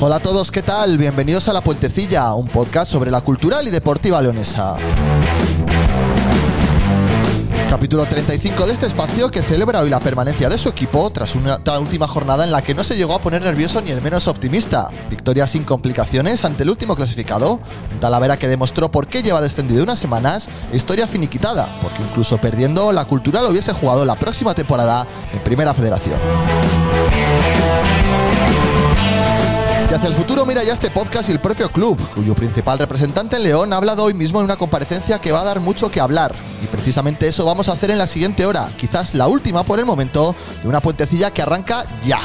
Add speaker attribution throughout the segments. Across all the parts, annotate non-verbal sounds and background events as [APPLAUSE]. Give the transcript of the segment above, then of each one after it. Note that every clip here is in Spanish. Speaker 1: Hola a todos, ¿qué tal? Bienvenidos a La Puentecilla, un podcast sobre la cultural y deportiva leonesa. Capítulo 35 de este espacio que celebra hoy la permanencia de su equipo tras una tras la última jornada en la que no se llegó a poner nervioso ni el menos optimista. Victoria sin complicaciones ante el último clasificado, un Talavera que demostró por qué lleva descendido unas semanas, historia finiquitada, porque incluso perdiendo la cultural hubiese jugado la próxima temporada en Primera Federación. Y hacia el futuro mira ya este podcast y el propio club, cuyo principal representante en León ha hablado hoy mismo en una comparecencia que va a dar mucho que hablar. Y precisamente eso vamos a hacer en la siguiente hora, quizás la última por el momento, de una puentecilla que arranca ya.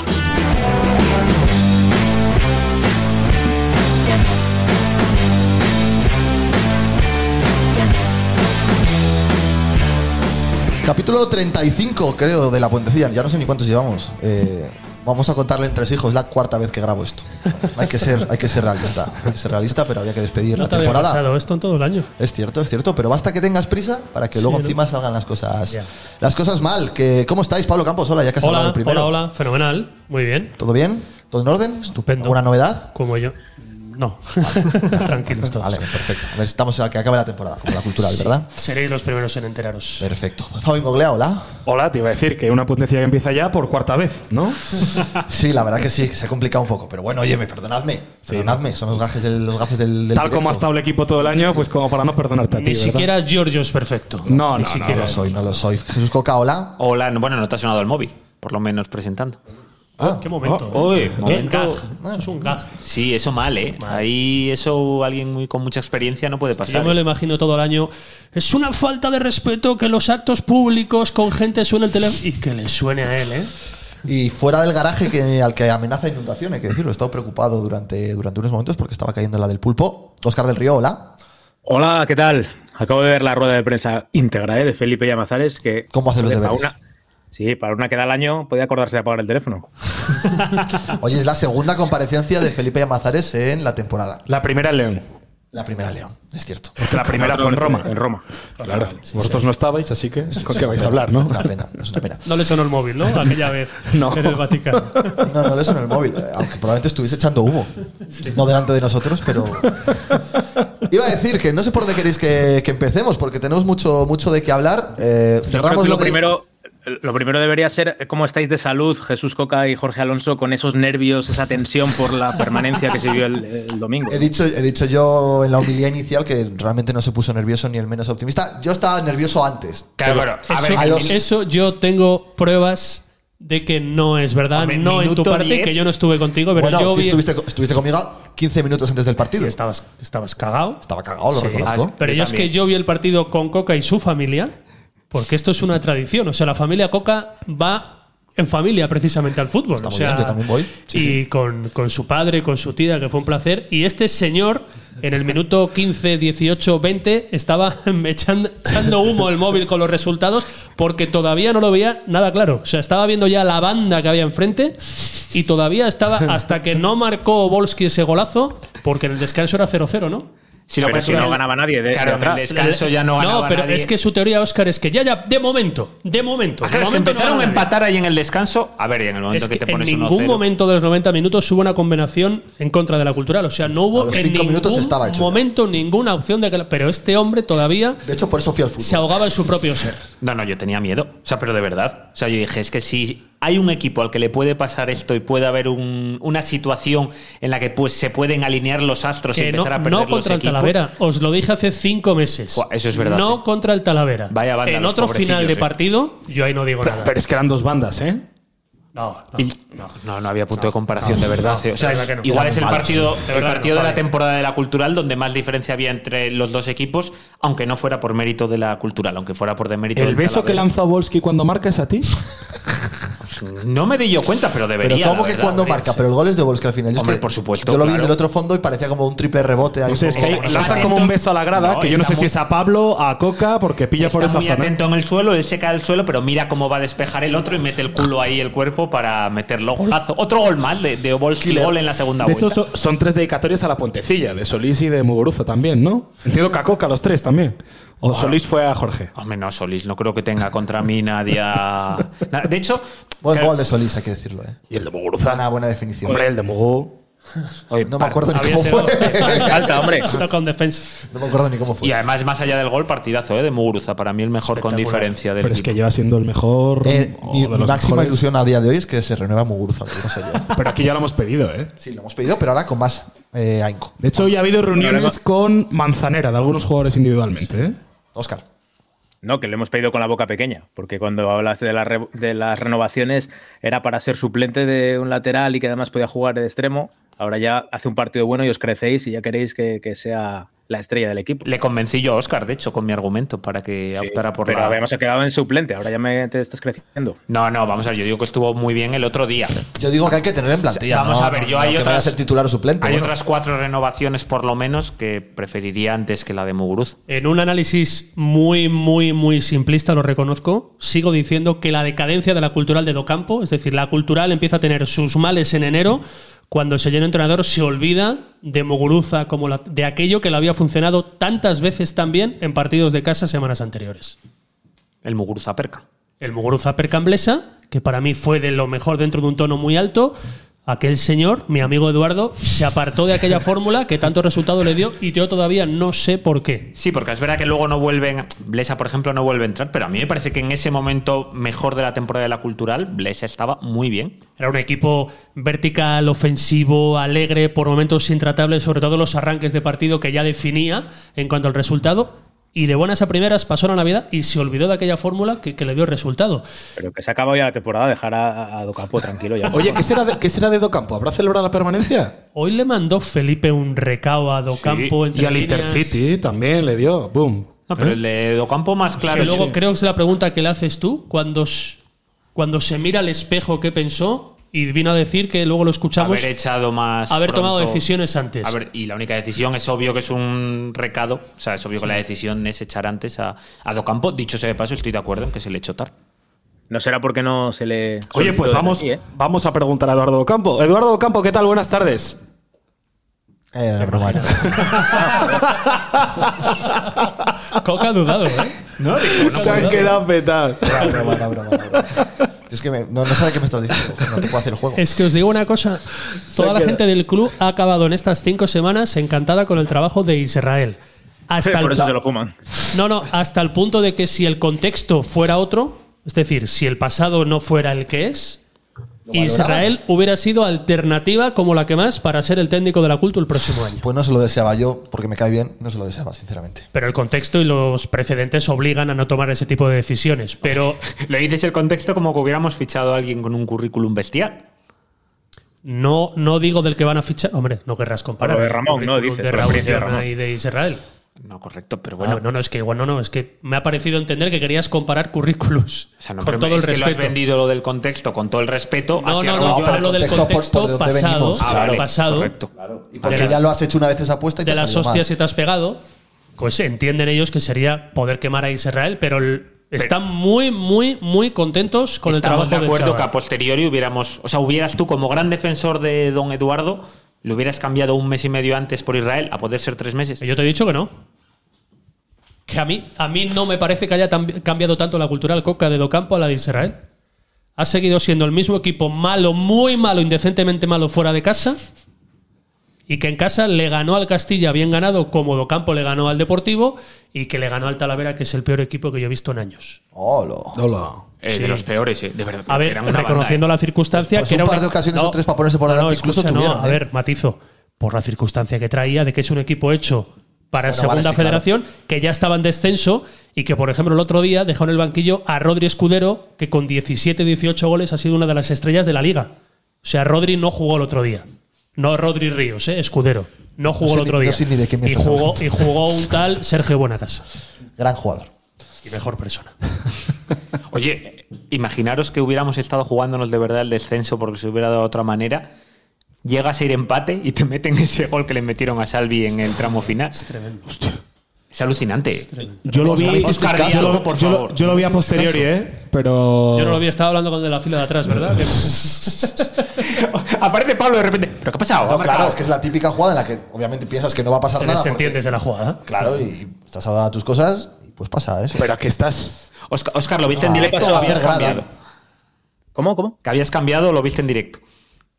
Speaker 1: Capítulo 35, creo, de la puentecilla. Ya no sé ni cuántos llevamos. Eh, vamos a contarle entre hijos. Es la cuarta vez que grabo esto. Hay que ser, hay que ser realista. Hay que ser realista, pero había que despedir
Speaker 2: No
Speaker 1: la
Speaker 2: te había
Speaker 1: temporada.
Speaker 2: pasado esto en todo el año.
Speaker 1: Es cierto, es cierto, pero basta que tengas prisa para que luego
Speaker 2: ¿no?
Speaker 1: encima salgan las cosas,
Speaker 2: Ya.
Speaker 1: las cosas mal. Que, ¿Cómo estáis, Pablo Campos? Hola, ya que has hablado
Speaker 2: Hola,
Speaker 1: el primero.
Speaker 2: hola, hola, fenomenal. Muy bien,
Speaker 1: ¿Todo bien? ¿Todo en orden?
Speaker 2: Estupendo.
Speaker 1: ¿Alguna novedad?
Speaker 2: como yo. [LAUGHS] No, tranquilos todos.
Speaker 1: Vale, perfecto. A ver, estamos a que acabe la temporada, como la cultural, ¿verdad?
Speaker 2: Seréis los primeros en enteraros.
Speaker 1: Perfecto. Fabi Moglea, hola.
Speaker 3: Hola, te iba a decir que una puntecilla que empieza ya por cuarta vez, ¿no?
Speaker 1: Sí, la verdad que sí, que se ha complicado un poco, pero bueno, oye, me perdonadme, perdonadme, son los gajes del, los gafes del, del
Speaker 3: Tal como ha
Speaker 1: directo.
Speaker 3: estado el equipo todo el año, pues como para no perdonarte a ti.
Speaker 2: Ni
Speaker 3: ¿verdad?
Speaker 2: siquiera Giorgio es perfecto.
Speaker 3: No,
Speaker 2: Ni
Speaker 3: no, no,
Speaker 1: No
Speaker 2: siquiera.
Speaker 1: lo soy, no lo soy. Jesús Coca, hola.
Speaker 4: Hola, no- bueno, no te ha sonado el móvil, por lo menos presentando.
Speaker 1: Ah,
Speaker 2: Qué momento.
Speaker 3: Oh,
Speaker 2: ¿eh?
Speaker 3: uy,
Speaker 2: Qué
Speaker 3: momento.
Speaker 2: gaj. Eso es un gaj.
Speaker 4: Sí, eso mal, ¿eh? Ahí eso alguien muy con mucha experiencia no puede
Speaker 2: Yo
Speaker 4: pasar.
Speaker 2: me lo
Speaker 4: ¿eh?
Speaker 2: imagino todo el año. Es una falta de respeto que los actos públicos con gente suene el teléfono y que le suene a él, ¿eh?
Speaker 1: Y fuera del garaje que, al que amenaza inundación, hay que decirlo, he estado preocupado durante, durante unos momentos porque estaba cayendo la del pulpo. Oscar del Río, hola.
Speaker 5: Hola, ¿qué tal? Acabo de ver la rueda de prensa íntegra ¿eh? de Felipe Llamazares que...
Speaker 1: ¿Cómo hace los
Speaker 5: Joder, para
Speaker 1: deberes?
Speaker 5: una- sí, para una que da al año podía acordarse de apagar el teléfono.
Speaker 1: Oye, es la segunda comparecencia de Felipe Llamazares en la temporada.
Speaker 3: La primera en León.
Speaker 1: La primera León, es cierto.
Speaker 3: Porque la primera fue en Roma.
Speaker 5: En Roma.
Speaker 3: Claro. Vosotros no estabais, así que ¿con qué vais a hablar, no?
Speaker 1: Es una pena, es una pena.
Speaker 2: No le sonó el móvil, ¿no? Aquella vez
Speaker 3: No.
Speaker 2: en el Vaticano.
Speaker 1: No, no le sonó el móvil, eh, aunque probablemente estuviese echando humo. No delante de nosotros, pero. Iba a decir que no sé por dónde queréis que, que empecemos, porque tenemos mucho, mucho de qué hablar. Eh,
Speaker 5: Yo creo
Speaker 1: cerramos
Speaker 5: que
Speaker 1: lo
Speaker 5: lo
Speaker 1: de-
Speaker 5: primero, lo primero debería ser eh, cómo estáis de salud, Jesús Coca y Jorge Alonso, con esos nervios, esa tensión por la permanencia que se vio el, el domingo.
Speaker 1: He dicho, he dicho yo en la humildad inicial que realmente no se puso nervioso ni el menos optimista. Yo estaba nervioso antes.
Speaker 3: Claro, claro. A ver,
Speaker 2: Eso,
Speaker 1: a los-
Speaker 2: eso yo tengo pruebas de que no es verdad,
Speaker 3: Hombre,
Speaker 2: no en tu
Speaker 3: minuto
Speaker 2: parte,
Speaker 3: 10.
Speaker 2: que yo no estuve contigo, pero
Speaker 1: bueno,
Speaker 2: yo
Speaker 1: si
Speaker 2: vi-
Speaker 1: estuviste, co- estuviste conmigo 15 minutos antes del partido.
Speaker 2: estabas, estabas cagado.
Speaker 1: Estaba cagado, lo
Speaker 2: Sí.
Speaker 1: reconozco.
Speaker 2: Ah, Pero yo,
Speaker 4: Yo
Speaker 2: es que
Speaker 4: también.
Speaker 2: yo vi el partido con Coca y su familia, porque esto es una tradición. O sea, la familia Coca va en familia precisamente al fútbol.
Speaker 1: Está
Speaker 2: o
Speaker 1: muy
Speaker 2: sea,
Speaker 1: bien, yo también voy. Sí,
Speaker 2: y Con, con su padre, con su tía, que fue un placer. Y este señor, en el minuto 15, 18, 20, estaba [LAUGHS] echan- echando humo el móvil con los resultados porque todavía no lo veía nada claro. O sea, estaba viendo ya la banda que había enfrente y todavía estaba hasta que no marcó Volsky ese golazo porque en el descanso era 0-0, ¿no?
Speaker 4: Si lo
Speaker 5: Pero si
Speaker 4: presionan-
Speaker 5: no ganaba nadie de-
Speaker 4: claro,
Speaker 5: de
Speaker 4: en el
Speaker 5: atrás.
Speaker 4: descanso ya no ganaba
Speaker 2: No, pero
Speaker 4: nadie.
Speaker 2: es que su teoría, Oscar, es que ya, ya, de momento, de momento.
Speaker 4: Ah,
Speaker 2: de
Speaker 4: claro, es que
Speaker 2: momento no
Speaker 4: empezaron a
Speaker 2: gana nadie.
Speaker 4: empatar ahí en el descanso. A ver, y en el momento
Speaker 2: Es
Speaker 4: que,
Speaker 2: que
Speaker 4: te pones
Speaker 2: en
Speaker 4: 1-0.
Speaker 2: ningún momento de los 90 minutos hubo una combinación en contra de la cultural. O sea, no
Speaker 1: A
Speaker 2: hubo
Speaker 1: los
Speaker 2: en
Speaker 1: cinco
Speaker 2: ningún
Speaker 1: minutos estaba hecho ya.
Speaker 2: momento ninguna opción de que. la- Pero este hombre todavía
Speaker 1: De hecho, por eso fui al
Speaker 2: se
Speaker 1: fútbol.
Speaker 2: ahogaba en su propio ser.
Speaker 4: No, no, yo tenía miedo. O sea, pero de verdad. O sea, yo dije, es que si hay un equipo al que le puede pasar esto y puede haber un- una situación en la que pues se pueden alinear los astros y
Speaker 2: Que no,
Speaker 4: Pues empezar a
Speaker 2: no
Speaker 4: perder los
Speaker 2: contra el
Speaker 4: equipos.
Speaker 2: Talavera. Os lo dije hace cinco meses.
Speaker 4: Buah, eso es verdad,
Speaker 2: No
Speaker 4: sí.
Speaker 2: contra el Talavera.
Speaker 4: Vaya banda,
Speaker 2: en
Speaker 4: los
Speaker 2: otro final de
Speaker 4: pobrecillos, eh.
Speaker 2: partido, yo ahí no digo
Speaker 3: Pero,
Speaker 2: nada.
Speaker 3: [LAUGHS] pero es que eran dos bandas, ¿eh?
Speaker 2: no, no.
Speaker 4: Y- no, no, no había punto de comparación, de verdad. o sea,
Speaker 2: de verdad que no.
Speaker 4: igual es el
Speaker 2: Malos.
Speaker 4: partido,
Speaker 2: De
Speaker 4: el
Speaker 2: verdad que
Speaker 4: partido
Speaker 2: no,
Speaker 4: de la
Speaker 2: Fabio.
Speaker 4: temporada de la cultural donde más diferencia había entre los dos equipos, aunque no fuera por mérito de la cultural, aunque fuera por demérito
Speaker 3: El
Speaker 4: del
Speaker 3: beso que
Speaker 4: Talavera.
Speaker 3: lanza Volsky cuando marca es a ti.
Speaker 4: No me di yo cuenta, pero debería.
Speaker 1: Pero como
Speaker 4: la
Speaker 1: que
Speaker 4: verdad,
Speaker 1: cuando
Speaker 4: debería
Speaker 1: marca,
Speaker 4: ser.
Speaker 1: pero el gol es de Volsky al final. Yo es
Speaker 4: Hombre,
Speaker 1: que
Speaker 4: por supuesto,
Speaker 1: Yo lo vi
Speaker 4: claro.
Speaker 1: desde el otro fondo y parecía como un triple rebote. Ahí
Speaker 3: No sé, Pues es
Speaker 1: como-
Speaker 3: que
Speaker 4: Está
Speaker 3: lanza
Speaker 4: atento.
Speaker 3: como un beso a la grada,
Speaker 4: No,
Speaker 3: que yo no sé
Speaker 4: está
Speaker 3: si
Speaker 4: muy-
Speaker 3: es a Pablo, a Coca, porque pilla
Speaker 4: Está
Speaker 3: por esa
Speaker 4: muy
Speaker 3: zona.
Speaker 4: atento en el suelo, él se cae al suelo, pero mira cómo va a despejar el otro y mete el culo ahí el cuerpo para meterlo. Golazo. Otro gol mal de, de Obolski,
Speaker 1: Killer.
Speaker 4: gol en la segunda
Speaker 3: De
Speaker 4: vuelta.
Speaker 3: hecho, so- son tres dedicatorias a la Pontecilla, de Solís y de Muguruza también, ¿no? Entiendo que a Coca los tres también. O Solís fue a Jorge.
Speaker 4: Hombre, no, Solís, no creo que tenga contra mí nadie.
Speaker 3: [LAUGHS]
Speaker 4: a- Na- De hecho,
Speaker 1: Buen
Speaker 4: claro,
Speaker 1: gol de Solís, hay que decirlo. ¿eh?
Speaker 3: Y el de Muguruza.
Speaker 1: Buena, buena definición.
Speaker 3: Hombre, el de Mugu.
Speaker 4: oye,
Speaker 1: no me
Speaker 4: par-
Speaker 1: acuerdo ni
Speaker 4: eh, había
Speaker 1: cómo
Speaker 4: ese
Speaker 1: fue. [LAUGHS]
Speaker 4: gol. [LAUGHS]
Speaker 5: Falta, hombre.
Speaker 2: Toca un defensa.
Speaker 1: No me acuerdo ni
Speaker 5: Pues
Speaker 1: cómo
Speaker 4: Y
Speaker 1: fue.
Speaker 4: además, más allá del gol, partidazo ¿eh? de Muguruza. Para mí, el mejor con diferencia del
Speaker 3: Pero es que
Speaker 4: equipo.
Speaker 3: lleva siendo el mejor.
Speaker 1: Eh,
Speaker 3: o
Speaker 1: mi
Speaker 3: de
Speaker 1: mi
Speaker 3: los
Speaker 1: máxima
Speaker 3: mejores.
Speaker 1: ilusión a día de hoy es que se renueva Muguruza. lo que no sé yo.
Speaker 3: Pero aquí ya lo hemos pedido, ¿eh?
Speaker 1: Sí, lo hemos pedido, pero ahora con más eh, ahínco.
Speaker 3: De hecho, hoy ha habido reuniones con Manzanera de algunos jugadores individualmente, ¿eh?
Speaker 1: Oscar.
Speaker 5: No, que le hemos pedido con la boca pequeña, porque cuando hablaste de, la re- de las renovaciones era para ser suplente de un lateral y que además podía jugar de extremo. Ahora ya hace un partido bueno y os crecéis y ya queréis que, que sea la estrella del equipo.
Speaker 4: Le convencí yo a Oscar, de hecho, con mi argumento para que optara por
Speaker 5: Pero
Speaker 4: la.
Speaker 5: además ha quedado en suplente, ahora ya me, te estás creciendo.
Speaker 4: No, no, vamos a ver. Yo digo que estuvo muy bien el otro día.
Speaker 1: Yo digo que hay que tener en plantilla.
Speaker 4: Vamos
Speaker 1: no,
Speaker 4: a ver,
Speaker 1: no,
Speaker 4: yo
Speaker 1: no,
Speaker 4: hay
Speaker 1: que
Speaker 4: otras-
Speaker 1: vaya a ser titular o suplente.
Speaker 4: Hay
Speaker 1: bueno.
Speaker 4: otras cuatro renovaciones, por lo menos, que preferiría antes que la de Muguruza.
Speaker 2: En un análisis muy, muy, muy simplista, lo reconozco, sigo diciendo que la decadencia de la cultural de Docampo, es decir, la cultural empieza a tener sus males en enero, cuando el lleno entrenador se olvida de Muguruza, como la- de aquello que le había funcionado tantas veces también en partidos de casa semanas anteriores.
Speaker 4: El Muguruza perca.
Speaker 2: El Muguruza percamblesa, que para mí fue de lo mejor dentro de un tono muy alto. Aquel señor, mi amigo Eduardo, se apartó de aquella fórmula que tanto resultado le dio y yo todavía no sé por qué.
Speaker 4: Sí, porque es verdad que luego no vuelven. Blesa, por ejemplo, no vuelve a entrar, pero a mí me parece que en ese momento mejor de la temporada de la cultural, Blesa estaba muy bien.
Speaker 2: Era un equipo vertical, ofensivo, alegre, por momentos intratable, sobre todo los arranques de partido que ya definía en cuanto al resultado. Y de buenas a primeras pasó la Navidad y se olvidó de aquella fórmula que, que le dio el resultado.
Speaker 5: Pero que se acaba ya la temporada, dejar a, a Docampo tranquilo ya.
Speaker 3: Oye, ¿qué será, de, ¿qué será de Docampo? ¿Habrá celebrado la permanencia?
Speaker 2: Hoy le mandó Felipe un recao a Docampo entre
Speaker 3: Y al
Speaker 2: líneas,
Speaker 3: Intercity también le dio. ¡Boom!
Speaker 4: No, pero el de Docampo más claro.
Speaker 2: que luego
Speaker 4: sí.
Speaker 2: creo que es la pregunta que le haces tú, cuando, s- cuando se mira al espejo qué pensó y vino a decir que luego lo escuchamos
Speaker 3: eh.
Speaker 4: haber echado más.
Speaker 2: haber tomado
Speaker 4: pronto.
Speaker 2: decisiones antes.
Speaker 4: A ver, y la única decisión es obvio que es un recado. O sea, es obvio que la decisión es echar antes a, a Docampo. Dicho sea de paso, estoy de acuerdo en que se le echó tarde.
Speaker 5: No será porque no se le.
Speaker 3: Oye, pues
Speaker 5: solicitó desde
Speaker 3: vamos,
Speaker 5: aquí, ¿eh?
Speaker 3: vamos a preguntar a Eduardo Docampo. Eduardo Docampo, ¿qué tal? Buenas tardes.
Speaker 1: Eh, era broma, era broma.
Speaker 2: Coca ha dudado, ¿eh?
Speaker 4: No,
Speaker 3: Se han quedado petados.
Speaker 1: Era broma, era broma, era broma. Es que me- no, no sabe qué me estás diciendo. No te puedo hacer el juego.
Speaker 2: Es que os digo una cosa, toda la gente del club ha acabado en estas cinco semanas encantada con el trabajo de Israel. Hasta el,
Speaker 5: [LAUGHS] Por eso se lo fuman.
Speaker 2: no, no, hasta el punto de que si el contexto fuera otro, es decir, si el pasado no fuera el que es,
Speaker 1: valoraban.
Speaker 2: Israel hubiera sido alternativa como la que más para ser el técnico de la culto el próximo año.
Speaker 1: Pues no se lo deseaba yo, porque me cae bien, no se lo deseaba, sinceramente.
Speaker 2: Pero el contexto y los precedentes obligan a no tomar ese tipo de decisiones. Pero
Speaker 4: Lo dices el contexto como que hubiéramos fichado a alguien con un currículum bestial.
Speaker 2: No, no digo del que van a fichar. Hombre, no querrás comparar.
Speaker 5: Pero de Ramón,
Speaker 2: el
Speaker 5: ¿no?
Speaker 2: currículum
Speaker 5: Dices,
Speaker 2: de
Speaker 5: por la
Speaker 2: Raúl
Speaker 5: experiencia de
Speaker 2: Llana
Speaker 5: Ramón.
Speaker 2: y de Israel.
Speaker 4: No, correcto, pero bueno.
Speaker 2: Bueno, Ah, no, no, es que igual no, no, es que me ha parecido entender que querías comparar currículums.
Speaker 4: O sea, no,
Speaker 2: con
Speaker 4: pero
Speaker 2: todo el
Speaker 4: es que lo has
Speaker 2: respeto.
Speaker 4: vendido lo del contexto, con todo el respeto.
Speaker 2: No,
Speaker 4: hacia
Speaker 2: no,
Speaker 4: algo
Speaker 2: no,
Speaker 4: que-
Speaker 2: pero lo del
Speaker 1: contexto, por-
Speaker 2: contexto
Speaker 1: por de dónde
Speaker 2: pasado,
Speaker 1: venimos,
Speaker 4: Ah, vale,
Speaker 2: pasado
Speaker 4: Correcto.
Speaker 1: Y porque
Speaker 2: De
Speaker 1: ya
Speaker 2: las-
Speaker 1: lo has hecho una vez esa apuesta y
Speaker 2: de
Speaker 1: te ha
Speaker 2: las
Speaker 1: salido mal.
Speaker 2: hostias que te has pegado, pues entienden ellos que sería poder quemar a Israel, pero el- están muy, muy, muy contentos con el
Speaker 4: Estamos
Speaker 2: trabajo
Speaker 4: de acuerdo que
Speaker 2: del
Speaker 4: a
Speaker 2: chaval.
Speaker 4: posteriori hubiéramos, o sea, hubieras tú como gran defensor de don Eduardo, lo hubieras cambiado un mes y medio antes por Israel, a poder ser tres meses.
Speaker 2: Yo te he dicho que no. Que a mí, a mí no me parece que haya tam- cambiado tanto la cultura del Coca de Docampo a la de Israel. Ha seguido siendo el mismo equipo malo, muy malo, indecentemente malo fuera de casa. Y que en casa le ganó al Castilla bien ganado, como Docampo le ganó al Deportivo, y que le ganó al Talavera, que es el peor equipo que yo he visto en años.
Speaker 1: Hoolo.
Speaker 4: Eh,
Speaker 2: Sí.
Speaker 4: De los peores, eh, de verdad.
Speaker 2: A ver,
Speaker 4: eran una
Speaker 2: reconociendo la circunstancia.
Speaker 1: Pues
Speaker 2: que
Speaker 1: un
Speaker 2: era
Speaker 1: par
Speaker 2: una-
Speaker 1: de ocasiones o tres para ponerse por delante incluso tuvieron,
Speaker 2: no, a
Speaker 1: ¿eh?
Speaker 2: ver, matizo. Por la circunstancia que traía de que es un equipo hecho para
Speaker 1: Bueno,
Speaker 2: Segunda
Speaker 1: vale, sí,
Speaker 2: Federación, que ya estaba en descenso y que, por ejemplo, el otro día dejó en el banquillo a Rodri Escudero, que con 17-18 goles ha sido una de las estrellas de la liga. O sea, Rodri no jugó el otro día. No Rodri Ríos, eh, Escudero. No jugó
Speaker 1: sé
Speaker 2: el
Speaker 1: ni-
Speaker 2: otro
Speaker 1: no
Speaker 2: día.
Speaker 1: sé ni de qué me
Speaker 2: y,
Speaker 1: estás
Speaker 2: jugó,
Speaker 1: hablando.
Speaker 2: y jugó un tal Sergio Buenacasa.
Speaker 1: Gran jugador.
Speaker 2: Y mejor persona.
Speaker 4: banda. Oye, eh, imaginaros que hubiéramos estado jugándonos de verdad el descenso porque se hubiera dado de otra manera. Llegas a ir empate y te meten ese gol que le metieron a Salvi en el tramo final. Es
Speaker 2: tremendo.
Speaker 4: alucinante.
Speaker 3: Yo lo vi.
Speaker 1: no me
Speaker 3: Oscar,
Speaker 1: hicisteis caso,
Speaker 3: Este yo lo-
Speaker 1: ¿no?
Speaker 4: eh. Por
Speaker 3: yo lo-
Speaker 4: favor. Este
Speaker 3: Yo lo vi a posteriori, ¿eh? Pero.
Speaker 2: Yo no lo había estado hablando con el de la fila de atrás,
Speaker 1: [LAUGHS]
Speaker 2: ¿verdad? Que-
Speaker 3: ¿eh?
Speaker 4: [LAUGHS] Aparece Pablo de repente. ¿Pero qué ha pasado?
Speaker 1: No,
Speaker 4: ¿Ha marcado?".
Speaker 1: claro, es que es la típica jugada en la que obviamente piensas que no va a pasar
Speaker 2: Te
Speaker 1: nada. porque-
Speaker 2: desentiendes de la jugada.
Speaker 1: Claro, y estás hablando de tus cosas y pues pasa eso.
Speaker 3: Pero aquí estás.
Speaker 4: Oscar, Oscar, ¿lo viste en
Speaker 1: Ah,
Speaker 4: directo
Speaker 1: pasó
Speaker 4: o
Speaker 1: a
Speaker 4: habías
Speaker 1: hacer grada.
Speaker 4: cambiado?
Speaker 5: ¿Cómo? ¿Cómo?
Speaker 4: ¿Que habías cambiado o lo viste en directo?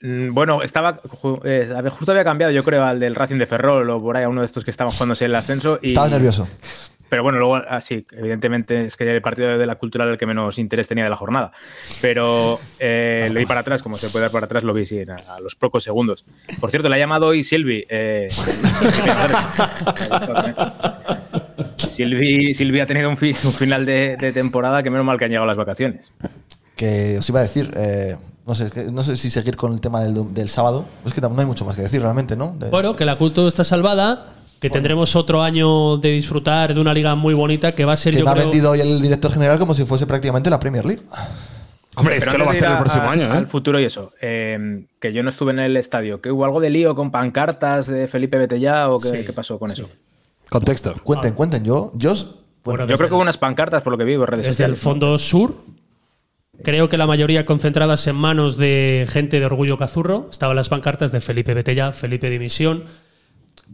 Speaker 5: Mm, Bueno, estaba ju- eh, a ver, justo había cambiado, yo creo, al del Racing de Ferrol o por ahí a uno de estos que estaban jugándose el ascenso. Y,
Speaker 1: Estaba nervioso.
Speaker 5: Pero bueno, luego, ah, sí, evidentemente es que el partido de la cultura era el que menos interés tenía de la jornada. Pero eh, leí para atrás, como se puede dar para atrás, lo vi sí, a, a los pocos segundos. Por cierto, le ha llamado hoy Silvi. eh, [LAUGHS] Silvi, Silvi ha tenido un, fi- un final de, de temporada que menos mal que han llegado las vacaciones.
Speaker 1: Que os iba a decir, eh, no, sé, es que no sé si seguir con el tema del, dom- del sábado. Es que tam- no hay mucho más que decir realmente, ¿no? De-
Speaker 2: Bueno, que la culto está salvada, que tendremos otro año de disfrutar de una liga muy bonita que va a ser
Speaker 1: que
Speaker 2: yo
Speaker 1: me ha
Speaker 2: creo,
Speaker 1: vendido hoy el director general como si fuese prácticamente la Premier League.
Speaker 3: Hombre, es
Speaker 5: Pero
Speaker 3: que lo va a
Speaker 5: antes de
Speaker 3: hacer
Speaker 5: ir
Speaker 3: el próximo
Speaker 5: a-
Speaker 3: año, ¿eh?
Speaker 5: Al futuro y eso. eh, que yo no estuve en el estadio. Que hubo algo de lío con pancartas de Felipe Betellá o qué,
Speaker 2: Sí,
Speaker 5: qué pasó con eso.
Speaker 3: Contexto.
Speaker 1: Cuenten, cuenten. Yo, yo os- bueno,
Speaker 2: Ah. Bueno,
Speaker 5: Yo
Speaker 2: desde-
Speaker 5: creo que hubo unas pancartas por lo que vi por redes
Speaker 2: desde el
Speaker 5: sociales.
Speaker 2: fondo sur. Creo que la mayoría concentradas en manos de gente de Orgullo Cazurro. Estaban las pancartas de Felipe Betella, Felipe Dimisión.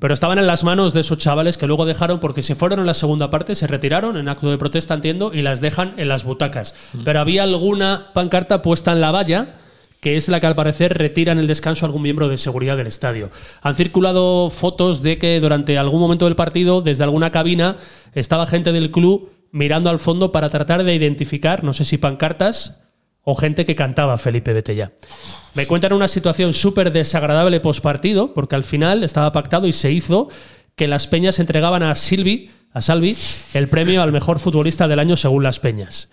Speaker 2: Pero estaban en las manos de esos chavales que luego dejaron porque se fueron en la segunda parte, se retiraron en acto de protesta, entiendo, y las dejan en las butacas. Pero había alguna pancarta puesta en la valla, que es la que al parecer retira en el descanso algún miembro de seguridad del estadio. Han circulado fotos de que durante algún momento del partido, desde alguna cabina, estaba gente del club mirando al fondo para tratar de identificar, no sé si pancartas o gente que cantaba Felipe Betella. Me cuentan una situación súper desagradable postpartido, porque al final estaba pactado y se hizo que las peñas entregaban a Silvi, a Salvi, el premio al mejor futbolista del año según las peñas.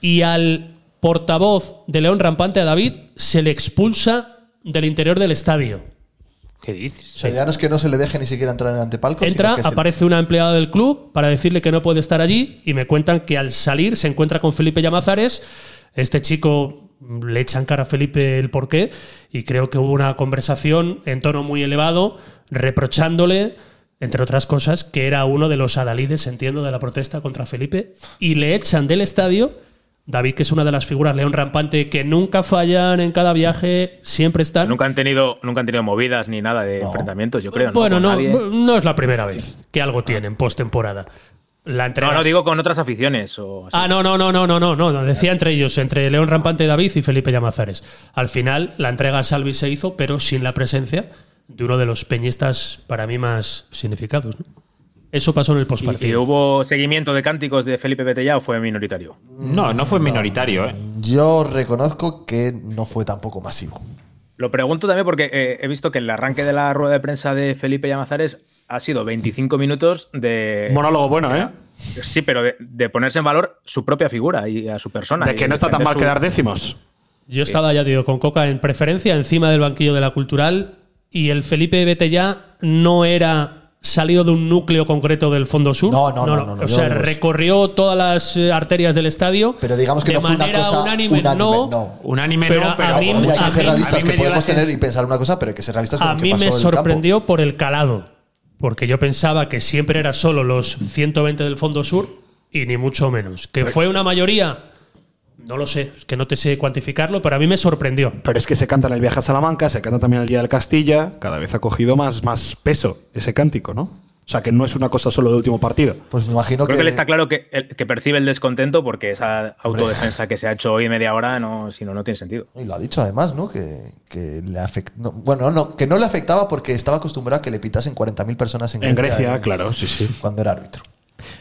Speaker 2: Y al portavoz de León Rampante, a David, se le expulsa del interior del estadio.
Speaker 4: ¿Qué dices?
Speaker 1: o sea, ya no es que no se le deje ni siquiera entrar en el antepalco. sino
Speaker 2: Entra,
Speaker 1: que se-
Speaker 2: aparece una empleada del club para decirle que no puede estar allí y me cuentan que al salir se encuentra con Felipe Llamazares. Este chico mm, le echan cara a Felipe el porqué y creo que hubo una conversación en tono muy elevado reprochándole, entre otras cosas, que era uno de los adalides, entiendo, de la protesta contra Felipe y le echan del estadio. David, que es una de las figuras león rampante que nunca fallan en cada viaje, siempre están.
Speaker 5: Nunca han tenido, nunca han tenido movidas ni nada de enfrentamientos, yo creo. ¿no?
Speaker 2: Bueno,
Speaker 5: Con
Speaker 2: no,
Speaker 5: nadie.
Speaker 2: bu- no es la primera vez que algo tienen postemporada. La
Speaker 5: No,
Speaker 2: entregas-
Speaker 5: no, digo con otras aficiones. O así.
Speaker 2: Ah, no, no, no, no, no, no, no. Decía entre ellos, entre León Rampante David y Felipe Llamazares. Al final, la entrega a Salvi se hizo, pero sin la presencia de uno de los peñistas para mí más significados. ¿no? Eso pasó en el
Speaker 5: ¿Y- ¿Y,
Speaker 2: postpartido.
Speaker 5: hubo seguimiento de cánticos de Felipe Betellá o fue minoritario?
Speaker 4: No, no fue minoritario, ¿eh?
Speaker 1: Yo reconozco que no fue tampoco masivo.
Speaker 5: Lo pregunto también porque eh, he visto que el arranque de la rueda de prensa de Felipe Llamazares ha sido 25 minutos de.
Speaker 3: Monólogo bueno, ¿eh?
Speaker 5: Sí, pero de, de ponerse en valor su propia figura y a su persona.
Speaker 3: De
Speaker 5: y
Speaker 3: que no está tan
Speaker 5: defender
Speaker 3: mal
Speaker 5: su-
Speaker 3: quedar décimos.
Speaker 2: Yo estaba, ya digo, con Coca en preferencia, encima del banquillo de la cultural, y el Felipe Betellá no era salido de un núcleo concreto del Fondo Sur.
Speaker 1: No, no, no, no, no,
Speaker 2: o
Speaker 1: yo
Speaker 2: sea,
Speaker 1: digo eso.
Speaker 2: recorrió todas las eh, arterias del estadio.
Speaker 1: Pero digamos que
Speaker 2: de
Speaker 1: no fue una
Speaker 2: manera
Speaker 1: cosa
Speaker 2: unánime, no.
Speaker 4: Un anime
Speaker 2: Pero
Speaker 4: no, pero
Speaker 2: a mí-
Speaker 1: Oye, hay que
Speaker 2: mí-
Speaker 1: ser realistas,
Speaker 4: me
Speaker 1: que
Speaker 4: dio la
Speaker 1: podemos
Speaker 4: sen-
Speaker 1: tener y pensar una cosa, pero hay que ser realistas con
Speaker 2: A
Speaker 1: lo que
Speaker 2: mí
Speaker 1: pasó
Speaker 2: me
Speaker 1: en el campo.
Speaker 2: sorprendió por el calado, porque yo pensaba que siempre era solo los
Speaker 1: Mm.
Speaker 2: 120 del Fondo Sur y ni mucho menos. Que fue una mayoría, no lo sé, es que no te sé cuantificarlo, pero a mí me sorprendió.
Speaker 3: Pero es que se canta en el viaje a Salamanca, se canta también en el Día del Castilla, cada vez ha cogido más, más peso ese cántico, ¿no? O sea, que no es una cosa solo del último partido.
Speaker 1: Pues me imagino
Speaker 5: Creo
Speaker 1: que,
Speaker 5: que le está claro que, el- que percibe el descontento porque esa autodefensa que se ha hecho hoy media hora, no, si no, no tiene sentido.
Speaker 1: Y lo ha dicho además, ¿no? Que, que le afect- no, bueno, no, que no le afectaba porque estaba acostumbrado a que le pitasen 40.000 personas en,
Speaker 3: En Grecia,
Speaker 1: eh,
Speaker 3: claro, sí, sí.
Speaker 1: Cuando era árbitro.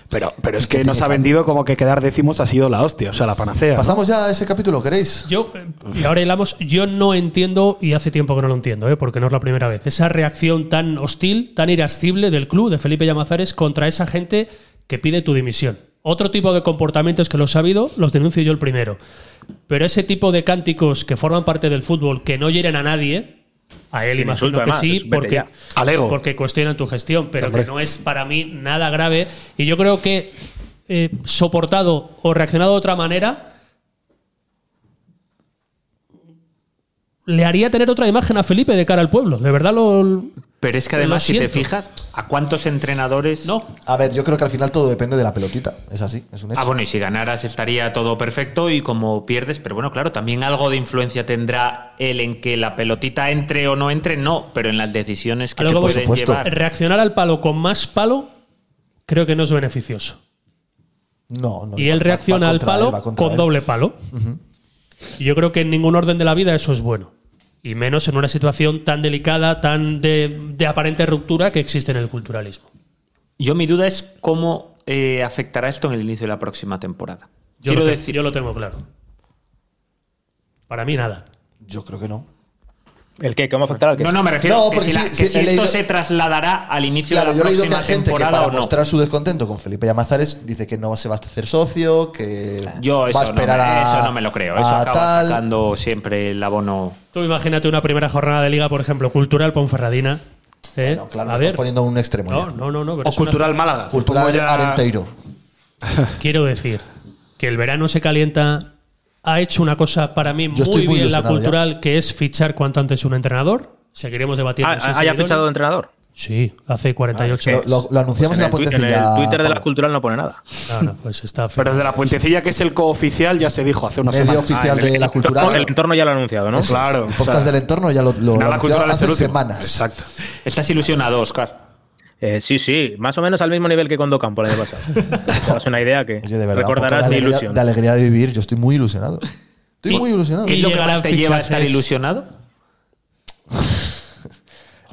Speaker 3: Pero, pero es que nos ha vendido como que quedar décimos ha sido la hostia, o sea, la panacea. ¿no?
Speaker 1: Pasamos ya a ese capítulo, ¿queréis?
Speaker 2: Yo, eh, y ahora hilamos, yo no entiendo, y hace tiempo que no lo entiendo, eh, porque no es la primera vez, esa reacción tan hostil, tan irascible del club de Felipe Llamazares contra esa gente que pide tu dimisión. Otro tipo de comportamientos que los ha habido, los denuncio yo el primero. Pero ese tipo de cánticos que forman parte del fútbol, que no hieren a nadie, a él
Speaker 5: Que
Speaker 2: imagino
Speaker 5: insulta,
Speaker 2: que
Speaker 5: además, es
Speaker 2: sí,
Speaker 5: vete
Speaker 2: porque,
Speaker 5: ya.
Speaker 3: Alego.
Speaker 2: porque cuestionan tu gestión, pero que no es para mí nada grave. Y yo creo que eh, soportado o reaccionado de otra manera, le haría tener otra imagen a Felipe de cara al pueblo. De verdad lo.
Speaker 4: Pero es que
Speaker 2: Lo
Speaker 4: además, si te
Speaker 2: siento.
Speaker 4: fijas, ¿a cuántos entrenadores?
Speaker 2: No.
Speaker 1: A ver, yo creo que al final todo depende de la pelotita. Es así, es un hecho.
Speaker 4: Ah, bueno, y si ganaras estaría todo perfecto y como pierdes, pero bueno, claro, también algo de influencia tendrá el en que la pelotita entre o no entre, no, pero en las decisiones
Speaker 2: A
Speaker 4: que
Speaker 2: lo
Speaker 4: te
Speaker 2: que voy.
Speaker 4: pueden
Speaker 1: Por supuesto.
Speaker 4: llevar.
Speaker 2: Reaccionar al palo con más palo, creo que no es beneficioso.
Speaker 1: No, no,
Speaker 2: y
Speaker 1: Pues va-
Speaker 2: él
Speaker 1: va-
Speaker 2: reacciona
Speaker 1: va
Speaker 2: al
Speaker 1: contra
Speaker 2: palo
Speaker 1: él, va contra
Speaker 2: con
Speaker 1: él.
Speaker 2: doble palo. Y Yo creo que en ningún orden de la vida eso es bueno. Y menos en una situación tan delicada, tan de, de aparente ruptura que existe en el culturalismo.
Speaker 4: Yo mi duda es cómo eh, afectará esto en el inicio de la próxima temporada.
Speaker 2: Yo,
Speaker 4: Quiero
Speaker 2: lo, te-
Speaker 4: decir,
Speaker 2: yo lo tengo claro. Para mí nada.
Speaker 1: Yo creo que no.
Speaker 5: ¿El qué? ¿Cómo afectará al qué?
Speaker 4: no, no, me refiero
Speaker 1: No,
Speaker 4: a que
Speaker 1: porque
Speaker 4: si, la-
Speaker 1: sí,
Speaker 4: que
Speaker 1: sí,
Speaker 4: si
Speaker 1: he
Speaker 4: esto
Speaker 1: leído-
Speaker 4: se trasladará al inicio
Speaker 1: Claro,
Speaker 4: de
Speaker 1: yo
Speaker 4: la
Speaker 1: he leído que
Speaker 4: próxima
Speaker 1: hay gente que
Speaker 4: temporada
Speaker 1: para
Speaker 4: o no.
Speaker 1: mostrar su descontento con Felipe Llamazares dice que no se va a hacer socio, que
Speaker 4: Yo eso,
Speaker 1: va a esperar
Speaker 4: no, me-
Speaker 1: a-
Speaker 4: eso no me lo creo. Eso
Speaker 1: a
Speaker 4: acaba
Speaker 1: tal.
Speaker 4: sacando siempre el abono.
Speaker 2: Tú imagínate una primera jornada de liga, por ejemplo, cultural Ponferradina. ¿eh?
Speaker 1: No, claro,
Speaker 2: a
Speaker 1: me estás
Speaker 2: ver.
Speaker 1: poniendo un extremo.
Speaker 2: No,
Speaker 1: ya.
Speaker 2: no, no, no. pero
Speaker 3: O
Speaker 2: es una-
Speaker 3: Cultural Málaga.
Speaker 1: Cultural
Speaker 3: Supongo ya-
Speaker 1: Arenteiro.
Speaker 2: Quiero decir que el verano se calienta. Ha hecho una cosa para mí
Speaker 1: Yo estoy
Speaker 2: muy,
Speaker 1: muy
Speaker 2: bien la
Speaker 1: ilusionado ya.
Speaker 2: cultural, que es fichar cuanto antes un entrenador. Seguiremos debatiendo.
Speaker 5: Ah,
Speaker 2: si es
Speaker 5: ¿Haya
Speaker 2: idóneo.
Speaker 5: fichado de entrenador?
Speaker 2: Sí, hace 48
Speaker 1: Lo,
Speaker 2: horas.
Speaker 1: lo- lo anunciamos
Speaker 5: Pues
Speaker 1: en,
Speaker 5: el
Speaker 1: la
Speaker 5: twi-
Speaker 1: puentecilla.
Speaker 5: el Twitter de la
Speaker 1: Pablo.
Speaker 5: cultural no pone nada.
Speaker 2: No, no, pues
Speaker 5: [LAUGHS]
Speaker 3: Pero
Speaker 2: está
Speaker 3: el de
Speaker 2: firmado.
Speaker 3: la puentecilla, que es el cooficial, ya se dijo hace una
Speaker 1: Medio
Speaker 3: semana.
Speaker 1: oficial de la
Speaker 5: Entorno-
Speaker 1: cultural.
Speaker 5: El entorno ya lo ha anunciado, ¿no?
Speaker 3: Claro. o
Speaker 1: El podcast
Speaker 3: sea,
Speaker 1: del entorno ya lo, lo,
Speaker 3: nada,
Speaker 1: lo
Speaker 3: la cultural es
Speaker 1: anunciaba
Speaker 3: el
Speaker 1: hace
Speaker 3: último.
Speaker 1: semanas.
Speaker 3: Exacto.
Speaker 4: Estás ilusionado, Oscar.
Speaker 5: Eh, sí, sí, más o menos al mismo nivel que cuando Campo el año
Speaker 1: [LAUGHS]
Speaker 5: pasado. Te das una idea que
Speaker 1: Oye, de verdad, un poco
Speaker 5: recordarás
Speaker 1: de
Speaker 5: mi
Speaker 1: alegría,
Speaker 5: ilusión.
Speaker 1: de alegría de vivir. Yo estoy muy ilusionado. Estoy muy ilusionado.
Speaker 2: y
Speaker 4: ¿Qué es lo que más
Speaker 2: llegarán
Speaker 4: te lleva a estar
Speaker 2: fichajes.
Speaker 1: [LAUGHS]
Speaker 4: ilusionado?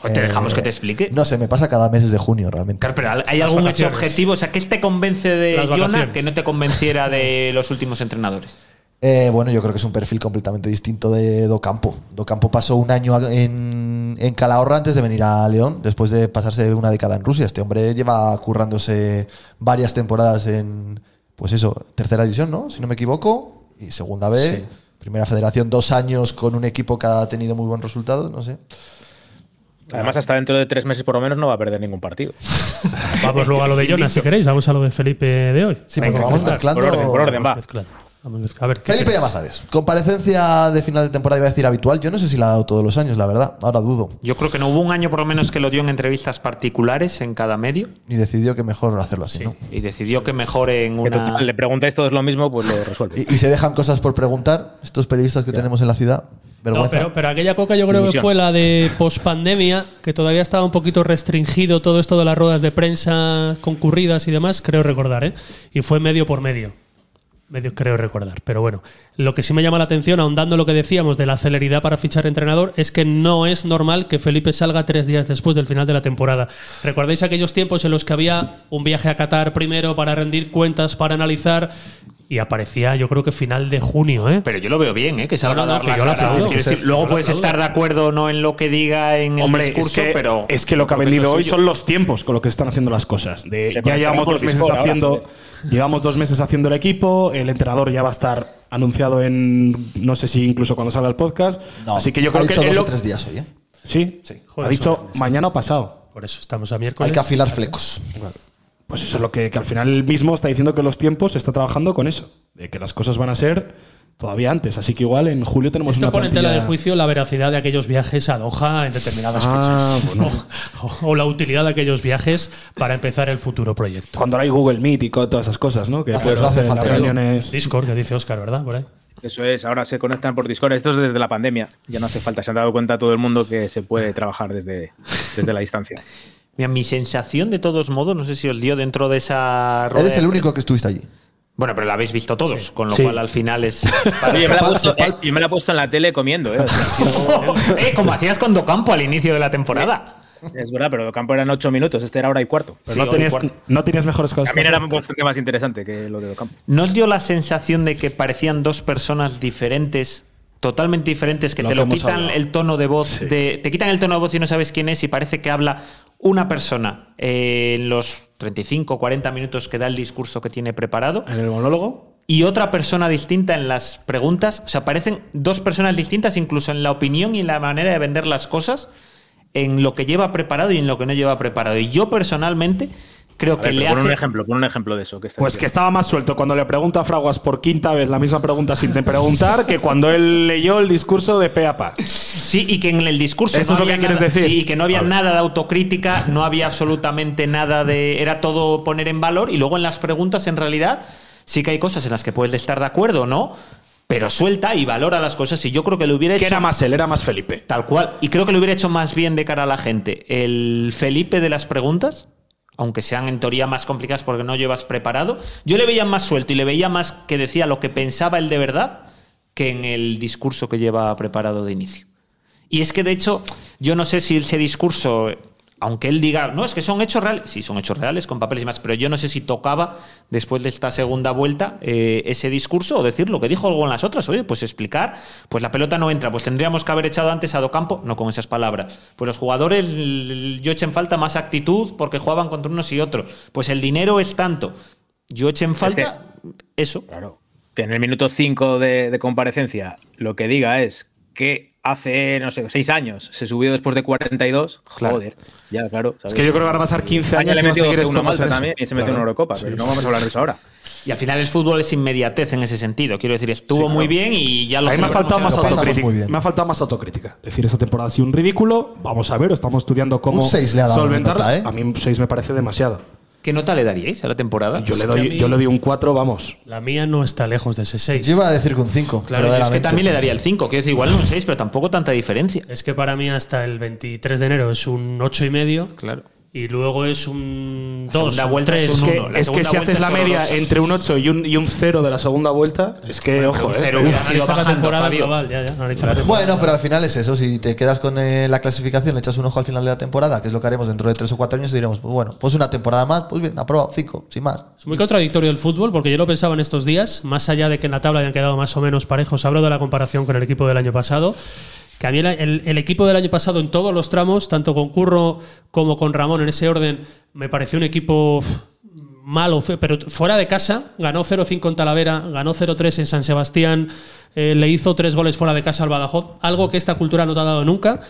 Speaker 4: O te
Speaker 1: Eh,
Speaker 4: dejamos que te explique.
Speaker 1: No sé, me pasa cada mes de junio realmente.
Speaker 4: Claro, pero ¿al- ¿hay
Speaker 2: Las
Speaker 4: algún hecho
Speaker 2: vacaciones.
Speaker 4: objetivo? O sea, ¿qué te convence de
Speaker 2: Las
Speaker 4: Jonah
Speaker 2: vacaciones.
Speaker 4: que no te convenciera de
Speaker 2: [LAUGHS]
Speaker 4: los últimos entrenadores?
Speaker 1: Eh, bueno, yo creo que es un perfil completamente distinto de Docampo. Docampo pasó un año en, en Calahorra antes de venir a León, después de pasarse una década en Rusia. Este hombre lleva currándose varias temporadas en, pues eso, tercera división, ¿no? Si no me equivoco, y segunda B, primera federación, dos años con un equipo que ha tenido muy buenos resultados, no sé.
Speaker 5: Además, hasta dentro de tres meses por lo menos no va a perder ningún partido.
Speaker 2: Vamos luego a lo de
Speaker 5: [LAUGHS]
Speaker 2: Jonas, si queréis. Vamos a lo de Felipe de hoy.
Speaker 1: Sí, porque vamos mezclando.
Speaker 5: Por orden, por orden,
Speaker 2: Vamos
Speaker 5: va.
Speaker 2: mezclando. Vamos mezclando. A ver, ¿qué
Speaker 1: Felipe
Speaker 2: queréis?
Speaker 1: Llamazares, comparecencia de final de temporada, iba a decir habitual. Yo no sé si la ha dado todos los años, la verdad. Ahora dudo.
Speaker 4: Yo creo que no hubo un año por lo menos que lo dio en entrevistas particulares en cada medio
Speaker 1: Y decidió que mejor hacerlo así, ¿no?
Speaker 4: y decidió que mejore en
Speaker 5: Que
Speaker 4: una...
Speaker 5: total, le preguntáis todos lo mismo, pues [LAUGHS] lo resuelve.
Speaker 1: Y, y se dejan cosas por preguntar, estos periodistas que tenemos en la ciudad.
Speaker 2: No,
Speaker 1: Vergüenza.
Speaker 2: pero, pero aquella coca yo creo que
Speaker 5: Dimisión.
Speaker 2: fue la de pospandemia, que todavía estaba un poquito restringido todo esto de las ruedas de prensa concurridas y demás, creo recordar, ¿eh? Y fue medio por medio. Medio creo recordar, pero bueno. Lo que sí me llama la atención, ahondando en lo que decíamos de la celeridad para fichar entrenador, es que no es normal que Felipe salga tres días después del final de la temporada. ¿Recordáis aquellos tiempos en los que había un viaje a Qatar primero para rendir cuentas, para analizar? Y aparecía, yo creo que final de junio, ¿eh?
Speaker 4: Pero yo lo veo bien, ¿eh? que salga
Speaker 2: No, no,
Speaker 4: a dar
Speaker 2: no, que
Speaker 4: la
Speaker 2: yo lo
Speaker 4: cara.
Speaker 2: aplaudo.
Speaker 4: Quiero decir,
Speaker 2: Sí, yo
Speaker 4: luego
Speaker 2: lo
Speaker 4: puedes
Speaker 2: aplaudo.
Speaker 4: estar de acuerdo o no en lo que diga en el
Speaker 3: Hombre,
Speaker 4: discurso,
Speaker 3: es que,
Speaker 4: pero...
Speaker 3: es que lo que ha
Speaker 4: creo
Speaker 3: vendido
Speaker 4: es
Speaker 3: hoy
Speaker 4: suyo.
Speaker 3: son los tiempos con los que se están haciendo las cosas. De,
Speaker 5: Se
Speaker 3: ya llevamos dos
Speaker 5: conectamos por
Speaker 3: meses
Speaker 5: Discord ahora,
Speaker 3: haciendo, llevamos dos meses haciendo el equipo. El entrenador ya va a estar anunciado en, no sé si incluso cuando salga el podcast.
Speaker 1: No,
Speaker 3: Así que yo
Speaker 1: ha
Speaker 3: creo que
Speaker 1: dicho
Speaker 3: es
Speaker 1: dos
Speaker 3: lo-
Speaker 1: o tres días hoy, ¿eh?
Speaker 3: sí,
Speaker 1: Sí.
Speaker 3: ha dicho mañana o pasado.
Speaker 2: Por eso estamos a miércoles.
Speaker 1: Hay que afilar flecos.
Speaker 3: Pues eso es lo que, que al final él mismo está diciendo que los tiempos está trabajando con eso, de que las cosas van a ser todavía antes. Así que igual en julio tenemos
Speaker 2: Esto
Speaker 3: una
Speaker 2: Pues pone en tela de
Speaker 3: plantilla-
Speaker 2: juicio la veracidad de aquellos viajes a Doha en determinadas
Speaker 3: Ah,
Speaker 2: fechas.
Speaker 3: bueno.
Speaker 2: [LAUGHS] O, o la utilidad de aquellos viajes para empezar el futuro proyecto.
Speaker 3: Cuando ahora hay Google Meet y co- todas esas cosas, ¿no? Que
Speaker 1: Ah, pues
Speaker 3: puedes
Speaker 1: no hace
Speaker 3: hacer
Speaker 1: falta
Speaker 3: las
Speaker 1: verlo.
Speaker 3: reuniones.
Speaker 2: Discord, que dice Oscar, ¿verdad? Por ahí.
Speaker 5: Eso es, ahora se conectan por Discord. Esto es desde la pandemia. Ya no hace falta. Se han dado cuenta todo el mundo que se puede trabajar desde, desde la [LAUGHS] distancia.
Speaker 4: Mira, mi sensación de todos modos, no sé si os dio dentro de esa rueda
Speaker 1: Eres
Speaker 4: de
Speaker 1: el único que estuviste allí.
Speaker 4: Bueno, pero la habéis visto todos, con lo
Speaker 2: Sí.
Speaker 4: cual al final
Speaker 2: [LAUGHS]
Speaker 4: es.
Speaker 5: Oye, yo, me la he
Speaker 1: Pal-
Speaker 5: puesto,
Speaker 1: pal-
Speaker 5: eh, yo me la he puesto en la tele comiendo, ¿eh? O sea,
Speaker 4: Eh, como hacías con Docampo al inicio de la temporada.
Speaker 5: [LAUGHS] es verdad, pero Docampo eran ocho minutos, este era hora y cuarto.
Speaker 3: Pero
Speaker 4: Sí,
Speaker 3: no,
Speaker 4: hoy
Speaker 3: tenías,
Speaker 4: cuarto.
Speaker 3: no tenías mejores cosas. que
Speaker 5: También era
Speaker 3: hacer.
Speaker 5: bastante más interesante que lo de Docampo.
Speaker 4: ¿No os dio la sensación de que parecían dos personas diferentes? Totalmente diferentes, que
Speaker 3: Lo
Speaker 4: te
Speaker 3: que
Speaker 4: lo
Speaker 3: hemos
Speaker 4: quitan
Speaker 3: hablado.
Speaker 4: el tono de voz,
Speaker 3: Sí.
Speaker 4: de- te quitan el tono de voz y no sabes quién es y parece que habla una persona eh, en los 35, 40 minutos que da el discurso que tiene preparado
Speaker 3: En el monólogo.
Speaker 4: y otra persona distinta en las preguntas. O sea, parecen dos personas distintas incluso en la opinión y en la manera de vender las cosas, en lo que lleva preparado y en lo que no lleva preparado. Y yo personalmente creo
Speaker 5: A
Speaker 4: que
Speaker 5: ver,
Speaker 4: le
Speaker 5: pero pon un
Speaker 4: hace...
Speaker 5: ejemplo, pon un ejemplo de eso. Que está
Speaker 3: Pues que
Speaker 5: diciendo.
Speaker 3: estaba más suelto cuando le pregunta a Fraguas por quinta vez la misma pregunta sin te preguntar que cuando él leyó el discurso de pe a pa.
Speaker 4: Sí, y que en el discurso.
Speaker 3: Eso es lo
Speaker 4: había
Speaker 3: que quieres
Speaker 4: nada-
Speaker 3: decir.
Speaker 4: Sí, y que no había
Speaker 3: Vale.
Speaker 4: nada de autocrítica, no había absolutamente nada de. Era todo poner en valor. Y luego en las preguntas, en realidad, sí que hay cosas en las que puedes estar de acuerdo, ¿no? Pero suelta y valora las cosas. Y yo creo que lo hubiera
Speaker 3: Que
Speaker 4: hecho.
Speaker 3: era más él, era más Felipe.
Speaker 4: Tal cual. Y creo que lo hubiera hecho más bien de cara a la gente. El Felipe de las preguntas, aunque sean en teoría más complicadas porque no llevas preparado, yo le veía más suelto y le veía más que decía lo que pensaba él de verdad que en el discurso que lleva preparado de inicio. Y es que de hecho, yo no sé si ese discurso, aunque él diga, no, es que son hechos reales, sí, son hechos reales con papeles y más, pero yo no sé si tocaba después de esta segunda vuelta eh, ese discurso o decir lo que dijo algo en las otras, oye, pues explicar, pues la pelota no entra, pues tendríamos que haber echado antes a Docampo, no con esas palabras, pues los jugadores l- yo echen falta más actitud porque jugaban contra unos y otros, pues el dinero es tanto, yo echen falta eso.
Speaker 5: Claro. Que en el minuto 5 de, de comparecencia lo que diga es que hace, no sé, 6 años se subió después de 42.
Speaker 4: Claro.
Speaker 5: Joder, ya, claro. ¿sabes?
Speaker 3: Es que yo creo que ahora va a ser 15
Speaker 5: España
Speaker 3: años
Speaker 5: le
Speaker 3: y va a
Speaker 5: metió
Speaker 3: seguir
Speaker 5: 12 una
Speaker 3: escondiendo
Speaker 5: Malta
Speaker 3: eso.
Speaker 5: también y se metió
Speaker 3: Claro.
Speaker 5: una Eurocopa, pero no vamos a hablar de eso ahora.
Speaker 4: Y al final el fútbol es inmediatez en ese sentido, quiero decir, estuvo muy bien y ya lo
Speaker 3: A mí me ha
Speaker 4: celebramos
Speaker 3: faltado
Speaker 4: en
Speaker 3: más
Speaker 1: lo
Speaker 4: Europa.
Speaker 1: pasamos
Speaker 3: autocrítica.
Speaker 1: muy bien.
Speaker 3: Me ha faltado más autocrítica. Es decir, esta temporada ha sido un ridículo. Vamos a ver, estamos estudiando cómo
Speaker 1: Un seis le ha dado
Speaker 3: solventar.
Speaker 1: la nota, ¿eh?
Speaker 3: A mí un 6 me parece demasiado.
Speaker 4: ¿Qué nota le daríais a la temporada?
Speaker 3: Yo le
Speaker 2: que a
Speaker 3: doy,
Speaker 2: mí-
Speaker 3: yo le doy un 4, vamos.
Speaker 2: La mía no está lejos de ese 6.
Speaker 1: Yo iba a decir que un 5.
Speaker 4: Claro, yo es que también le daría el 5. Quiero decir, igual no un 6, pero tampoco tanta diferencia.
Speaker 2: Es que para mí hasta el 23 de enero es un 8 y medio
Speaker 4: Claro.
Speaker 2: y luego es un
Speaker 4: La
Speaker 2: 2,
Speaker 4: segunda
Speaker 2: un
Speaker 4: vuelta es
Speaker 2: 3.
Speaker 3: Es
Speaker 4: un
Speaker 3: que,
Speaker 4: uno. La
Speaker 3: Eh, es que
Speaker 4: segunda
Speaker 3: si
Speaker 4: vuelta
Speaker 3: haces la
Speaker 4: es
Speaker 3: media
Speaker 4: horrorosa.
Speaker 3: entre un 8 y un, y un 0 de la segunda vuelta, es que, ojo,
Speaker 4: un
Speaker 3: eh.
Speaker 4: cero
Speaker 3: Uf.
Speaker 4: hubiera sido
Speaker 2: Analiza la
Speaker 4: bajando,
Speaker 2: temporada
Speaker 4: Fabio.
Speaker 2: global, ya, ya, analiza la temporada.
Speaker 1: Bueno, pero al final es eso. Si te quedas con eh, la clasificación, le echas un ojo al final de la temporada, que es lo que haremos dentro de 3 o 4 años, y diremos, pues bueno, pues una temporada más, pues bien, aprobado, 5, sin más.
Speaker 2: Es muy contradictorio el fútbol porque yo lo pensaba en estos días, más allá de que en la tabla hayan quedado más o menos parejos, hablo de la comparación con el equipo del año pasado, que a mí el, el- el equipo del año pasado en todos los tramos, tanto con Curro como con Ramón en ese orden, me pareció un equipo uf, malo, fe- pero fuera de casa, ganó 0-5 en Talavera, ganó 0-3 en San Sebastián, eh, le hizo tres goles fuera de casa al Badajoz, algo que esta cultura no te ha dado nunca.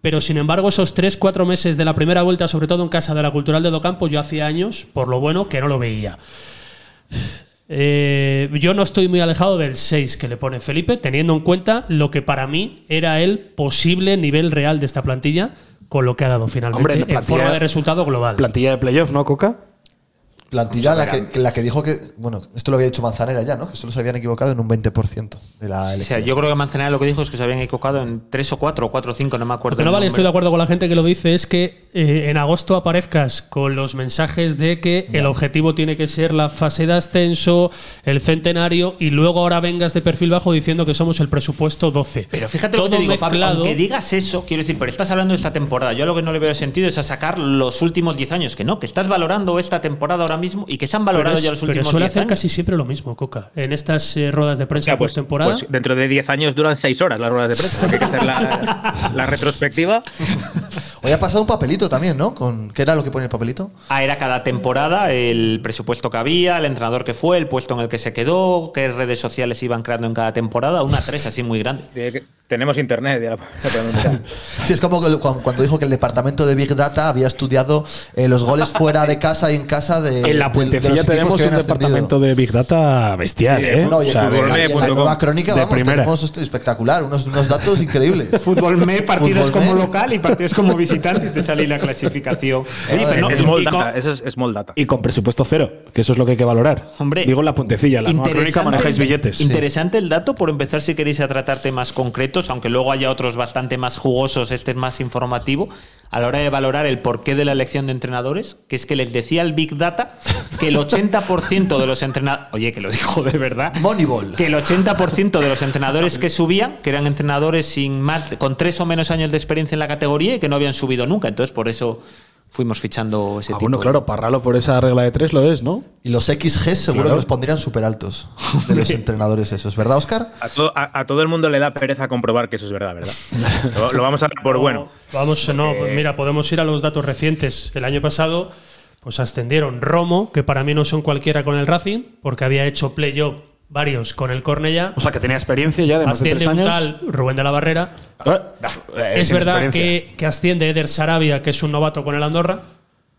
Speaker 2: Pero sin embargo, esos tres, cuatro meses de la primera vuelta, sobre todo en casa de la Cultural de Docampo, yo hacía años, por lo bueno, que no lo veía. Eh, yo no estoy muy alejado del 6 que le pone Felipe, teniendo en cuenta lo que para mí era el posible nivel real de esta plantilla con lo que ha dado finalmente
Speaker 3: Hombre, la
Speaker 2: en
Speaker 3: plantilla-
Speaker 2: forma de resultado global.
Speaker 3: Plantilla de playoff, ¿no, Coca?
Speaker 1: Plantilla la que, que- la que dijo que, bueno, esto lo había dicho Manzanera ya, ¿no? Que solo se habían equivocado en un 20% de la
Speaker 4: O sea,
Speaker 1: elección.
Speaker 4: yo creo que Manzanera lo que dijo es que se habían equivocado en 3 o 4 o 4 o 5, no me
Speaker 2: Lo
Speaker 4: acuerdo.
Speaker 2: que no
Speaker 4: el
Speaker 2: vale,
Speaker 4: número.
Speaker 2: estoy de acuerdo con la gente que lo dice, es que eh, en agosto aparezcas con los mensajes de que el objetivo tiene que ser la fase de ascenso, el centenario, y luego ahora vengas de perfil bajo diciendo que somos el presupuesto 12.
Speaker 4: Pero fíjate lo que te
Speaker 2: Todo
Speaker 4: digo, Fabio,
Speaker 2: mezclado-
Speaker 4: aunque digas eso, quiero decir, pero estás hablando de esta temporada. Yo lo que no le veo sentido es a sacar los últimos 10 años, que no, que estás valorando esta temporada ahora mismo y que se han valorado
Speaker 2: pero es-
Speaker 4: ya los
Speaker 2: pero
Speaker 4: últimos
Speaker 2: suele
Speaker 4: 10
Speaker 2: hacer
Speaker 4: años.
Speaker 2: casi siempre lo mismo, Coca. En estas eh, ruedas de
Speaker 5: O
Speaker 2: prensa
Speaker 5: sea, pues,
Speaker 2: postemporada.
Speaker 5: pues [LAUGHS] dentro de 10 años duran 6 horas las ruedas de prensa. porque Hay que hacer la, la retrospectiva.
Speaker 1: Hoy ha pasado un papelito también, ¿no? Con, ¿Qué era lo que pone el papelito?
Speaker 4: Ah, era cada temporada el presupuesto que había, el entrenador que fue, el puesto en el que se quedó, qué redes sociales iban creando en cada temporada. Una tres así muy grande.
Speaker 5: Tiene que- Tenemos internet. ya la- ya podemos mirar.
Speaker 1: Sí, es como que lo- cuan- cuando dijo que el departamento de Big Data había estudiado eh, los goles fuera de casa y en casa
Speaker 3: En
Speaker 1: de.
Speaker 3: la
Speaker 1: de- de los
Speaker 3: puentecilla
Speaker 1: equipos que
Speaker 3: tenemos un
Speaker 1: habían ascendido.
Speaker 3: departamento de Big Data bestial, ¿eh?
Speaker 1: No, y
Speaker 3: O sea,
Speaker 1: en la- en la
Speaker 5: fútbol.com.
Speaker 1: nueva crónica,
Speaker 3: De
Speaker 1: vamos,
Speaker 3: primera.
Speaker 1: tenemos este- espectacular, unos, unos datos increíbles.
Speaker 3: [LAUGHS]
Speaker 6: Fútbol me, partidos
Speaker 1: Fútbol
Speaker 6: como
Speaker 1: me.
Speaker 6: local y partidos como visitante y te sale la clasificación.
Speaker 3: Oye, pero no-
Speaker 5: Es small
Speaker 3: y con-
Speaker 5: data, eso es small data.
Speaker 3: Y con presupuesto cero, que eso es lo que hay que valorar.
Speaker 4: Hombre,
Speaker 3: Digo en la puentecilla, en la nueva crónica manejáis billetes.
Speaker 4: Interesante el dato, por empezar, si queréis a tratar temas concretos, aunque luego haya otros bastante más jugosos, este es más informativo, a la hora de valorar el porqué de la elección de entrenadores, que es que les decía el Big Data que el 80% de los entrenadores, oye, que lo dijo de verdad,
Speaker 1: Moneyball.
Speaker 4: que el 80% de los entrenadores que subían, que eran entrenadores sin más, con tres o menos años de experiencia en la categoría y que no habían subido nunca, entonces por eso fuimos fichando ese
Speaker 3: Ah,
Speaker 4: tipo.
Speaker 3: bueno,
Speaker 4: de-
Speaker 3: claro, Parralo por esa regla de tres lo es, ¿no?
Speaker 1: Y los XG seguro que los pondrían súper altos
Speaker 3: [LAUGHS]
Speaker 1: de los entrenadores esos, ¿verdad, Oscar?
Speaker 5: A, to- a- a todo el mundo le da pereza comprobar que eso es verdad, ¿verdad? Lo, lo vamos a dar por bueno.
Speaker 2: Vamos, no, pues mira, podemos ir a los datos recientes. El año pasado, pues ascendieron Romo, que para mí no son cualquiera con el Racing, porque había hecho playoff varios con el Cornella.
Speaker 4: Pues,
Speaker 3: O sea, que tenía experiencia ya de más de
Speaker 2: Asciende
Speaker 3: tres
Speaker 2: un
Speaker 3: años.
Speaker 2: tal Rubén de la Barrera.
Speaker 3: Ah, eh,
Speaker 2: es
Speaker 3: sin
Speaker 2: verdad
Speaker 3: experiencia.
Speaker 2: que, que asciende Eder Sarabia, que es un novato con el Andorra.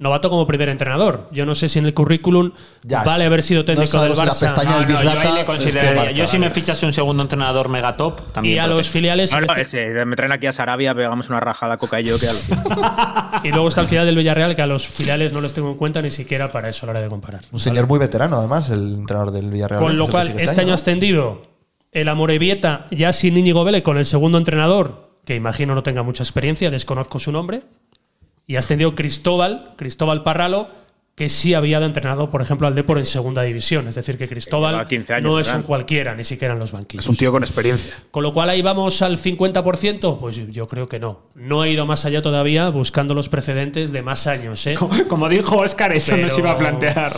Speaker 2: Novato como primer entrenador. Yo no sé si en el currículum
Speaker 1: Ya,
Speaker 2: vale haber sido
Speaker 1: no
Speaker 2: técnico del
Speaker 1: sabemos si la
Speaker 2: Barça.
Speaker 1: pestaña del
Speaker 4: Ah, No, no, yo ahí
Speaker 1: Data
Speaker 4: le
Speaker 1: es que
Speaker 4: consideraría.
Speaker 1: marca,
Speaker 4: yo si me
Speaker 1: vale.
Speaker 4: fichase un segundo entrenador megatop, también.
Speaker 2: Y a los
Speaker 4: protesto. [LAUGHS]
Speaker 2: filiales.
Speaker 5: No, no,
Speaker 2: este-
Speaker 5: ese, me traen aquí a Sarabia, pegamos una rajada coca y yo que a lo-
Speaker 2: y luego está el filial del Villarreal, que a los filiales no los tengo en cuenta ni siquiera para eso a la hora de comparar.
Speaker 1: Un señor muy veterano, además, el entrenador del Villarreal.
Speaker 2: Con lo
Speaker 1: No sé
Speaker 2: cual,
Speaker 1: si
Speaker 2: este año ha
Speaker 1: ¿no?
Speaker 2: ascendido el Amorebieta ya sin Íñigo Vélez con el segundo entrenador, que imagino no tenga mucha experiencia, desconozco su nombre. Y ha ascendido Cristóbal, Cristóbal Parralo, que sí había entrenado, por ejemplo, al Depor en segunda división. Es decir, que Cristóbal
Speaker 5: Lleva 15 años,
Speaker 2: no es
Speaker 5: Fran.
Speaker 2: un cualquiera, ni siquiera en los banquillos.
Speaker 3: Es un tío con experiencia.
Speaker 2: Con lo cual ahí vamos al 50%, pues yo creo que no. No he ido más allá todavía buscando los precedentes de más años, ¿eh?
Speaker 6: Como, como dijo Oscar, eso no se iba a plantear.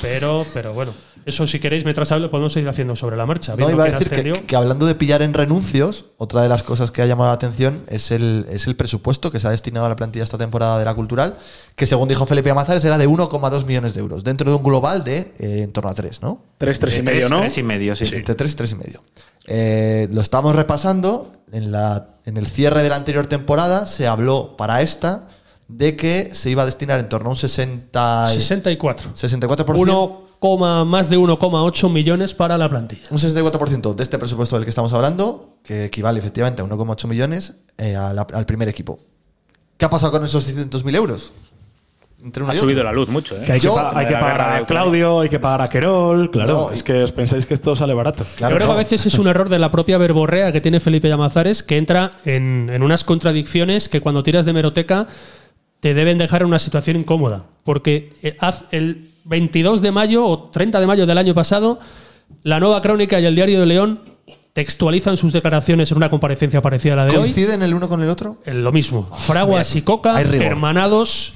Speaker 2: Pero, pero bueno, eso si queréis, mientras hablo, podemos seguir haciendo sobre la marcha.
Speaker 1: No,
Speaker 2: viendo
Speaker 1: iba a
Speaker 2: quién
Speaker 1: decir que,
Speaker 2: ascendió.
Speaker 1: que hablando de pillar en renuncios, otra de las cosas que ha llamado la atención es el, es el presupuesto que se ha destinado a la plantilla esta temporada de la cultural, que según dijo Felipe Amazares era de 1,2 millones de euros, dentro de un global de eh, en torno a 3, ¿no?
Speaker 3: Tres, tres y
Speaker 4: Tres,
Speaker 3: medio, ¿no?
Speaker 4: tres y medio, sí.
Speaker 1: Entre 3 y 3 y medio. Eh, lo estamos repasando. En, la, en el cierre de la anterior temporada se habló para esta de que se iba a destinar en torno a un 60, y-
Speaker 2: 64.
Speaker 1: 64%.
Speaker 2: Uno coma- más de 1,8 millones para la plantilla.
Speaker 1: un 64% de este presupuesto del que estamos hablando, que equivale efectivamente a 1,8 millones, eh, a la- al primer equipo. ¿Qué ha pasado con esos 600.000 euros? Entre uno
Speaker 5: Ha
Speaker 1: y
Speaker 5: subido
Speaker 1: otro.
Speaker 5: la luz mucho, ¿eh?
Speaker 3: Que hay,
Speaker 1: Yo-
Speaker 3: que, pa- hay que
Speaker 5: La
Speaker 3: pagar
Speaker 5: guerra de
Speaker 3: a
Speaker 5: Ucrania.
Speaker 3: Claudio, hay que pagar a Querol. Claro,
Speaker 1: No, y-
Speaker 3: es que os pensáis que esto sale barato.
Speaker 1: Claro,
Speaker 2: Yo creo
Speaker 1: no.
Speaker 2: que a veces es un error de la propia verborrea que tiene Felipe Llamazares, que entra en, en unas contradicciones que cuando tiras de meroteca te deben dejar en una situación incómoda. Porque eh, haz el 22 de mayo o 30 de mayo del año pasado, la nueva crónica y el diario de León textualizan sus declaraciones en una comparecencia parecida a la de hoy.
Speaker 1: ¿Coinciden el uno con el otro?
Speaker 2: Eh, Lo mismo. Fraguas
Speaker 1: mira,
Speaker 2: y Coca,
Speaker 1: hay rigor. [LAUGHS]
Speaker 2: hermanados,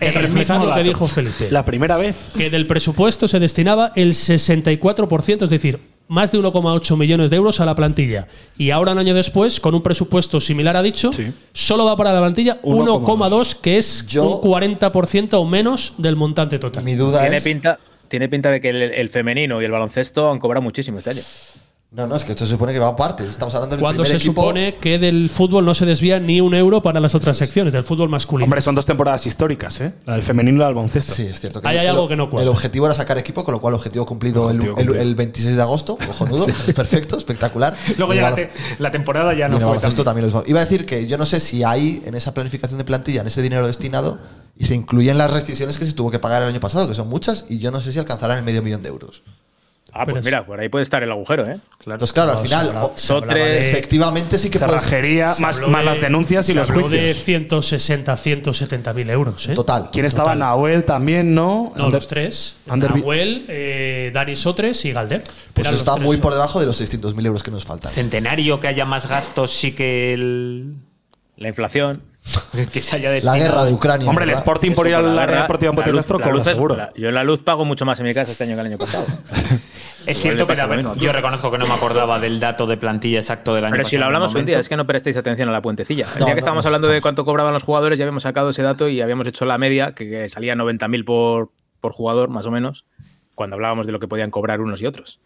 Speaker 2: en
Speaker 3: Es el
Speaker 2: reflejar
Speaker 3: mismo
Speaker 2: lo que
Speaker 3: dato.
Speaker 2: dijo Felipe.
Speaker 3: La primera vez.
Speaker 2: que del presupuesto se destinaba el 64%, es decir, más de 1,8 millones de euros a la plantilla. Y ahora, un año después, con un presupuesto similar a dicho,
Speaker 3: Sí.
Speaker 2: solo va para la plantilla
Speaker 3: 1,2,
Speaker 2: 1,2, que es
Speaker 1: Yo-
Speaker 2: un 40% o menos del montante total.
Speaker 1: Mi duda
Speaker 5: Tiene
Speaker 1: es.
Speaker 5: pinta, tiene pinta de que el, el femenino y el baloncesto han cobrado muchísimo este año.
Speaker 1: No, no, es que esto se supone que va a partes. Estamos hablando del
Speaker 2: Cuando
Speaker 1: primer
Speaker 2: se
Speaker 1: equipo.
Speaker 2: supone que del fútbol no se desvía ni un euro para las otras secciones, del fútbol masculino.
Speaker 3: Hombre, son dos temporadas históricas, ¿eh? La del femenino y la del baloncesto.
Speaker 1: Sí, es cierto.
Speaker 2: Ahí hay algo que no cuadra.
Speaker 1: El objetivo era sacar equipo, con lo cual el objetivo cumplido el,
Speaker 3: Objetivo
Speaker 1: el-
Speaker 3: cumplido.
Speaker 1: el 26 de agosto. Cojonudo. Perfecto, espectacular.
Speaker 6: Luego
Speaker 1: Y
Speaker 6: ya la,
Speaker 1: balon-
Speaker 6: te- la temporada ya
Speaker 1: y en
Speaker 6: no fue
Speaker 1: el
Speaker 6: tan
Speaker 1: baloncesto también lo mismo. Iba a decir que yo no sé si hay en esa planificación de plantilla, en ese dinero destinado, y se incluyen las restricciones que se tuvo que pagar el año pasado, que son muchas, y yo no sé si alcanzarán el medio millón de euros.
Speaker 5: Ah,
Speaker 2: Pero
Speaker 5: pues
Speaker 2: es-
Speaker 5: mira, por ahí puede estar el agujero, ¿eh?
Speaker 1: Entonces, claro, al final, o-
Speaker 5: Sotres,
Speaker 1: efectivamente sí que puedes.
Speaker 3: Cerrajería,
Speaker 2: Se
Speaker 3: más,
Speaker 2: habló
Speaker 3: más
Speaker 2: de-
Speaker 3: las denuncias y
Speaker 2: se
Speaker 3: los
Speaker 2: habló de
Speaker 3: juicios.
Speaker 2: 160, 170 mil euros. ¿eh?
Speaker 1: Total.
Speaker 3: ¿Quién estaba? Nahuel también, ¿no?
Speaker 2: No,
Speaker 3: Ander-
Speaker 2: los tres.
Speaker 3: Ander-
Speaker 2: Nahuel, eh, Dani Sotres y Galder.
Speaker 1: Pues
Speaker 2: Eran
Speaker 1: eso
Speaker 2: los
Speaker 1: está
Speaker 2: tres.
Speaker 1: muy por debajo de los 600.000 euros que nos faltan.
Speaker 4: Centenario, que haya más gastos, sí que el. [LAUGHS]
Speaker 5: la inflación.
Speaker 4: Es que se haya
Speaker 1: La
Speaker 4: destinado.
Speaker 1: guerra de Ucrania.
Speaker 3: Hombre, el
Speaker 1: ¿verdad?
Speaker 3: Sporting por ir
Speaker 5: Eso,
Speaker 3: al
Speaker 5: con la
Speaker 3: área
Speaker 5: guerra,
Speaker 3: deportiva en
Speaker 5: la luz-
Speaker 3: Puerto
Speaker 5: la luz es-
Speaker 3: seguro.
Speaker 5: la- yo la luz pago mucho más en mi casa este año que el año pasado.
Speaker 4: Es cierto que
Speaker 5: pasa
Speaker 4: la
Speaker 5: lo
Speaker 4: ver-
Speaker 5: mismo.
Speaker 4: yo reconozco que no me acordaba del dato de plantilla exacto del año
Speaker 5: Pero si
Speaker 4: pasado
Speaker 5: lo
Speaker 4: en el
Speaker 5: hablamos un
Speaker 4: momento.
Speaker 5: día, es que no prestéis atención a la puentecilla. El
Speaker 1: No,
Speaker 5: día que
Speaker 1: no,
Speaker 5: estábamos
Speaker 1: no
Speaker 5: hablando
Speaker 1: escuchamos.
Speaker 5: de cuánto cobraban los jugadores, ya habíamos sacado ese dato y habíamos hecho la media, que, que salía 90.000 por, por jugador, más o menos, cuando hablábamos de lo que podían cobrar unos y otros.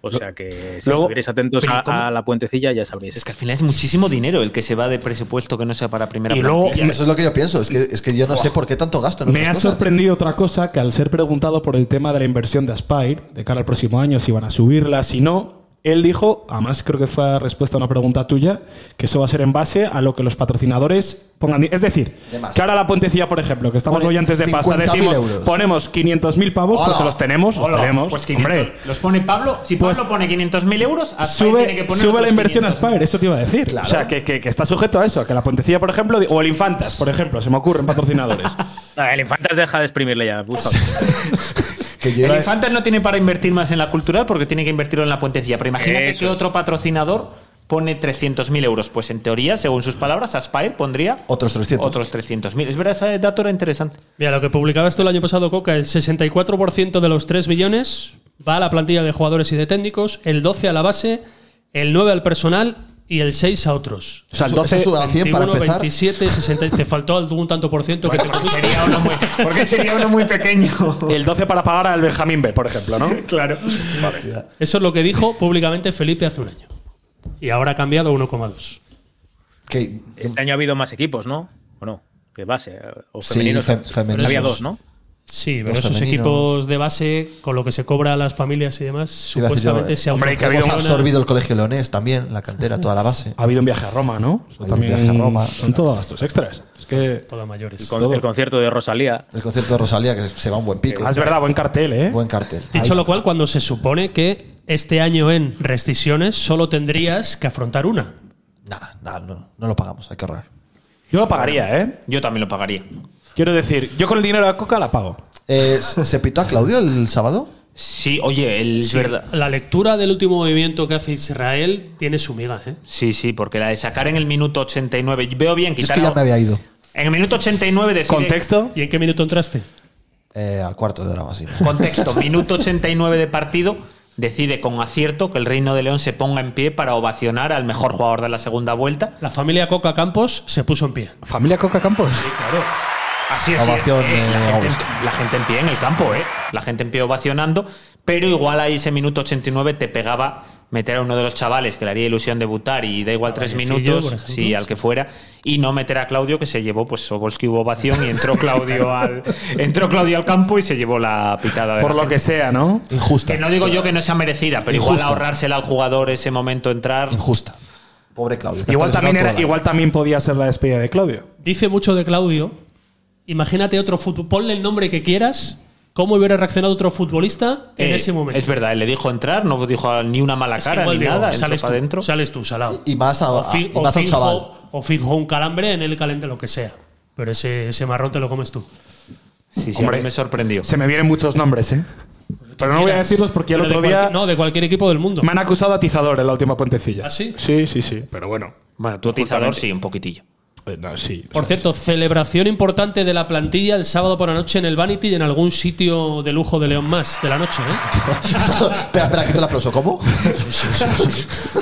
Speaker 5: O sea que si
Speaker 3: Luego-
Speaker 5: estuvierais atentos
Speaker 3: pero
Speaker 5: a,
Speaker 3: ¿cómo?
Speaker 5: a la puentecilla, ya sabríais.
Speaker 4: Es que al final es muchísimo dinero el que se va de presupuesto que no sea para primera
Speaker 3: Y luego-
Speaker 1: Es que eso es lo que yo pienso. Es que, es que yo no sé por qué tanto gasto. en
Speaker 3: Me ha
Speaker 1: otras cosas.
Speaker 3: sorprendido otra cosa que al ser preguntado por el tema de la inversión de Aspire, de cara al próximo año, si van a subirla, si no, él dijo, además creo que fue a respuesta a una pregunta tuya, que eso va a ser en base a lo que los patrocinadores pongan. di- Es decir,
Speaker 1: De más.
Speaker 3: que ahora la Pontecilla, por ejemplo, que estamos
Speaker 1: Pone
Speaker 3: hoy antes de pasta,
Speaker 1: 50.000
Speaker 3: decimos,
Speaker 1: euros.
Speaker 3: ponemos 500.000 pavos,
Speaker 1: Hola.
Speaker 3: porque los tenemos, los
Speaker 4: Hola,
Speaker 3: tenemos.
Speaker 4: pues 500.
Speaker 3: hombre,
Speaker 4: Los pone Pablo. Si Pablo
Speaker 3: Pues-
Speaker 4: pone 500.000 euros, Aspire tiene que
Speaker 3: sube,
Speaker 4: poner
Speaker 3: sube
Speaker 4: otros
Speaker 3: la inversión a
Speaker 4: 500.000.
Speaker 3: Spire, eso te iba a decir.
Speaker 1: Claro.
Speaker 3: O sea, que, que- que está sujeto a eso, a que la Pontecilla, por ejemplo, di- o el Infantas, por ejemplo, se me ocurren
Speaker 1: [LAUGHS]
Speaker 3: patrocinadores.
Speaker 5: Ah, el Infantas deja de exprimirle ya. por favor.
Speaker 1: Que yo
Speaker 4: El
Speaker 1: iba-
Speaker 4: Infantes no tiene para invertir más en la cultural porque tiene que invertirlo en la puentecilla. Pero imagínate
Speaker 5: Eso
Speaker 4: que
Speaker 5: es.
Speaker 4: otro patrocinador pone 300.000 euros. Pues en teoría, según sus palabras, Aspire pondría
Speaker 1: Otros 300.
Speaker 4: otros 300.000. Es verdad, ese dato era interesante.
Speaker 2: Mira, lo que publicabas tú el año pasado, Coca, el 64% de los 3 millones va a la plantilla de jugadores y de técnicos, el 12 a la base, el 9 al personal y el 6 a otros.
Speaker 3: O sea, el
Speaker 1: Eso- eso
Speaker 3: 12,
Speaker 1: sube a 100 para
Speaker 2: 21,
Speaker 1: empezar.
Speaker 2: 27, 60, te faltó algún tanto por ciento que te pusiste.
Speaker 6: Sería uno muy, porque sería uno muy pequeño.
Speaker 3: el 12 para pagar al Benjamín B, por ejemplo, ¿no?
Speaker 6: Claro.
Speaker 1: pues-
Speaker 2: Eso es lo que dijo públicamente Felipe hace un año. Y ahora ha cambiado a 1,2.
Speaker 1: que-
Speaker 5: Este año ha habido más equipos, ¿no? ¿O no? De base. O
Speaker 1: Sí,
Speaker 5: femeninos.
Speaker 1: fe- femeninos.
Speaker 5: Había dos, ¿no?
Speaker 2: Sí, pero
Speaker 1: Los
Speaker 2: esos
Speaker 1: femeninos.
Speaker 2: equipos de base, con lo que se cobra a las familias y demás,
Speaker 1: iba a decir yo,
Speaker 2: supuestamente se
Speaker 3: hombre, que ha habido
Speaker 1: Hemos
Speaker 2: autogestiona-
Speaker 1: absorbido el colegio leonés también, la cantera, toda la base.
Speaker 3: Ha habido un viaje a Roma, ¿no? Eso
Speaker 1: Ha habido un viaje a Roma.
Speaker 3: Son todos gastos extras. Es que.
Speaker 2: Todas mayores.
Speaker 5: Con- el concierto de Rosalía.
Speaker 1: El concierto de Rosalía, que se va un buen pico.
Speaker 3: Ah, Es verdad, buen cartel, ¿eh?
Speaker 1: Buen cartel.
Speaker 2: Dicho lo cual, cuando se supone que este año en rescisiones solo tendrías que afrontar una.
Speaker 1: Nah, nah, no, no lo pagamos, hay que ahorrar.
Speaker 3: Yo lo pagaría, ¿eh?
Speaker 4: Yo también lo pagaría.
Speaker 3: Quiero decir, yo con el dinero de Coca la pago.
Speaker 1: Eh, ¿Se pitó a Claudio el sábado?
Speaker 4: Sí, oye, el- es verdad.
Speaker 2: La lectura del último movimiento que hace Israel tiene su miga, ¿eh?
Speaker 4: Sí, sí, porque la de sacar en el minuto 89. Veo bien,
Speaker 1: Es
Speaker 4: quitar.
Speaker 1: que ya me había ido.
Speaker 4: En el minuto 89 decide.
Speaker 3: Contexto.
Speaker 2: ¿Y en qué minuto entraste?
Speaker 1: Eh, al cuarto de hora o así.
Speaker 4: Contexto, minuto 89 de partido, decide con acierto que el Reino de León se ponga en pie para ovacionar al mejor jugador de la segunda vuelta.
Speaker 2: La familia Coca Campos se puso en pie.
Speaker 3: ¿Familia Coca Campos?
Speaker 2: Claro.
Speaker 4: Así es.
Speaker 1: Ovación,
Speaker 4: eh,
Speaker 1: eh,
Speaker 4: la, gente,
Speaker 1: Augusto.
Speaker 4: la gente en pie en el campo, ¿eh? La gente en pie ovacionando, pero igual ahí ese minuto 89 te pegaba meter a uno de los chavales que le haría ilusión debutar y da igual tres
Speaker 2: Vallecillo, por
Speaker 4: minutos,
Speaker 2: ejemplo.
Speaker 4: sí, al que fuera, y no meter a Claudio que se llevó, pues Sobolski hubo ovación y
Speaker 3: [LAUGHS]
Speaker 4: entró Claudio al entró Claudio al campo y se llevó la pitada. de
Speaker 3: Por
Speaker 4: la
Speaker 3: lo
Speaker 4: gente.
Speaker 3: que sea, ¿no?
Speaker 1: Injusta.
Speaker 4: Que no digo yo que no sea merecida, pero igual
Speaker 1: Injusta.
Speaker 4: ahorrársela al jugador ese momento entrar.
Speaker 1: Injusta. Pobre Claudio. que
Speaker 3: Igual
Speaker 1: está
Speaker 3: también,
Speaker 1: lesionado
Speaker 3: era,
Speaker 1: toda la-
Speaker 3: igual también podía ser la despedida de Claudio.
Speaker 2: Dice mucho de Claudio. Imagínate otro fútbol. Ponle el nombre que quieras. ¿Cómo hubiera reaccionado otro futbolista en
Speaker 4: Eh,
Speaker 2: ese momento?
Speaker 4: Es verdad, él le dijo entrar, no dijo ni una mala
Speaker 2: Es que
Speaker 4: cara
Speaker 2: igual
Speaker 4: ni
Speaker 2: digo,
Speaker 4: nada, entró
Speaker 2: Sales
Speaker 4: para
Speaker 2: tú,
Speaker 4: adentro.
Speaker 2: sales tú, salado.
Speaker 1: Y más a,
Speaker 2: o,
Speaker 1: a-
Speaker 2: fi-
Speaker 1: y más
Speaker 2: o
Speaker 1: a un
Speaker 2: finjo-
Speaker 1: chaval.
Speaker 2: o finjo un calambre en el calente, lo que sea. Pero ese, ese marrón te lo comes tú.
Speaker 4: Sí, sí,
Speaker 3: Hombre.
Speaker 4: a mí me sorprendió.
Speaker 3: Se me vienen muchos nombres, ¿eh? Pero no voy a
Speaker 2: Quieras.
Speaker 3: decirlos porque el
Speaker 2: Pero de
Speaker 3: otro día
Speaker 2: cualquier- No, de cualquier equipo del mundo.
Speaker 3: me han acusado de atizador en la última puentecilla.
Speaker 2: ¿Ah, sí?
Speaker 3: Sí, sí, sí. Pero bueno.
Speaker 4: Bueno, tu atizador sí, un poquitillo.
Speaker 3: eh, no, sí. o
Speaker 2: Por
Speaker 3: sea,
Speaker 2: cierto, celebración importante de la plantilla el sábado por la noche en el Vanity y en algún sitio de lujo de León más de la noche. ¿eh?
Speaker 1: [LAUGHS] espera, espera, quito el aplauso. ¿Cómo?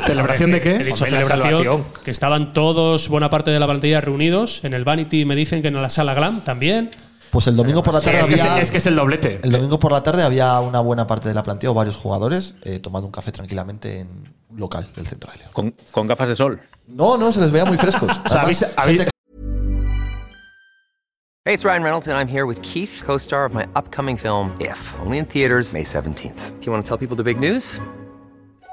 Speaker 3: ¿Celebración de
Speaker 2: He
Speaker 3: qué?
Speaker 2: dicho
Speaker 4: Hombre, la
Speaker 2: celebración
Speaker 4: salvación.
Speaker 2: que estaban todos, buena parte de la plantilla reunidos en el Vanity. Me dicen que en la sala Glam también.
Speaker 1: Pues el domingo por la tarde
Speaker 3: Es que, es,
Speaker 1: había.
Speaker 3: es que es el doblete.
Speaker 1: El domingo por la tarde había una buena parte de la plantilla o varios jugadores eh, tomando un café tranquilamente en un local del centro de León.
Speaker 5: Con, con gafas de sol.
Speaker 1: No, no, se les veía muy frescos.
Speaker 3: [LAUGHS] O sea, habéis- habéis-
Speaker 7: Hey, it's Ryan Reynolds, and I'm here with Keith, co star of my upcoming film, If, only in theaters, May 17th. Do you want to tell people the big news?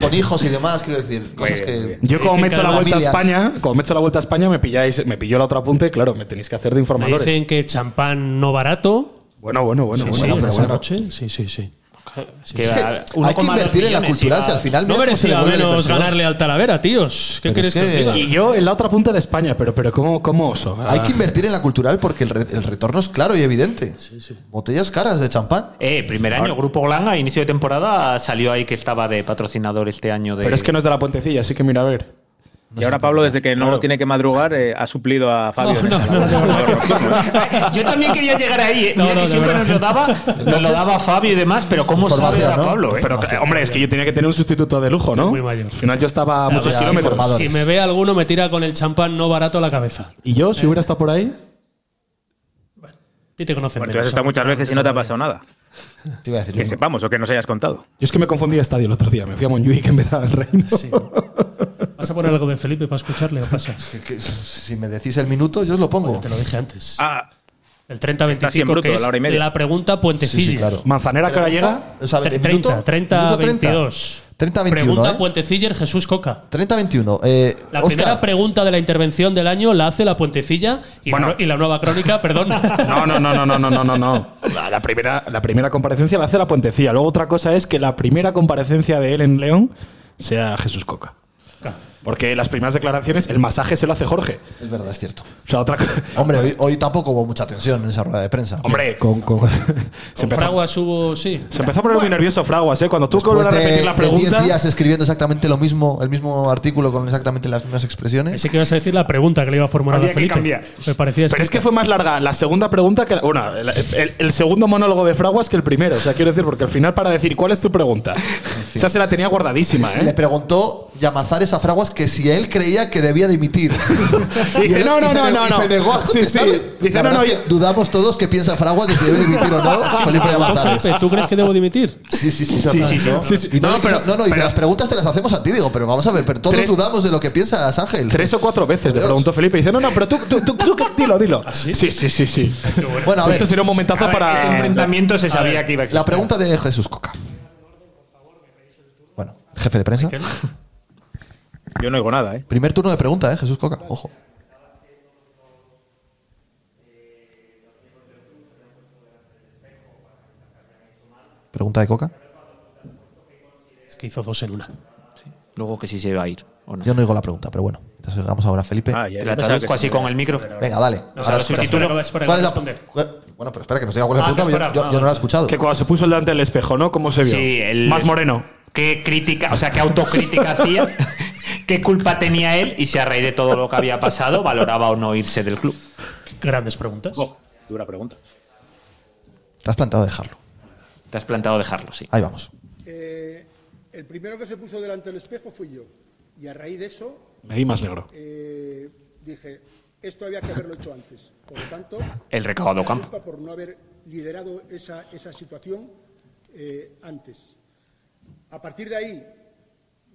Speaker 1: Con hijos y demás, quiero decir. Cosas que.
Speaker 3: Yo como me he hecho la vuelta a
Speaker 1: Familias.
Speaker 3: España, como me he hecho la vuelta a España, me pilláis, me pilló la otra punta y claro, me tenéis que hacer de
Speaker 2: Me
Speaker 3: informadores.
Speaker 2: dicen que champán no barato.
Speaker 3: Bueno, bueno, bueno,
Speaker 2: Sí,
Speaker 3: bueno,
Speaker 2: sí,
Speaker 3: pero
Speaker 2: en esa
Speaker 3: bueno.
Speaker 2: noche, sí, sí, sí.
Speaker 3: que Es que a- hay que 1,2 invertir en la millones cultura, y si va- al final
Speaker 2: no
Speaker 3: mira cómo se
Speaker 2: merecía
Speaker 3: devuelve la
Speaker 2: menos
Speaker 3: inversión.
Speaker 2: ganarle al Talavera, tíos. ¿Qué
Speaker 3: Pero
Speaker 2: quieres
Speaker 3: es
Speaker 2: que, os diga?
Speaker 3: [LAUGHS] Y yo en la otra punta de España, pero, pero ¿cómo, cómo oso? Ah,
Speaker 1: Hay que invertir en la cultural porque el, re- el retorno es claro y evidente. Botellas caras de champán.
Speaker 4: Eh, primer año, Grupo Glanga, inicio de temporada, salió ahí que estaba de patrocinador este año de.
Speaker 3: Pero es que no es de la puentecilla, así que mira a ver.
Speaker 5: Y ahora Pablo, desde que no tiene que madrugar, eh, ha suplido a Fabio. en esa.
Speaker 4: Yo también quería llegar ahí. eh. Mira
Speaker 5: No, no,
Speaker 4: que
Speaker 5: de
Speaker 4: siempre nos lo daba, nos lo daba Fabio y demás, pero ¿cómo sabe ahora Pablo? eh?
Speaker 3: Pero, eh, hombre, es que yo tenía que tener un sustituto de lujo, ¿no?
Speaker 2: muy mayor.
Speaker 3: Al final yo estaba a
Speaker 2: Además,
Speaker 3: muchos
Speaker 2: si-
Speaker 3: kilómetros.
Speaker 2: Si me ve alguno, me tira con el champán no barato a la cabeza.
Speaker 3: ¿Y yo, si hubiera estado por ahí?
Speaker 2: A ti te conocen
Speaker 5: Porque
Speaker 2: menos.
Speaker 5: has estado muchas veces y no te ha pasado nada.
Speaker 1: Te iba a decir
Speaker 5: que sepamos o que nos hayas contado.
Speaker 3: Yo es que me confundí de estadio el otro día. Me fui a Montjuic en vez de al Reino.
Speaker 2: ¿Vas a poner algo de Felipe para escucharle o pasa?
Speaker 1: Que si me decís el minuto, yo os lo pongo.
Speaker 2: Te lo dije antes.
Speaker 5: Ah,
Speaker 2: El 30-25,
Speaker 1: así en bruto,
Speaker 2: que es
Speaker 1: la hora y media.
Speaker 2: pregunta puentecilla.
Speaker 1: Sí, sí, claro.
Speaker 3: ¿Manzanera
Speaker 1: que ahora llega? O sea, ¿el
Speaker 2: 30,
Speaker 1: minuto?
Speaker 2: 30,
Speaker 1: Minuto 30.
Speaker 2: 22.
Speaker 1: 30-21,
Speaker 2: Pregunta
Speaker 1: ¿eh?
Speaker 2: puentecilla Jesús Coca.
Speaker 1: 30-21. Eh,
Speaker 2: La
Speaker 1: Oscar,
Speaker 2: primera pregunta de la intervención del año la hace la puentecilla y, la, y la nueva crónica, perdón.
Speaker 3: No, no, no, no, no, no, no, no, no. La, la primera, la primera comparecencia la hace la Puentecilla. Luego otra cosa es que la primera comparecencia de él en León sea Jesús Coca. Porque las primeras declaraciones, el masaje se lo hace Jorge.
Speaker 1: Es verdad, es cierto.
Speaker 3: O sea, otra cosa.
Speaker 1: Hombre, hoy, hoy tampoco hubo mucha tensión en esa rueda de prensa.
Speaker 3: Hombre, con, con- [LAUGHS] se,
Speaker 2: Con
Speaker 3: empezó,
Speaker 2: Fraguas hubo, sí.
Speaker 3: se empezó a poner muy nervioso Fraguas, ¿eh? Cuando tú
Speaker 1: Después
Speaker 3: vuelves a repetir la
Speaker 1: de- de 10
Speaker 3: pregunta.
Speaker 1: días escribiendo exactamente lo mismo, el mismo artículo con exactamente las mismas expresiones.
Speaker 2: Ese que ibas a decir la pregunta que le iba a formular
Speaker 3: Había
Speaker 2: a
Speaker 3: que
Speaker 2: Felipe.
Speaker 3: cambiar.
Speaker 2: Me parecía Ah,
Speaker 3: Pero es
Speaker 2: escrita.
Speaker 3: que fue más larga la segunda pregunta que la- bueno, el, el- el segundo monólogo de Fraguas que el primero. O sea, quiero decir, porque al final para decir cuál es tu pregunta. O sea, se la tenía guardadísima, ¿eh?
Speaker 1: [LAUGHS] Le preguntó Llamazares a Fraguas que si él creía que debía dimitir.
Speaker 3: Y [LAUGHS] dice,
Speaker 1: él-
Speaker 3: no, no,
Speaker 1: se
Speaker 3: no,
Speaker 1: negó-
Speaker 3: no,
Speaker 1: y se
Speaker 3: no.
Speaker 1: negó a
Speaker 3: Sí, sí.
Speaker 1: contestar.
Speaker 3: Dice,
Speaker 1: La
Speaker 3: no,
Speaker 1: verdad
Speaker 3: no,
Speaker 1: es que dudamos todos que piensa Fraguas de si debe dimitir o no Felipe
Speaker 3: [LAUGHS]
Speaker 1: Llamazares.
Speaker 2: Felipe, ¿Tú crees que debo dimitir?
Speaker 1: Sí, sí, sí.
Speaker 2: Sí, sí, sí.
Speaker 1: ¿no?
Speaker 2: Sí, sí.
Speaker 1: Y no,
Speaker 2: No,
Speaker 1: le quiso-
Speaker 2: pero-
Speaker 1: no, no, dice,
Speaker 2: pero-
Speaker 1: las preguntas te las hacemos a ti, digo, pero vamos a ver, pero todos
Speaker 3: Tres-
Speaker 1: dudamos de lo que piensas, Ángel.
Speaker 3: Tres o cuatro veces le preguntó Felipe. Dice, no, no, pero tú, tú, tú, tú, qué- dilo, dilo. Sí, sí, sí, sí.
Speaker 1: Bueno, a ver.
Speaker 3: Esto sería un momentazo
Speaker 1: A
Speaker 4: Ah,
Speaker 1: ver,
Speaker 3: para.
Speaker 1: ese enfrentamiento se sabía que
Speaker 4: iba a
Speaker 1: La pregunta de Jesús Coca. Bueno, jefe de prensa.
Speaker 5: Yo no oigo nada, ¿eh?
Speaker 1: Primer turno de pregunta, ¿eh? Jesús Coca, ojo. Pregunta de Coca.
Speaker 2: Es que hizo dos en una.
Speaker 4: Luego que si se va a ir. ¿o no?
Speaker 1: Yo no digo la pregunta, pero bueno. Entonces llegamos ahora a Felipe.
Speaker 5: Ah,
Speaker 4: Te la traduzco así con el micro.
Speaker 1: Venga, dale.
Speaker 4: No,
Speaker 1: Ahora
Speaker 4: o sea,
Speaker 1: escuchas.
Speaker 4: el título-
Speaker 1: ¿Cuál es la- cu- Bueno, pero espera que nos diga cuál es la
Speaker 4: Ah, que
Speaker 1: pregunta, porque yo-
Speaker 4: espera.
Speaker 1: yo, yo no la he escuchado.
Speaker 3: Que cuando se puso el delante del espejo, ¿no? ¿Cómo se vio?
Speaker 4: Sí, el-
Speaker 3: Más moreno.
Speaker 4: ¿Qué crítica, o sea, qué autocrítica hacía? ¿Qué culpa tenía él? Y si a raíz de todo lo que había pasado valoraba o no irse del club.
Speaker 2: Grandes preguntas.
Speaker 5: dura pregunta.
Speaker 1: Te has plantado dejarlo.
Speaker 4: Te has plantado dejarlo, sí.
Speaker 1: Ahí vamos.
Speaker 8: Eh, el primero que se puso delante del espejo fui yo. Y a raíz de eso.
Speaker 3: Me vi más negro.
Speaker 8: eh, dije, esto había que haberlo hecho antes. Por lo tanto.
Speaker 4: El recabado
Speaker 8: la
Speaker 4: campo.
Speaker 8: culpa Por no haber liderado esa, esa situación eh, antes. A partir de ahí,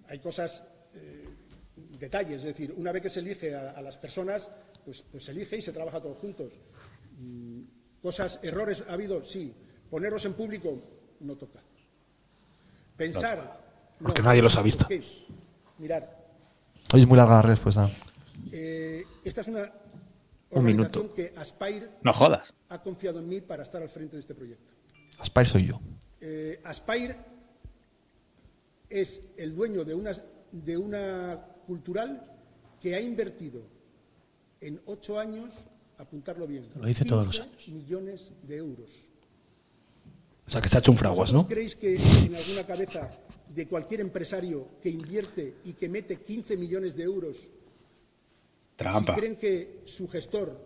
Speaker 8: hay cosas. eh, detalles. Es decir, una vez que se elige a, a las personas, pues, pues se elige y se trabaja todos juntos. Mm, Cosas, errores ha habido, sí. Ponerlos en público no toca. Pensar.
Speaker 3: Porque nadie los ha visto.
Speaker 8: ¿por qué? Mirar,
Speaker 1: Hoy es muy larga la respuesta.
Speaker 8: eh, esta es una
Speaker 1: Un minuto.
Speaker 8: organización que Aspire
Speaker 1: No jodas.
Speaker 8: ha confiado en mí para estar al frente de este proyecto.
Speaker 1: Aspire soy yo.
Speaker 8: Eh, Aspire es el dueño de una, de una cultural que ha invertido en ocho años, apuntarlo bien,
Speaker 2: Lo dice todos los
Speaker 8: 15 millones de euros.
Speaker 3: O sea, que se ha hecho un Fraguas, ¿no?
Speaker 8: ¿Creéis que en alguna cabeza de cualquier empresario que invierte y que mete 15 millones de euros, si creen que su gestor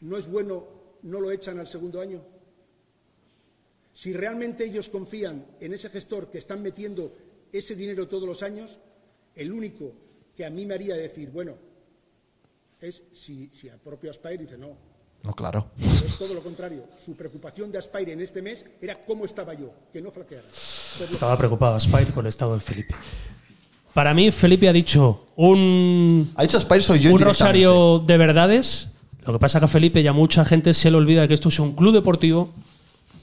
Speaker 8: no es bueno, no lo echan al segundo año? Si realmente ellos confían en ese gestor que están metiendo ese dinero todos los años, el único que a mí me haría decir, bueno, es si, si a propio Aspire dice, no,
Speaker 1: No, claro.
Speaker 8: Es todo lo contrario. Su preocupación de Aspire en este mes era cómo estaba yo, que no flaqueara. Por lo-
Speaker 2: Estaba preocupado Spire por el estado de Felipe. Para mí, Felipe ha dicho un.
Speaker 1: Ha dicho Spire, soy yo
Speaker 2: Un
Speaker 1: indirectamente.
Speaker 2: rosario de verdades. Lo que pasa que a Felipe y a mucha gente se le olvida que esto es un club deportivo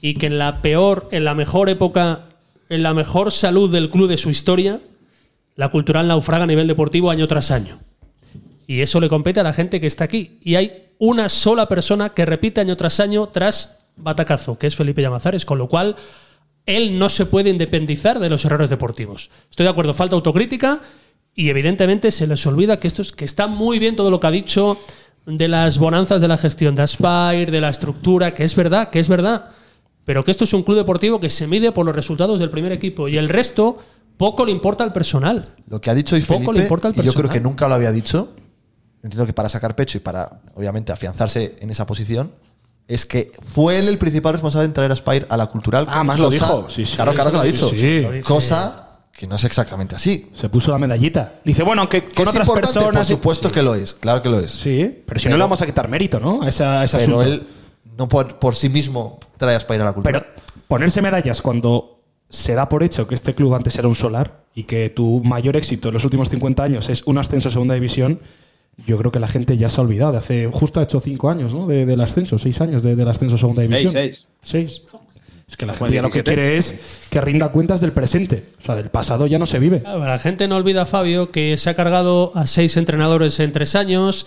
Speaker 2: y que en la peor, en la mejor época, en la mejor salud del club de su historia, la cultural naufraga a nivel deportivo año tras año. Y eso le compete a la gente que está aquí. Y hay una sola persona que repite año tras año tras batacazo, que es Felipe Llamazares, con lo cual él no se puede independizar de los errores deportivos. Estoy de acuerdo, falta autocrítica y evidentemente se les olvida que esto es, que está muy bien todo lo que ha dicho de las bonanzas de la gestión de Aspire, de la estructura, que es verdad, que es verdad, pero que esto es un club deportivo que se mide por los resultados del primer equipo y el resto poco le importa al personal.
Speaker 1: Lo que ha dicho hoy
Speaker 2: Poco
Speaker 1: Felipe,
Speaker 2: le importa al
Speaker 1: y yo creo
Speaker 2: personal.
Speaker 1: que nunca lo había dicho, entiendo que para sacar pecho y para, obviamente, afianzarse en esa posición, es que fue él el principal responsable en traer a Spire a la cultural.
Speaker 3: Ah, más lo dijo. Sí, sí.
Speaker 1: claro, claro que lo ha
Speaker 3: Sí,
Speaker 1: dicho.
Speaker 3: sí. Lo dice.
Speaker 1: Cosa que no es exactamente así.
Speaker 3: Se puso la medallita. Dice, bueno, aunque
Speaker 1: Que
Speaker 3: con
Speaker 1: es
Speaker 3: otras
Speaker 1: importante,
Speaker 3: personas.
Speaker 1: por supuesto que lo es, claro que lo es.
Speaker 3: Sí, pero si no le vamos a quitar mérito, ¿no? A esa, a ese
Speaker 1: Pero
Speaker 3: asunto.
Speaker 1: él no por, por sí mismo trae a Spire a la cultural.
Speaker 3: Pero ponerse medallas cuando se da por hecho que este club antes era un solar y que tu mayor éxito en los últimos 50 años es un ascenso a segunda división, yo creo que la gente ya se ha olvidado. de Hace justo ha hecho 5 años, ¿no? De- del ascenso, 6 años de- del ascenso a segunda división.
Speaker 5: seis.
Speaker 3: Seis. Es que la
Speaker 5: Bueno,
Speaker 3: gente ya lo que
Speaker 5: 17.
Speaker 3: quiere es que rinda cuentas del presente. O sea, del pasado ya no se vive.
Speaker 2: Claro, la gente no olvida, Fabio, que se ha cargado a seis entrenadores en tres años,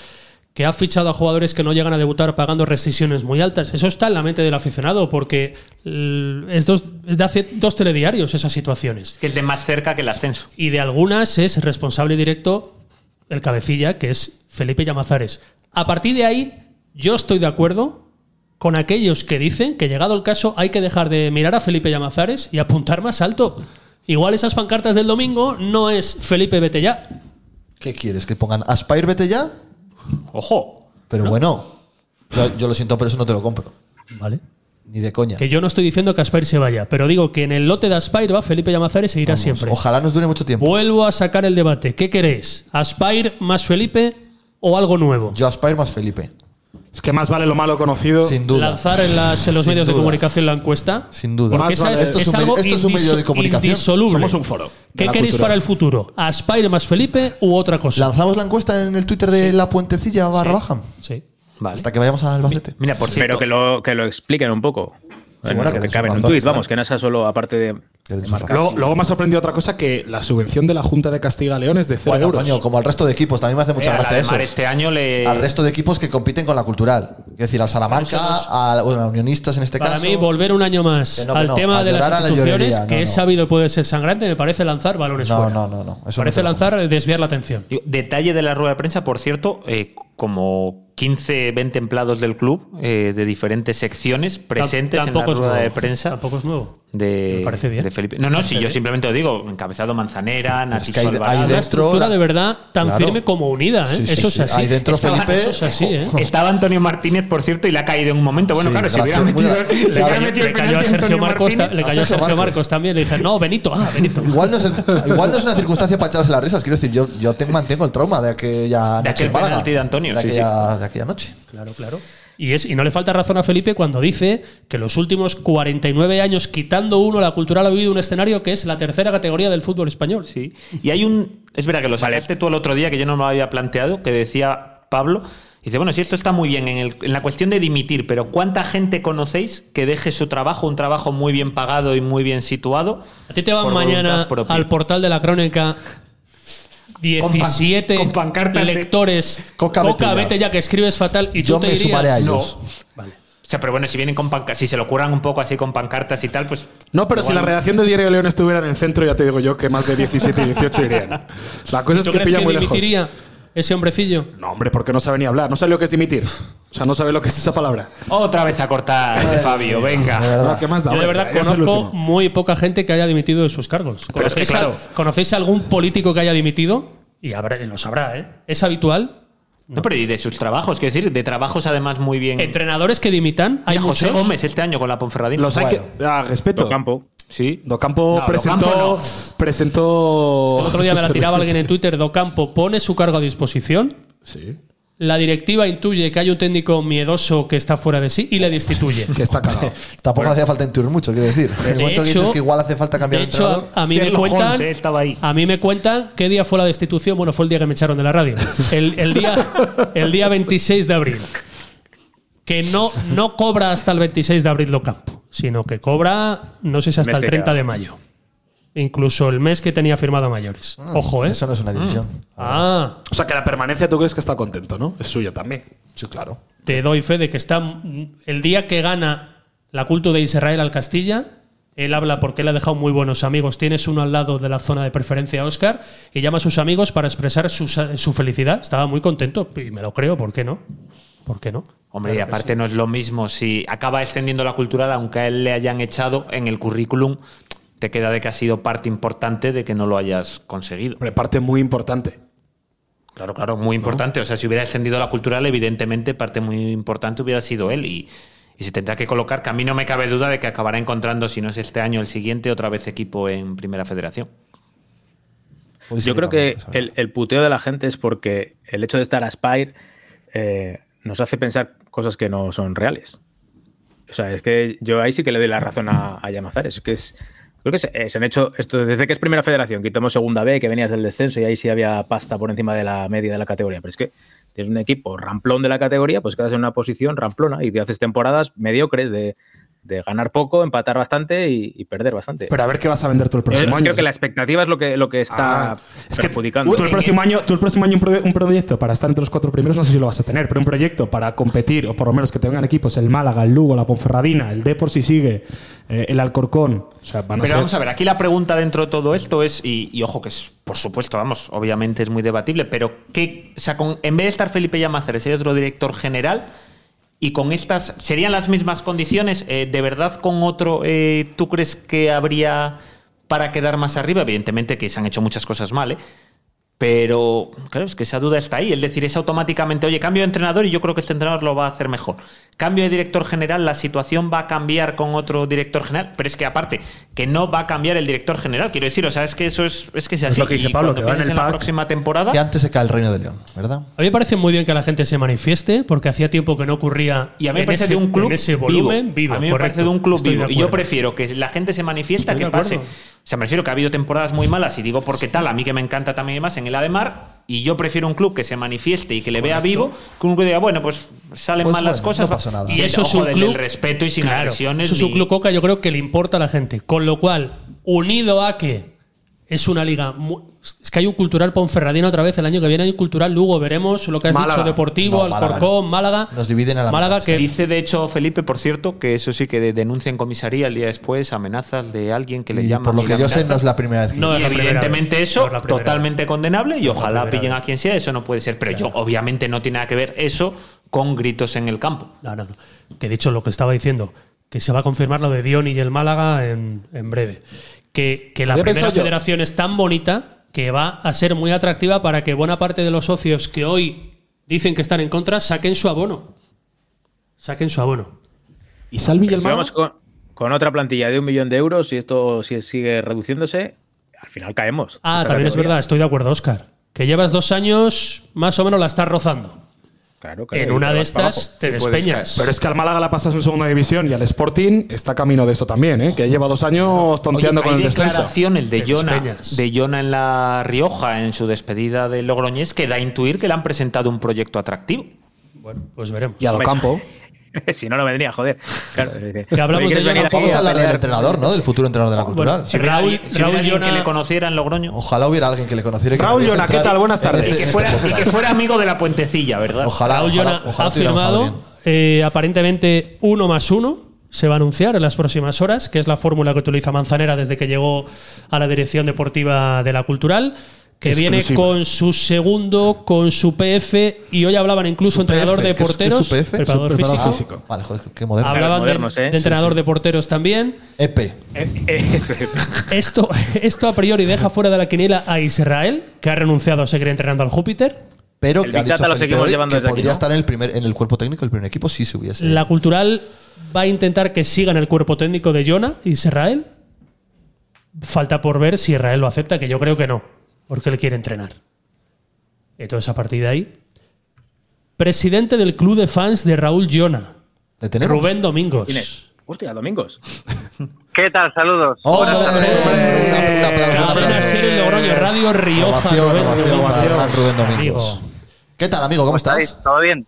Speaker 2: que ha fichado a jugadores que no llegan a debutar pagando rescisiones muy altas. Eso está en la mente del aficionado, porque l- es, dos- es de hace dos telediarios esas situaciones.
Speaker 4: Que es de más cerca que el ascenso.
Speaker 2: Y de algunas es responsable directo el cabecilla, que es Felipe Llamazares. A partir de ahí, yo estoy de acuerdo con aquellos que dicen que llegado el caso hay que dejar de mirar a Felipe Llamazares y apuntar más alto. Igual esas pancartas del domingo no es Felipe vete ya.
Speaker 1: ¿Qué quieres? ¿Que pongan Aspire vete ya?
Speaker 4: Ojo.
Speaker 1: Pero bueno, yo, yo lo siento, pero eso no te lo compro.
Speaker 2: Vale.
Speaker 1: Ni de coña.
Speaker 2: Que yo no estoy diciendo que Aspire se vaya, pero digo que en el lote de Aspire va Felipe Llamazares e irá
Speaker 1: Vamos,
Speaker 2: siempre.
Speaker 1: Ojalá nos dure mucho tiempo.
Speaker 2: Vuelvo a sacar el debate. ¿Qué queréis? ¿Aspire más Felipe o algo nuevo?
Speaker 1: Yo Aspire más Felipe.
Speaker 3: Es que más vale lo malo conocido.
Speaker 1: Sin duda.
Speaker 2: Lanzar en, las- en los
Speaker 1: Sin
Speaker 2: medios de
Speaker 1: duda.
Speaker 2: comunicación la encuesta.
Speaker 1: Sin duda.
Speaker 2: Porque
Speaker 3: Más
Speaker 2: esa
Speaker 3: vale-
Speaker 2: es-
Speaker 1: esto es
Speaker 2: es
Speaker 1: un
Speaker 2: algo
Speaker 1: medio- esto es un medio de
Speaker 2: indiso-
Speaker 1: comunicación.
Speaker 2: indisoluble.
Speaker 3: Somos un foro. de
Speaker 2: ¿Qué
Speaker 3: la
Speaker 2: queréis
Speaker 3: cultura.
Speaker 2: para el futuro? ¿Aspire más Felipe u otra cosa?
Speaker 1: Lanzamos la encuesta en el Twitter de La Puentecilla barra baja.
Speaker 2: Sí.
Speaker 4: Vale.
Speaker 1: Hasta que vayamos a Albacete.
Speaker 4: Mira, por cierto, eh,
Speaker 5: Pero que lo, que lo expliquen un poco.
Speaker 1: Sí,
Speaker 5: Bueno,
Speaker 1: bueno, que
Speaker 5: que
Speaker 1: den sus
Speaker 5: cabe en un
Speaker 1: razones,
Speaker 5: tuit, vamos, que no sea solo aparte de.
Speaker 1: Que den sus
Speaker 5: marcar.
Speaker 1: razones.
Speaker 3: Luego, luego me ha sorprendido otra cosa que la subvención de la Junta de Castilla y León es de cero
Speaker 1: Bueno,
Speaker 3: euros.
Speaker 1: coño, como al resto de equipos, también me hace
Speaker 4: eh,
Speaker 1: mucha
Speaker 4: a la
Speaker 1: gracia
Speaker 4: de
Speaker 1: eso.
Speaker 4: Mar este año le.
Speaker 1: Al resto de equipos que compiten con la cultural. Es decir, al Salamanca, al, bueno, a Unionistas en este
Speaker 2: Para
Speaker 1: caso.
Speaker 2: mí, volver un año más
Speaker 1: Que no, que
Speaker 2: al
Speaker 1: no,
Speaker 2: tema
Speaker 1: a
Speaker 2: de las
Speaker 1: llorar a la
Speaker 2: instituciones,
Speaker 1: llorería, no,
Speaker 2: que es
Speaker 1: no.
Speaker 2: sabido y puede ser sangrante, me parece lanzar balones
Speaker 1: no,
Speaker 2: fuera.
Speaker 1: no, no, no. Eso no te
Speaker 2: parece
Speaker 1: lo
Speaker 2: lanzar eh, desviar la atención.
Speaker 4: Digo, Detalle de la rueda de prensa, por cierto, eh, como 15, 20 empleados del club eh, de diferentes secciones presentes en la
Speaker 2: Tampoco es
Speaker 4: rueda de
Speaker 2: nuevo.
Speaker 4: prensa
Speaker 2: Tampoco es nuevo.
Speaker 4: de,
Speaker 2: Me parece bien.
Speaker 4: de Felipe. No, no, si yo simplemente lo digo, encabezado Manzanera,
Speaker 1: es
Speaker 4: Natis
Speaker 1: que hay-
Speaker 4: Alvarado.
Speaker 1: hay
Speaker 2: Una
Speaker 1: dentro
Speaker 2: estructura
Speaker 1: la-
Speaker 2: de verdad tan
Speaker 1: Claro.
Speaker 2: firme como unida, ¿eh?
Speaker 1: Sí, sí,
Speaker 2: eso
Speaker 1: sí.
Speaker 2: es así.
Speaker 1: Ahí dentro
Speaker 2: Estaban-
Speaker 1: Felipe-
Speaker 2: Eso es así, ¿eh?
Speaker 4: [LAUGHS]
Speaker 1: [LAUGHS]
Speaker 4: Estaba Antonio Martínez, por cierto, y la ha caído en un momento. Bueno,
Speaker 1: Sí,
Speaker 4: claro, si hubiera
Speaker 1: gracias,
Speaker 4: metido,
Speaker 1: muy gra-
Speaker 4: si
Speaker 1: Le
Speaker 4: hubiera
Speaker 1: cayó-
Speaker 4: metido
Speaker 2: Le
Speaker 4: el
Speaker 2: cayó a
Speaker 4: penalti a
Speaker 2: Sergio
Speaker 4: Antonio
Speaker 2: Marcos, ta-
Speaker 4: Martínez.
Speaker 2: le cayó a
Speaker 1: Sergio
Speaker 2: Sergio
Speaker 1: Marcos.
Speaker 2: Marcos también. Le dicen, no, Benito, ah, Benito.
Speaker 1: Igual no, es el- igual no es una circunstancia para echarse las risas. Quiero decir, yo, yo te mantengo el trauma de aquella
Speaker 4: De
Speaker 1: noche
Speaker 4: aquel
Speaker 1: en Málaga.
Speaker 4: penalti de Antonio, sí,
Speaker 1: aquella, de aquella noche.
Speaker 2: Claro, claro. Y, es, y no le falta razón a Felipe cuando dice que los últimos 49 años, quitando uno, la cultural ha vivido un escenario que es la tercera categoría del fútbol español.
Speaker 4: Sí. Y hay un. Es verdad que lo sacaste tú el otro día, que yo no me lo había planteado, que decía Pablo. Dice, bueno, si esto está muy bien en, el- en la cuestión de dimitir, pero ¿cuánta gente conocéis que deje su trabajo, un trabajo muy bien pagado y muy bien situado?
Speaker 2: A ti te van
Speaker 4: por
Speaker 2: mañana
Speaker 4: voluntad propia?
Speaker 2: al portal de la crónica 17
Speaker 4: con pancartas de-
Speaker 2: lectores.
Speaker 1: Coca, vete ya.
Speaker 2: vete ya que escribes fatal y
Speaker 1: Yo
Speaker 2: tú te
Speaker 1: me
Speaker 2: irías.
Speaker 1: sumaré a
Speaker 2: No.
Speaker 1: ellos.
Speaker 4: O sea, pero bueno, si vienen con pancartas, si se lo curan un poco así con pancartas y tal, pues.
Speaker 3: No, pero si la redacción del Diario de León estuviera en el centro, ya te digo yo que más de 17 y 18 irían. La cosa es
Speaker 2: ¿Tú
Speaker 3: que
Speaker 2: crees
Speaker 3: pilla
Speaker 2: que
Speaker 3: muy lejos.
Speaker 2: dimitiría ese hombrecillo?
Speaker 3: No, hombre, porque no sabe ni hablar. No sabe lo que es dimitir. O sea, no sabe lo que es esa palabra.
Speaker 4: Otra vez a cortar, de Fabio, venga.
Speaker 3: Ah, ¿qué más da?
Speaker 2: Yo de
Speaker 3: Hombre,
Speaker 2: verdad
Speaker 3: ya es el
Speaker 2: conozco
Speaker 3: último.
Speaker 2: muy poca gente que haya dimitido de sus cargos.
Speaker 3: Pero es que,
Speaker 2: ¿Conocéis a-
Speaker 3: claro.
Speaker 2: ¿Conocéis a algún político que haya dimitido? Y habrá, lo sabrá, ¿eh? ¿Es habitual?
Speaker 4: No, pero y de sus trabajos, quiero decir, de trabajos además muy bien.
Speaker 2: ¿Entrenadores que dimitan? Hay
Speaker 4: Mira, Mm. José
Speaker 2: muchos.
Speaker 4: Gómez este año con la Ponferradina.
Speaker 3: Los hay que. Ah, respeto.
Speaker 5: Campo.
Speaker 4: Sí.
Speaker 3: Docampo
Speaker 4: No,
Speaker 3: presentó.
Speaker 4: Docampo
Speaker 3: Presentó.
Speaker 2: El otro día me la
Speaker 3: sus
Speaker 2: tiraba
Speaker 3: [LAUGHS] servicios.
Speaker 2: alguien en Twitter. Do Campo pone su cargo a disposición
Speaker 3: Sí.
Speaker 2: La directiva intuye que hay un técnico miedoso que está fuera de sí y le destituye.
Speaker 1: Que está cagado. Tampoco hacía falta intuir mucho, quiero decir. En el momento que
Speaker 2: hecho-
Speaker 1: dices que igual hace falta cambiar
Speaker 2: De
Speaker 1: de
Speaker 2: hecho,
Speaker 1: entrenador.
Speaker 2: a, a mí me cuentan,
Speaker 4: eh,
Speaker 2: a mí me cuentan qué día fue la destitución. Bueno, fue el día que me echaron de la radio. El, el día, el día 26 de abril. Que no, no cobra hasta el 26 de abril Locampo, sino que cobra, no sé si hasta
Speaker 1: Mes
Speaker 2: el
Speaker 1: que
Speaker 2: 30 de
Speaker 1: queda.
Speaker 2: mayo. Incluso el mes que tenía firmado a mayores. Ojo, ¿eh?
Speaker 1: Eso no es una división.
Speaker 2: Ah.
Speaker 3: O sea, que la permanencia tú crees que está contento, ¿no? Es suya también.
Speaker 1: Sí, claro.
Speaker 2: Te doy fe de que está. El día que gana la culto de Israel al Castilla, él habla porque le ha dejado muy buenos amigos. Tienes uno al lado de la zona de preferencia, Oscar, y llama a sus amigos para expresar su, sa- su felicidad. Estaba muy contento y me lo creo, ¿por qué no? ¿Por qué no?
Speaker 4: Hombre, y
Speaker 2: Claro que
Speaker 4: aparte no es lo mismo si acaba extendiendo la cultural, aunque a él le hayan echado en el currículum, te queda de que ha sido parte importante de que no lo hayas conseguido.
Speaker 3: Hombre, parte muy importante.
Speaker 4: Claro, claro, muy importante. O sea, si hubiera extendido la cultural, evidentemente parte muy importante hubiera sido él y, y se tendrá que colocar, que a mí no me cabe duda de que acabará encontrando, si no es este año, el siguiente, otra vez equipo en Primera Federación.
Speaker 5: Yo creo que el, el puteo de la gente es porque el hecho de estar a Spire eh, nos hace pensar cosas que no son reales. O sea, es que yo ahí sí que le doy la razón a, a Llamazares. Es que es. Creo que se, eh, se han hecho esto desde que es Primera Federación, quitamos Segunda B, que venías del descenso y ahí sí había pasta por encima de la media de la categoría. Pero es que tienes un equipo ramplón de la categoría, pues quedas en una posición ramplona y te haces temporadas mediocres de, de ganar poco, empatar bastante y, y perder bastante.
Speaker 3: Pero a ver qué vas a vender tú el
Speaker 5: Yo
Speaker 2: Eh,
Speaker 3: próximo año.
Speaker 5: Eh, Creo que la expectativa es lo que, lo que está
Speaker 3: Ah,
Speaker 5: perjudicando.
Speaker 3: Tú el próximo año, tú el próximo año un, pro- un proyecto para estar entre los cuatro primeros, no sé si lo vas a tener, pero un proyecto para competir, o por lo menos que tengan equipos, el Málaga, el Lugo, la Ponferradina, el Depor si sigue, eh, el Alcorcón. O sea, van a
Speaker 4: Pero
Speaker 3: ser-
Speaker 4: vamos a ver, aquí la pregunta dentro de todo esto es, y, y ojo que es, por supuesto, vamos, obviamente es muy debatible, pero ¿qué, o sea, con- en vez de estar Felipe Llamazares, hay otro director general y con estas, ¿serían las mismas condiciones? Eh, ¿De verdad con otro, eh, tú crees que habría para quedar más arriba? Evidentemente que se han hecho muchas cosas mal, ¿eh? Pero, claro, es que esa duda está ahí. Es decir, es automáticamente, oye, cambio de entrenador y yo creo que este entrenador lo va a hacer mejor. Cambio de director general, la situación va a cambiar con otro director general. Pero es que aparte, que no va a cambiar el director general. Quiero decir, o sea, es que eso es, es que es
Speaker 1: Es
Speaker 4: así.
Speaker 1: lo que dice
Speaker 4: Y
Speaker 1: Pablo,
Speaker 4: cuando
Speaker 1: que va en
Speaker 4: pienses
Speaker 1: el
Speaker 4: la
Speaker 1: pack.
Speaker 4: próxima temporada.
Speaker 1: Que antes se cae el Reino de León, ¿verdad?
Speaker 2: A mí me parece muy bien que la gente se manifieste porque hacía tiempo que no ocurría
Speaker 4: Y a mí me
Speaker 2: en
Speaker 4: parece
Speaker 2: ese-
Speaker 4: de un club
Speaker 2: en ese
Speaker 4: vivo.
Speaker 2: volumen vivo.
Speaker 4: A mí me
Speaker 2: correcto.
Speaker 4: parece de un club
Speaker 2: Estoy
Speaker 4: vivo.
Speaker 2: de
Speaker 4: Y yo
Speaker 2: acuerdo.
Speaker 4: prefiero que la gente se manifiesta,
Speaker 2: Estoy
Speaker 4: que
Speaker 2: de
Speaker 4: pase. O
Speaker 2: acuerdo.
Speaker 4: sea, me refiero que ha habido temporadas muy malas y digo porque tal, a mí que me encanta también y más en el Ademar. Y yo prefiero un club que se manifieste y que le vea vivo, que un club que diga, bueno, pues salen
Speaker 1: Pues
Speaker 4: mal las
Speaker 1: bueno,
Speaker 4: cosas.
Speaker 1: no pasa nada.
Speaker 4: Y eso es un club. respeto y sin
Speaker 2: claro,
Speaker 4: agresiones.
Speaker 2: Eso es
Speaker 4: ni-
Speaker 2: un club coca, yo creo que le importa a la gente. Con lo cual, unido a que es una liga. mu- Es que hay un cultural Ponferradina otra vez el año que viene, hay un cultural Lugo, veremos lo que has
Speaker 4: Málaga.
Speaker 2: dicho, Deportivo,
Speaker 4: No, Málaga.
Speaker 2: Alcorcón, Málaga.
Speaker 1: Nos dividen a la
Speaker 2: Málaga que
Speaker 4: Dice de hecho Felipe, por cierto, que eso sí que de- denuncia en comisaría el día después amenazas de alguien que le
Speaker 1: Y
Speaker 4: llama.
Speaker 1: por lo que yo sé, no es la primera vez que
Speaker 4: y evidentemente eso totalmente condenable y ojalá pillen a quien sea, eso no puede ser. Pero yo, obviamente, no tiene nada que ver eso con gritos en el campo.
Speaker 2: No, no, no. Que de hecho lo que estaba diciendo, que se va a confirmar lo de Dion y el Málaga en, en breve. Que, que la
Speaker 3: Había
Speaker 2: primera
Speaker 3: pensado yo.
Speaker 2: federación es tan bonita que va a ser muy atractiva para que buena parte de los socios que hoy dicen que están en contra saquen su abono. Saquen su abono.
Speaker 3: ¿Y Salvi
Speaker 5: Pero si vamos con, con otra plantilla de un millón de euros y esto si sigue reduciéndose, al final caemos.
Speaker 2: Ah,
Speaker 5: Esta
Speaker 2: también es
Speaker 5: categoría.
Speaker 2: verdad, estoy de acuerdo, Oscar. Que llevas dos años, más o menos la estás rozando.
Speaker 5: Claro,
Speaker 2: En una de estas te despeñas.
Speaker 3: Pero es que al Málaga la pasas en segunda división y al Sporting está camino de eso también, ¿eh? que lleva dos años tonteando
Speaker 4: Oye,
Speaker 3: con
Speaker 4: hay
Speaker 3: el descenso.
Speaker 4: declaraciones de
Speaker 3: Te
Speaker 4: Jona,
Speaker 3: despeñas.
Speaker 4: de Jona en La Rioja en su despedida de Logroñés que da a intuir que le han presentado un proyecto atractivo.
Speaker 2: Bueno, pues veremos.
Speaker 3: Y a Docampo.
Speaker 5: [LAUGHS] si no, no vendría, joder.
Speaker 2: [LAUGHS]
Speaker 5: Claro,
Speaker 2: Que hablamos de Jona,
Speaker 1: Vamos
Speaker 5: [LAUGHS]
Speaker 1: a hablar del entrenador, ¿no? Del futuro entrenador de la cultural.
Speaker 4: si hubiera alguien- si hubiera alguien que le conociera en Logroño.
Speaker 1: Ojalá hubiera alguien que le conociera. y que
Speaker 4: Raúl
Speaker 1: pudiese
Speaker 4: Llona, ¿qué
Speaker 1: entrar
Speaker 4: tal? Buenas
Speaker 1: en
Speaker 4: tardes. Y
Speaker 1: este-
Speaker 4: que fuera-
Speaker 1: en este
Speaker 4: y que
Speaker 1: podcast.
Speaker 4: fuera amigo de la puentecilla, ¿verdad?
Speaker 1: Ojalá,
Speaker 2: Raúl
Speaker 1: ojalá,
Speaker 2: Llona
Speaker 1: ojalá
Speaker 2: ha
Speaker 1: tuviéramos a
Speaker 2: firmado
Speaker 1: alguien.
Speaker 2: eh, aparentemente uno más uno. Se va a anunciar en las próximas horas, que es la fórmula que utiliza Manzanera desde que llegó a la dirección deportiva de la Cultural, que viene
Speaker 9: Exclusiva.
Speaker 2: con su segundo, con su PF, y hoy hablaban incluso entrenador
Speaker 1: PF,
Speaker 2: de
Speaker 1: ¿qué es- qué es
Speaker 2: porteros,
Speaker 1: su PF?
Speaker 2: preparador
Speaker 1: Su preparador
Speaker 2: físico.
Speaker 1: físico. Vale, joder, qué moderno.
Speaker 2: Hablaban de- de, entrenador de porteros también.
Speaker 1: EP.
Speaker 5: Eh,
Speaker 2: Esto, [LAUGHS] esto a priori deja fuera de la quiniela a Israel, que ha renunciado a seguir entrenando al Júpiter.
Speaker 1: Pero
Speaker 2: El
Speaker 1: que ha
Speaker 2: Big
Speaker 1: dicho
Speaker 2: Data lo
Speaker 1: Felipe
Speaker 2: seguimos
Speaker 1: hoy
Speaker 2: llevando
Speaker 1: que
Speaker 2: desde aquí,
Speaker 1: podría
Speaker 2: ¿no?
Speaker 1: estar en el primer en el cuerpo técnico el primer equipo si se hubiese.
Speaker 2: La cultural va a intentar que sigan el cuerpo técnico de Jonah y Israel. Falta por ver si Israel lo acepta, que yo creo que no, porque él quiere entrenar. Entonces, a partir de ahí, presidente del club de fans de Raúl Llona,
Speaker 1: tenemos?
Speaker 2: Rubén Domingos.
Speaker 5: Inés. Hostia, Domingos.
Speaker 9: ¿Qué tal? Saludos.
Speaker 1: ¡Hombre!
Speaker 2: Cadena Ser en Logroño, Radio Rioja.
Speaker 1: Ovación,
Speaker 2: Rubén,
Speaker 1: ovación para el gran Rubén Domingos.
Speaker 9: ¿Qué tal, amigo? ¿Cómo estás? ¿Todo bien?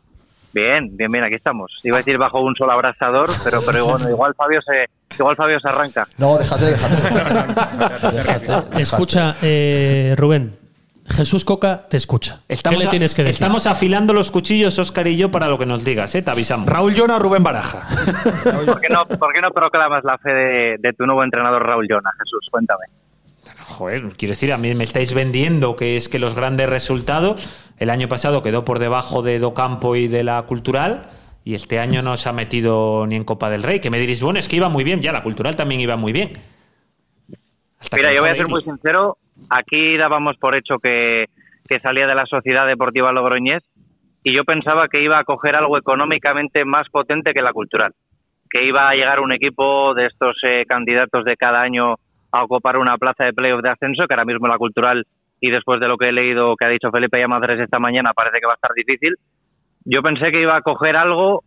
Speaker 9: Bien, bien, bien, aquí estamos. Iba a decir bajo un sol abrasador, pero, pero
Speaker 2: [LAUGHS]
Speaker 9: bueno, igual Fabio se igual Fabio se arranca.
Speaker 1: No, déjate, déjate.
Speaker 2: Escucha, eh, Rubén. Jesús Coca te escucha. ¿Qué le
Speaker 4: a-
Speaker 2: tienes que decir?
Speaker 4: Estamos afilando los cuchillos, Óscar y yo, para lo que nos digas, ¿eh? Te avisamos.
Speaker 3: Raúl Llona o Rubén Baraja.
Speaker 9: ¿Por qué no, por qué no proclamas la fe de, de tu nuevo entrenador Raúl Llona, Jesús? Cuéntame.
Speaker 4: Joder, quiero decir, a mí me estáis vendiendo que es que los grandes resultados. El año pasado quedó por debajo de Docampo y de la Cultural. Y este año no se ha metido ni en Copa del Rey. Que me diréis, bueno, es que iba muy bien. Ya, la Cultural también iba muy bien.
Speaker 9: Mira,
Speaker 4: que
Speaker 9: yo voy a
Speaker 4: dejó
Speaker 9: ser
Speaker 4: de
Speaker 9: muy sincero. Aquí dábamos por hecho que, que salía de la Sociedad Deportiva Logroñés y yo pensaba que iba a coger algo económicamente más potente que la cultural. Que iba a llegar un equipo de estos eh, candidatos de cada año a ocupar una plaza de playoff de ascenso, que ahora mismo la cultural, y después de lo que he leído que ha dicho Felipe Llamadres esta mañana, parece que va a estar difícil. Yo pensé que iba a coger algo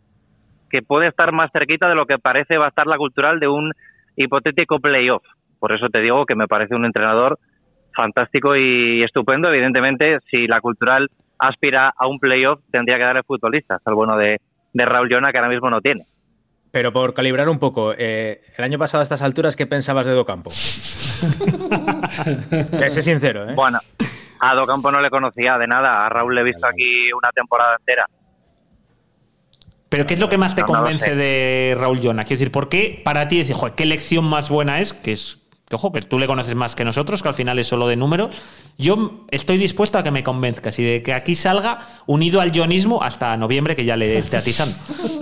Speaker 9: que puede estar más cerquita de lo que parece va a estar la cultural de un hipotético playoff. Por eso te digo que me parece un entrenador fantástico y estupendo. Evidentemente, si la cultural aspira a un playoff, tendría que darle futbolistas al bueno de, de Raúl Llona, que ahora mismo no tiene.
Speaker 5: [LAUGHS] Pero por calibrar un poco, eh, el año pasado a estas alturas, ¿qué pensabas de Docampo?
Speaker 3: [LAUGHS]
Speaker 5: Te sé sincero, ¿eh?
Speaker 9: Bueno, a Docampo no le conocía de nada. A Raúl le he visto aquí una temporada entera.
Speaker 4: Pero ¿qué es lo que más te
Speaker 9: No, no lo
Speaker 4: convence
Speaker 9: sé.
Speaker 4: de Raúl Llona? Quiero decir, ¿por qué para ti decir, joder, qué lección más buena es? Que es que, ojo, que tú le conoces más que nosotros, que al final es solo de números. Yo estoy dispuesto a que me convenzcas y de que aquí salga unido al guionismo hasta noviembre, que ya le esté atizando.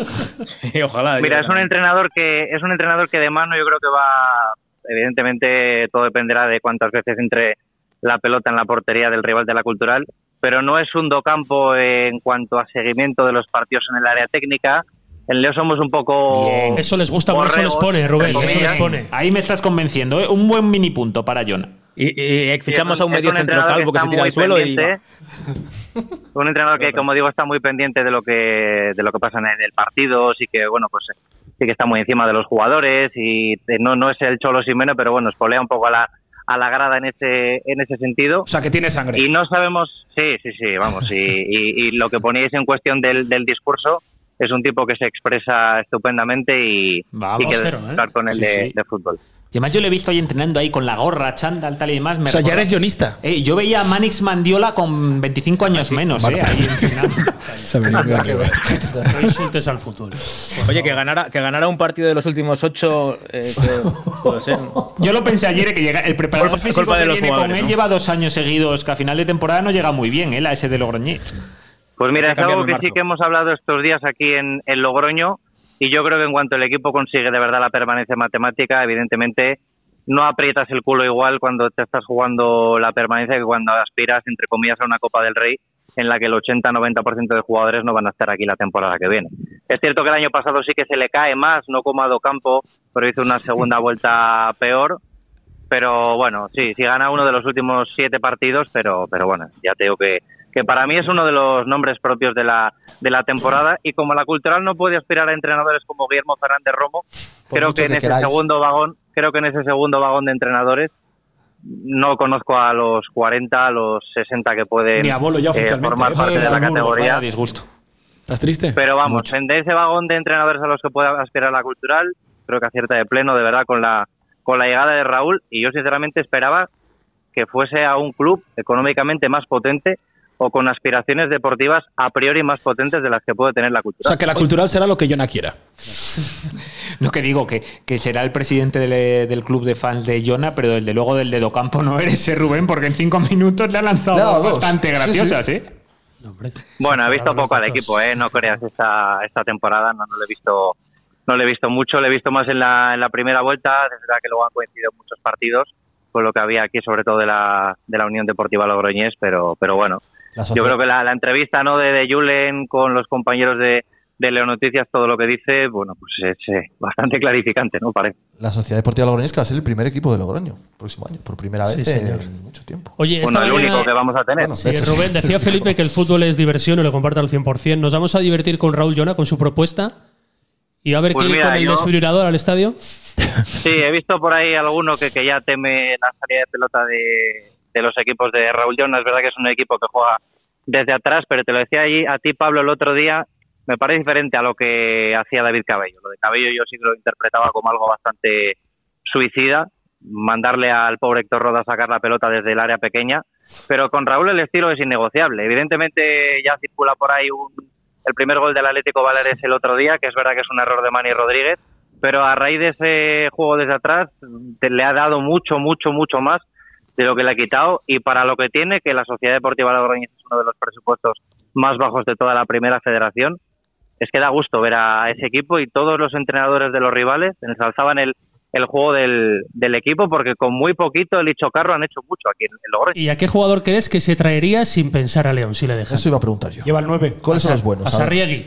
Speaker 5: [LAUGHS] ojalá.
Speaker 9: Mira, es un entrenador que es un entrenador que de mano yo creo que va evidentemente todo dependerá de cuántas veces entre la pelota en la portería del rival de la Cultural, pero no es un docampo en cuanto a seguimiento de los partidos en el área técnica. En Leo somos un poco
Speaker 2: Eso les gusta, por eso les pone, Rubén.
Speaker 9: entre
Speaker 2: Eso les
Speaker 9: comillas.
Speaker 2: pone.
Speaker 4: Ahí me estás convenciendo, ¿eh? Un buen mini punto para Llona.
Speaker 5: Y,
Speaker 9: Sí, es es entrenador que está muy pendiente, ¿eh? [LAUGHS] Un entrenador que, como digo, está muy pendiente de lo que de lo que pasa en el partido, sí que bueno, pues sí que está muy encima de los jugadores y eh, no no es el cholo Simeone, pero bueno, espolea un poco a la a la grada en ese en ese sentido.
Speaker 3: O sea, que tiene sangre.
Speaker 9: Y no sabemos, sí, sí, sí, vamos, y, y- y lo que poníais en cuestión del, del discurso es un tipo que se expresa estupendamente y,
Speaker 4: Vamos,
Speaker 9: y que
Speaker 4: cero, ¿eh?
Speaker 9: destacar con el
Speaker 4: Sí,
Speaker 9: de,
Speaker 4: sí.
Speaker 9: de fútbol.
Speaker 4: Y además yo le he visto ahí entrenando ahí con la gorra, chándal, tal y demás. me
Speaker 9: O sea, ya
Speaker 4: recuerda-
Speaker 9: eres
Speaker 3: guionista.
Speaker 4: Eh, yo veía a Manix Mandiola con 25 años menos, ¿eh? Ahí entrenando.
Speaker 9: [LAUGHS]
Speaker 2: No insultes al futuro.
Speaker 5: Oye, que ganara, que ganara un partido de los últimos ocho.
Speaker 3: [LAUGHS]
Speaker 5: eh, que- puede ser.
Speaker 4: Yo lo pensé ayer que llega el preparador
Speaker 5: Culpa-
Speaker 4: físico
Speaker 5: culpa de
Speaker 4: que
Speaker 5: los
Speaker 4: viene con
Speaker 5: jugadores,
Speaker 4: él
Speaker 5: ¿no?
Speaker 4: lleva dos años seguidos que a final de temporada no llega muy bien, ¿eh? La S de Logroñés.
Speaker 9: Pues mira, es
Speaker 4: Cambiaron
Speaker 9: algo
Speaker 4: en
Speaker 9: que
Speaker 4: marzo.
Speaker 9: sí que hemos hablado estos días aquí en, en Logroño y yo creo que en cuanto el equipo consigue de verdad la permanencia matemática, evidentemente no aprietas el culo igual cuando te estás jugando la permanencia que cuando aspiras, entre comillas, a una Copa del Rey en la que el 80-90% de jugadores no van a estar aquí la temporada que viene. Es cierto que el año pasado sí que se le cae más, no como a Docampo, pero hizo una segunda vuelta peor. Pero bueno, sí, sí gana uno de los últimos siete partidos, pero, pero bueno, ya te digo que, que para mí es uno de los nombres propios de la, de la temporada. Y como la cultural no puede aspirar a entrenadores como Guillermo Fernández Romo, creo
Speaker 1: mucho
Speaker 9: que en
Speaker 1: que
Speaker 9: ese
Speaker 1: queráis.
Speaker 9: segundo vagón, creo que en ese segundo vagón de entrenadores no conozco a los 40, a los 60 que pueden
Speaker 3: Ni a Bolo ya
Speaker 9: eh,
Speaker 3: oficialmente,
Speaker 9: formar
Speaker 3: ¿eh?
Speaker 9: parte
Speaker 3: Joder,
Speaker 9: de la
Speaker 3: Burgos,
Speaker 9: categoría.
Speaker 3: vaya disgusto. ¿Estás triste?
Speaker 9: Pero vamos, en ese vagón de entrenadores a los que pueda aspirar la cultural, creo que acierta de pleno, de verdad, con la, con la llegada de Raúl. Y yo sinceramente esperaba que fuese a un club económicamente más potente o con aspiraciones deportivas a priori más potentes de las que puede tener la
Speaker 3: O
Speaker 9: cultural.
Speaker 3: sea, que la cultural será lo que Llona quiera.
Speaker 4: Lo que digo, que, que será el presidente del, eh, del club de fans de Jona, pero desde luego del de Docampo no eres ese Rubén, porque en cinco minutos le ha lanzado
Speaker 9: Le ha dado dos.
Speaker 4: bastante
Speaker 9: Sí,
Speaker 4: graciosas,
Speaker 9: sí.
Speaker 4: ¿eh?
Speaker 9: Bueno, he
Speaker 4: fuera
Speaker 9: visto
Speaker 4: de los
Speaker 9: poco al
Speaker 4: datos.
Speaker 9: equipo, ¿eh? no creas esta, esta temporada, no, no le he visto no le he visto mucho, le he visto más en la, en la primera vuelta, desde la que luego han coincidido muchos partidos con lo que había aquí, sobre todo de la, de la Unión Deportiva Logroñés, pero, pero bueno, yo creo que la, la entrevista ¿no? de, de Julen con los compañeros de, de Leonoticias todo lo que dice, bueno, pues es eh, bastante clarificante, ¿no? Parece.
Speaker 1: La Sociedad Deportiva Logroñesca va a ser el primer equipo de Logroño próximo año, por primera
Speaker 2: Sí,
Speaker 1: vez
Speaker 2: señor.
Speaker 1: en mucho tiempo.
Speaker 2: Oye,
Speaker 9: Bueno,
Speaker 2: esta
Speaker 9: el
Speaker 2: mañana-
Speaker 9: único que vamos a tener.
Speaker 1: Bueno,
Speaker 2: Sí, Rubén, decía Felipe que el fútbol es diversión y lo comparto al 100%. Nos vamos a divertir con Raúl Llona, con su propuesta. Y a ver
Speaker 9: Pues
Speaker 2: qué ir
Speaker 9: mira,
Speaker 2: con el
Speaker 9: yo-
Speaker 2: desfibrilador al estadio.
Speaker 9: Sí, he visto por ahí alguno que, que ya teme la salida de pelota de, de los equipos de Raúl Llona. Es verdad que es un equipo que juega desde atrás, pero te lo decía allí a ti, Pablo, el otro día. Me parece diferente a lo que hacía David Cabello. Lo de Cabello yo sí que lo interpretaba como algo bastante suicida, mandarle al pobre Héctor Roda a sacar la pelota desde el área pequeña. Pero con Raúl el estilo es innegociable. Evidentemente ya circula por ahí un, el primer gol del Atlético Baleares el otro día, que es verdad que es un error de Manny Rodríguez pero a raíz de ese juego desde atrás te- le ha dado mucho, mucho, mucho más de lo que le ha quitado y para lo que tiene, que la Sociedad Deportiva Logroñés es uno de los presupuestos más bajos de toda la primera federación, es que da gusto ver a ese equipo y todos los entrenadores de los rivales ensalzaban el, el juego del, del equipo porque con muy poquito el Icho Carro han hecho mucho aquí en en Logroño.
Speaker 2: ¿Y a qué jugador crees que se traería sin pensar a León, si le dejas?
Speaker 1: Eso iba a preguntar yo.
Speaker 3: Lleva el 9.
Speaker 1: ¿Cuáles son los buenos?
Speaker 2: A
Speaker 1: A ver.
Speaker 2: Sarriegi.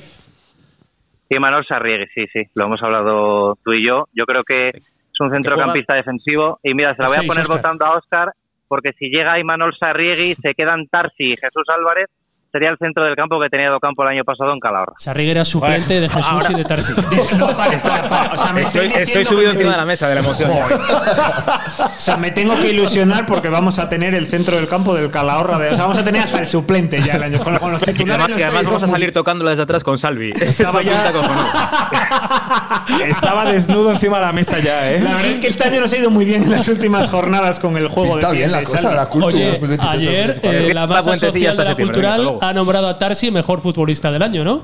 Speaker 9: Sí, Manuel Sarriegi, sí, sí, lo hemos hablado tú y yo. Yo creo que es un centrocampista defensivo. Y mira, se la voy a
Speaker 2: Seis,
Speaker 9: poner
Speaker 2: Óscar.
Speaker 9: votando a Oscar, porque si llega Imanol Sarriegi, se quedan Tarsi y Jesús Álvarez, sería el centro del campo que tenía Docampo el año pasado en Calahorra.
Speaker 2: Sarriegi era suplente de Jesús y de Tarsi.
Speaker 4: O sea, me
Speaker 5: Estoy,
Speaker 4: estáis
Speaker 5: estoy
Speaker 4: diciendo
Speaker 5: subido
Speaker 4: que-
Speaker 5: encima de la mesa de la emoción.
Speaker 4: Joder. O sea, me tengo que ilusionar porque vamos a tener el centro del campo del Calahorra. De, o sea, vamos a tener hasta el suplente ya el año. Con, con los
Speaker 5: Y
Speaker 4: titulares.
Speaker 5: además,
Speaker 4: no
Speaker 5: que además
Speaker 4: estáis
Speaker 5: vamos a
Speaker 4: muy-
Speaker 5: salir tocándola desde atrás con Salvi.
Speaker 4: Estaba
Speaker 5: Esto
Speaker 4: ya-
Speaker 5: pinta cojonudo.
Speaker 3: [LAUGHS] Estaba desnudo encima de la mesa ya, ¿eh?
Speaker 4: La verdad es que este año nos ha ido muy bien en las últimas jornadas con el juego
Speaker 1: Pinta
Speaker 4: de
Speaker 1: bien la
Speaker 4: Pies,
Speaker 1: cosa,
Speaker 4: Salvi.
Speaker 1: la cultura
Speaker 2: Oye,
Speaker 1: 2023.
Speaker 2: ayer eh, la masa
Speaker 5: puentecilla
Speaker 2: social
Speaker 5: hasta
Speaker 2: de la
Speaker 5: septiembre, venga,
Speaker 2: cultural
Speaker 5: hasta luego.
Speaker 2: ha nombrado a Tarsi mejor futbolista del año, ¿no?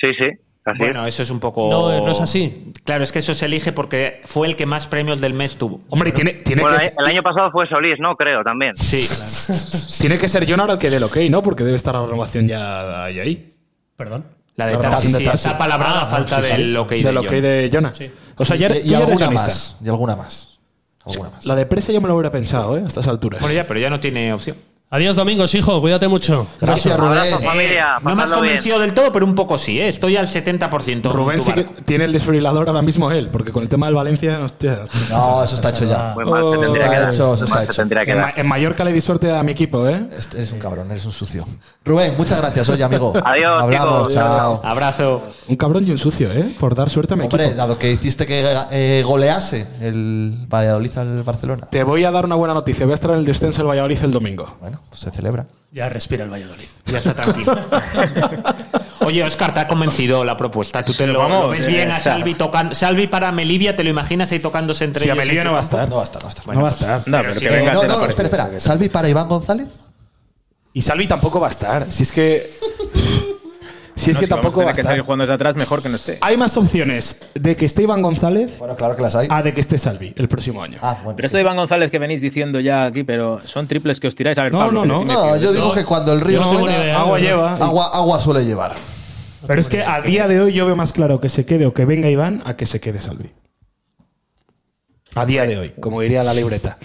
Speaker 9: Sí, sí, así
Speaker 4: Bueno, eh, eso es un poco.
Speaker 2: No, no es así.
Speaker 4: Claro, es que eso se elige porque fue el que más premios del mes tuvo.
Speaker 3: Hombre, tiene,
Speaker 9: es.
Speaker 3: tiene,
Speaker 9: Bueno,
Speaker 3: que,
Speaker 9: eh, el año pasado fue Solís, ¿no? Creo también.
Speaker 4: Sí.
Speaker 3: tiene que ser John ahora el que dé el ok, ¿no? Porque debe estar la renovación ya ahí. ahí.
Speaker 2: Perdón.
Speaker 4: La de
Speaker 3: La
Speaker 4: Tarsi,
Speaker 3: rotación de
Speaker 4: sí,
Speaker 3: Tarsi.
Speaker 4: está palabrada
Speaker 2: Ah,
Speaker 4: falta
Speaker 2: sí, sí.
Speaker 4: del OK de
Speaker 3: del ok
Speaker 4: John.
Speaker 3: de Jonah.
Speaker 2: Sí.
Speaker 3: O sea,
Speaker 1: Y-
Speaker 3: ya,
Speaker 1: y,
Speaker 3: tú ya eres
Speaker 1: alguna
Speaker 3: guionista.
Speaker 1: más. Y alguna más. Alguna más.
Speaker 3: La de presa yo me lo hubiera pensado, ¿eh? A estas alturas.
Speaker 4: Bueno, ya, pero ya no tiene opción.
Speaker 2: Adiós, Domingos, hijo. Cuídate mucho.
Speaker 1: Gracias,
Speaker 9: Abrazo,
Speaker 1: Rubén.
Speaker 9: Eh, familia.
Speaker 4: Eh, no me has
Speaker 9: pasadlo bien.
Speaker 4: convencido del todo, pero un poco sí, ¿eh? Estoy al 70%.
Speaker 3: Rubén
Speaker 4: Tu
Speaker 3: sí que
Speaker 4: barco.
Speaker 3: tiene el desfibrilador ahora mismo él, porque con el tema del Valencia, hostia.
Speaker 1: No, [LAUGHS] eso está hecho ya.
Speaker 9: Muy mal, se
Speaker 3: Oh,
Speaker 9: tendría que
Speaker 1: está
Speaker 9: dar.
Speaker 1: hecho, se
Speaker 9: Muy
Speaker 1: está
Speaker 9: mal,
Speaker 1: hecho.
Speaker 9: se tendría que
Speaker 3: En, Ma-
Speaker 9: dar.
Speaker 3: en Mallorca le di suerte a mi equipo, ¿eh?
Speaker 1: Este eres un cabrón, eres un sucio. Rubén, muchas gracias, oye, amigo.
Speaker 9: Adiós,
Speaker 1: Hablamos,
Speaker 9: chicos.
Speaker 1: chao.
Speaker 4: Abrazo.
Speaker 3: Un cabrón y un sucio, ¿eh? Por dar suerte a mi
Speaker 1: Hombre,
Speaker 3: equipo.
Speaker 1: dado que hiciste que eh, golease el Valladolid al Barcelona.
Speaker 3: Te voy a dar una buena noticia. Voy a estar en el descenso del Valladolid el domingo.
Speaker 1: Bueno, pues se celebra.
Speaker 2: Ya respira el Valladolid.
Speaker 4: Ya está tranquilo.
Speaker 1: [LAUGHS]
Speaker 4: Oye, Oscar, te ha convencido la propuesta. Tú te
Speaker 5: Sí,
Speaker 4: lo,
Speaker 5: vamos,
Speaker 4: lo ves
Speaker 5: eh,
Speaker 4: bien a
Speaker 5: está.
Speaker 4: Salvi tocando. Salvi para Melivia, ¿te lo imaginas ahí tocándose entre
Speaker 3: Si a
Speaker 4: ellos?
Speaker 3: Melilla no va a estar.
Speaker 1: No va a estar, no va a estar.
Speaker 3: no va a estar.
Speaker 5: No, pero
Speaker 4: sí
Speaker 5: que
Speaker 4: que-
Speaker 1: Eh,
Speaker 5: venga,
Speaker 1: no,
Speaker 5: se la
Speaker 1: no,
Speaker 5: parte.
Speaker 1: espera, espera. ¿Salvi para Iván González?
Speaker 3: Y Salvi tampoco va a estar. Si es que. si es
Speaker 5: No,
Speaker 3: que
Speaker 5: si vamos
Speaker 3: tampoco
Speaker 5: a
Speaker 3: va a
Speaker 5: tener que salir
Speaker 3: estar.
Speaker 5: jugando desde atrás, mejor que no esté.
Speaker 3: Hay más opciones de que esté Iván González
Speaker 1: Bueno, claro que las hay.
Speaker 3: a de que esté Salvi el próximo año.
Speaker 1: Ah, bueno.
Speaker 5: Pero esto de Iván González que venís diciendo ya aquí, pero son triples que os tiráis. A ver,
Speaker 3: No, no,
Speaker 5: Pablo, que te
Speaker 3: no.
Speaker 5: tienes
Speaker 1: No,
Speaker 5: que-
Speaker 1: yo digo que cuando el río
Speaker 2: no tengo ni idea.
Speaker 1: suena,
Speaker 3: Agua
Speaker 2: no, no.
Speaker 3: lleva.
Speaker 1: agua, agua suele llevar.
Speaker 3: Pero es que a día de hoy yo veo más claro que se quede o que venga Iván a que se quede Salvi. A día de hoy, como diría la libreta.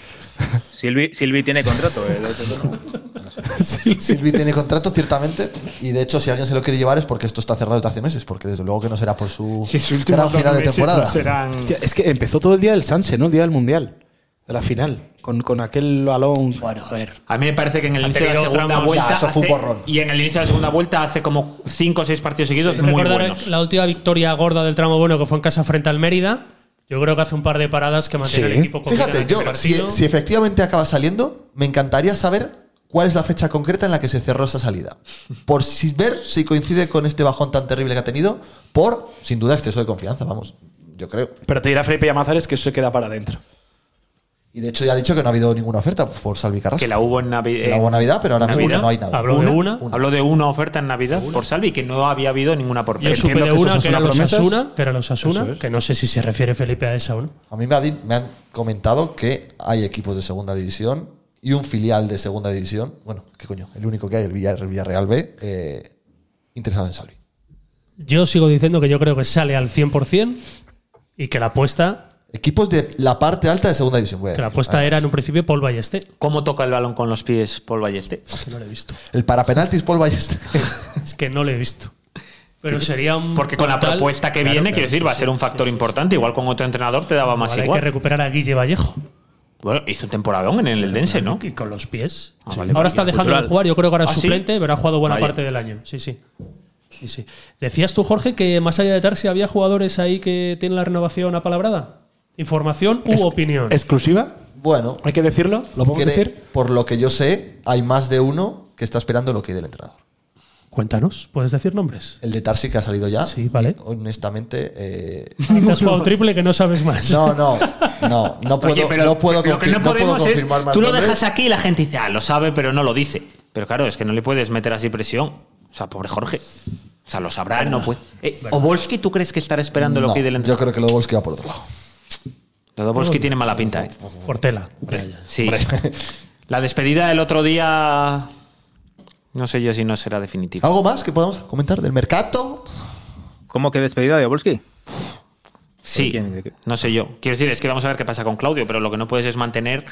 Speaker 5: Silvi, Silvi tiene contrato. eh, de hecho, no.
Speaker 1: Silvi tiene contrato, ciertamente, y de hecho, si alguien se lo quiere llevar es porque esto está cerrado desde hace meses, porque desde luego que no será por su
Speaker 4: Si su último
Speaker 1: gran
Speaker 4: dos
Speaker 1: final de
Speaker 4: meses
Speaker 1: temporada.
Speaker 4: no serán-
Speaker 3: Hostia, es que empezó todo el día del Sanse, ¿no? El día del Mundial. De la final. Con, con aquel balón.
Speaker 2: Bueno, a ver.
Speaker 4: A mí me parece que en el
Speaker 2: Ha
Speaker 4: inicio de la
Speaker 2: tenido
Speaker 4: segunda
Speaker 2: tramos.
Speaker 4: vuelta.
Speaker 1: Ya, eso fue un
Speaker 4: hace-
Speaker 1: borrón.
Speaker 4: y en el inicio de la segunda vuelta hace como 5 o 6 partidos seguidos muy
Speaker 2: Recordar
Speaker 4: buenos.
Speaker 2: la última victoria gorda del tramo bueno que fue en casa frente al Mérida. Yo creo que hace un par de paradas que mantiene
Speaker 3: Sí.
Speaker 2: el equipo con vida en
Speaker 1: Fíjate,
Speaker 2: este
Speaker 1: yo, si,
Speaker 2: partido.
Speaker 1: si efectivamente acaba saliendo, me encantaría saber cuál es la fecha concreta en la que se cerró esa salida. Por si ver si coincide con este bajón tan terrible que ha tenido, por, sin duda, exceso de confianza, vamos, yo creo.
Speaker 3: Pero te dirá Felipe Llamazares que eso se queda para adentro.
Speaker 1: Y de hecho ya ha dicho que no ha habido ninguna oferta por Salvi Carrasco.
Speaker 4: Que la hubo en Navi-
Speaker 1: Que la hubo en Navidad, pero ahora mismo
Speaker 4: Navidad.
Speaker 1: que no hay nada.
Speaker 2: Habló de una.
Speaker 4: Habló de una oferta en Navidad por Salvi, que no había habido ninguna por
Speaker 2: Yo
Speaker 4: Pep.
Speaker 2: supe de
Speaker 3: que
Speaker 2: una
Speaker 3: esos
Speaker 2: que era
Speaker 3: Osasuna
Speaker 2: los
Speaker 3: promesas.
Speaker 2: Asuna, que era los Asuna,
Speaker 3: Eso es.
Speaker 2: que no sé si se refiere Felipe a esa o no.
Speaker 1: A mí me, ha di- me han comentado que hay equipos de segunda división y un filial de segunda división, bueno, qué coño, el único que hay, el Villar- el Villarreal B, eh, interesado en Salvi.
Speaker 2: Yo sigo diciendo que yo creo que sale al 100% y que la apuesta,
Speaker 1: Equipos de la parte alta de segunda división. voy a
Speaker 2: que la
Speaker 1: decir.
Speaker 2: apuesta era en un principio Paul Ballesté.
Speaker 4: ¿Cómo toca el balón con los pies Paul Balleste?
Speaker 2: Es que no lo he visto.
Speaker 1: El parapenaltis Paul Ballester.
Speaker 2: Es que no lo he visto. Pero sería un.
Speaker 4: Porque con la
Speaker 2: total-
Speaker 4: propuesta que
Speaker 2: Claro,
Speaker 4: viene,
Speaker 2: claro,
Speaker 4: quiero decir, va a ser un factor importante. Igual con otro entrenador te daba más
Speaker 2: Vale, hay que
Speaker 4: igual.
Speaker 2: recuperar a Guille Vallejo.
Speaker 4: Bueno, hizo un temporadón en el Eldense, Este, ¿no?
Speaker 2: Y con los pies.
Speaker 4: Ah,
Speaker 2: Sí.
Speaker 4: vale,
Speaker 2: ahora
Speaker 4: vale.
Speaker 2: está dejando
Speaker 4: Cultural.
Speaker 2: de jugar, yo creo que ahora es
Speaker 4: ¿Ah, sí?
Speaker 2: suplente, pero ha jugado buena
Speaker 4: Vaya.
Speaker 2: parte del año. Sí, sí. Sí, sí. Decías tú, Jorge, que más allá de Tarsi había jugadores ahí que tienen la renovación apalabrada. Información u
Speaker 1: Es-
Speaker 2: opinión.
Speaker 3: ¿Exclusiva?
Speaker 1: [LAUGHS] Bueno.
Speaker 3: ¿Hay que decirlo? ¿Lo podemos
Speaker 1: Quiere-
Speaker 3: decir?
Speaker 1: Por lo que yo sé, hay más de uno que está esperando lo que hay del entrenador.
Speaker 2: Cuéntanos, ¿puedes decir
Speaker 1: [LAUGHS]
Speaker 2: nombres?
Speaker 1: El de Tarsi que ha salido ya.
Speaker 2: Sí, vale.
Speaker 1: Honestamente. eh,
Speaker 2: Te has jugado triple que no sabes más.
Speaker 1: No, no, no, no puedo,
Speaker 4: Oye, pero
Speaker 1: no puedo
Speaker 4: lo que
Speaker 1: confir-
Speaker 4: no
Speaker 1: puedo
Speaker 4: podemos es.
Speaker 1: confirmar más
Speaker 4: Tú lo
Speaker 1: nombres.
Speaker 4: dejas aquí y la gente dice, ah, lo sabe, pero no lo dice. Pero claro, es que no le puedes meter así presión. O sea, pobre Jorge. O sea, lo sabrá, no puede. Eh, ¿Obolski tú crees que estará esperando lo
Speaker 1: No,
Speaker 4: que hay del
Speaker 1: Yo creo que lo de Volsky va por otro lado.
Speaker 4: Lo de Obolski tiene mala pinta, ¿eh?
Speaker 2: Portela.
Speaker 4: Sí. [LAUGHS] La despedida del otro día. No sé yo si no será definitiva.
Speaker 1: ¿Algo más que podamos comentar del mercado?
Speaker 4: ¿Cómo que despedida de Obolski? Sí, no sé yo. Quiero decir, es que vamos a ver qué pasa con Claudio, pero lo que no puedes es mantener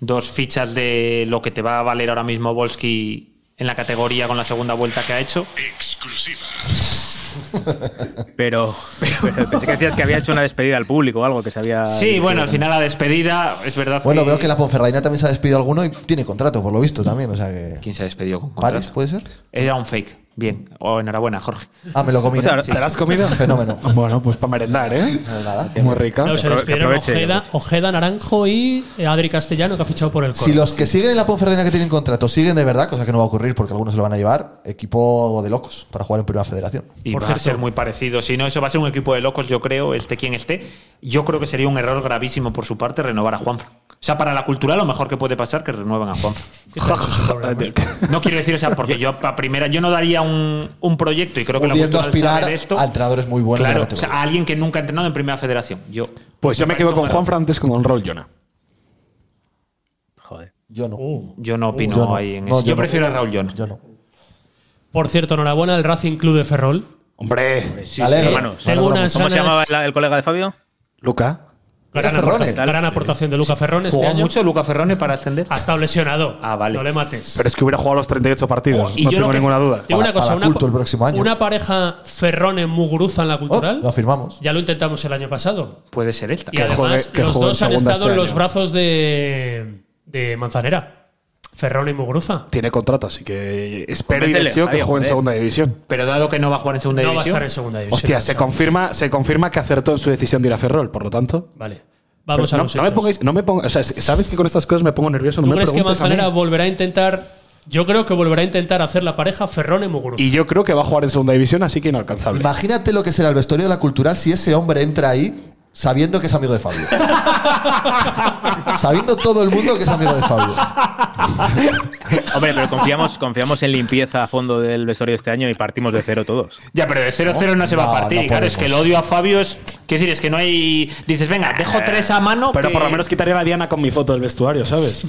Speaker 4: dos fichas de lo que te va a valer ahora mismo Obolski en la categoría con la segunda vuelta que ha hecho.
Speaker 10: Exclusiva.
Speaker 3: [LAUGHS]
Speaker 5: Pero, pero pensé que decías que había hecho una despedida al público o algo que se había.
Speaker 4: Sí, bueno, al final la despedida, es verdad.
Speaker 1: Bueno, veo que la Ponferradina también se ha despedido alguno y tiene contrato, por lo visto también. O sea que.
Speaker 4: ¿Quién se ha despedido con contrato?
Speaker 1: ¿Paris puede ser?
Speaker 4: pues, Era un fake. Bien. O enhorabuena, Jorge.
Speaker 1: Ah, me lo comí. ¿no? Sí.
Speaker 3: [LAUGHS]
Speaker 1: Fenómeno.
Speaker 3: Bueno, pues para merendar, ¿eh? Muy rica.
Speaker 2: Claro, se despidieron
Speaker 3: [LAUGHS]
Speaker 2: Ojeda, Ojeda, Naranjo y eh, Adri Castellano, que ha fichado por el
Speaker 1: Si
Speaker 2: Córdoba.
Speaker 1: los que siguen en la Ponferradina que tienen contrato siguen de verdad, cosa que no va a ocurrir porque algunos se lo van a llevar, equipo de locos para jugar en Primera Federación.
Speaker 4: Y va a ser muy parecido. Si no, eso va a ser un equipo de locos, yo creo, esté quien esté. Yo creo que sería un error gravísimo por su parte renovar a Juanfran. O sea, para la cultura lo mejor que puede pasar que renueven a Juanfran. no quiero decir, o sea, porque [LAUGHS] yo a primera, yo no daría un, un proyecto y creo que la
Speaker 1: Pudiendo
Speaker 4: cultural
Speaker 1: aspirar
Speaker 4: sabe de esto.
Speaker 1: a entrenadores muy buenos. de
Speaker 4: Claro,
Speaker 1: la
Speaker 4: o
Speaker 1: categoría.
Speaker 4: sea, a alguien que nunca ha entrenado en primera federación. Yo.
Speaker 3: Pues yo me quedo con Juan antes que con Rol Jona.
Speaker 5: Joder.
Speaker 1: Yo no.
Speaker 2: uh.
Speaker 4: Yo no opino
Speaker 3: Yo no.
Speaker 4: ahí en
Speaker 3: No,
Speaker 4: eso.
Speaker 3: yo
Speaker 4: Yo,
Speaker 3: no.
Speaker 4: prefiero a Raúl Jona.
Speaker 1: Yo no.
Speaker 2: Por cierto, enhorabuena al Racing Club de Ferrol.
Speaker 3: Hombre,
Speaker 5: Sí,
Speaker 4: Eh,
Speaker 5: sí, hermano.
Speaker 2: Tengo unas
Speaker 5: ¿Cómo se
Speaker 2: ganas-
Speaker 5: llamaba el, el colega de Fabio?
Speaker 3: Luca.
Speaker 2: Gran, aportación, gran aportación de Luca este Ferrones.
Speaker 1: Este
Speaker 3: Jugó
Speaker 4: mucho Luca Ferrones para ascender.
Speaker 2: Ha estado lesionado.
Speaker 4: Ah, vale.
Speaker 2: No le mates.
Speaker 3: Pero es que hubiera jugado los 38 partidos.
Speaker 2: Y
Speaker 3: no
Speaker 2: yo
Speaker 3: tengo
Speaker 2: lo que-
Speaker 3: ninguna duda.
Speaker 2: Digo una cosa, una,
Speaker 1: culto el próximo año.
Speaker 2: una pareja Ferrones Muguruza en
Speaker 3: Oh,
Speaker 2: la cultural.
Speaker 1: Lo afirmamos.
Speaker 2: Oh, Ya lo intentamos el año pasado.
Speaker 4: Puede ser esta.
Speaker 2: Y además, los dos han estado en los brazos de, de Manzanera. Ferrón y Muguruza.
Speaker 3: Tiene contrato, así que espero y
Speaker 2: Métele,
Speaker 3: deseo que
Speaker 2: Javier,
Speaker 3: juegue en
Speaker 2: joder.
Speaker 3: segunda división.
Speaker 4: Pero dado que no va a jugar en segunda
Speaker 2: No va a
Speaker 4: división.
Speaker 2: estar en segunda división.
Speaker 3: Hostia, se confirma, se confirma que acertó en su decisión de ir a Ferrol, por lo tanto.
Speaker 2: Vale. Vamos
Speaker 3: Pero
Speaker 2: a
Speaker 3: no,
Speaker 2: los
Speaker 3: no me
Speaker 2: hechos.
Speaker 3: pongáis, no me ponga- o sea, sabes que con estas cosas me pongo nervioso, no
Speaker 2: ¿Tú
Speaker 3: me
Speaker 2: crees que
Speaker 3: preguntes a mí.
Speaker 2: Manzanera volverá a intentar.? Yo creo que volverá a intentar hacer la pareja Ferrón y Muguruza.
Speaker 3: Y yo creo que va a jugar en segunda división, así que inalcanzable.
Speaker 1: Imagínate lo que será el vestuario de la cultural si ese hombre entra ahí sabiendo que es amigo de Fabio. sabiendo todo el mundo que es amigo de Fabio.
Speaker 5: Hombre, pero confiamos, confiamos en limpieza a fondo del vestuario este año y partimos de cero todos.
Speaker 4: Ya, pero de 0-0 no, se va a partir. y claro, es que el odio a Fabio es. Quiero decir, es que no hay. Dices, venga, dejo tres a mano.
Speaker 3: Pero
Speaker 4: que-
Speaker 3: por lo menos quitaría la Diana con mi foto del vestuario, ¿sabes?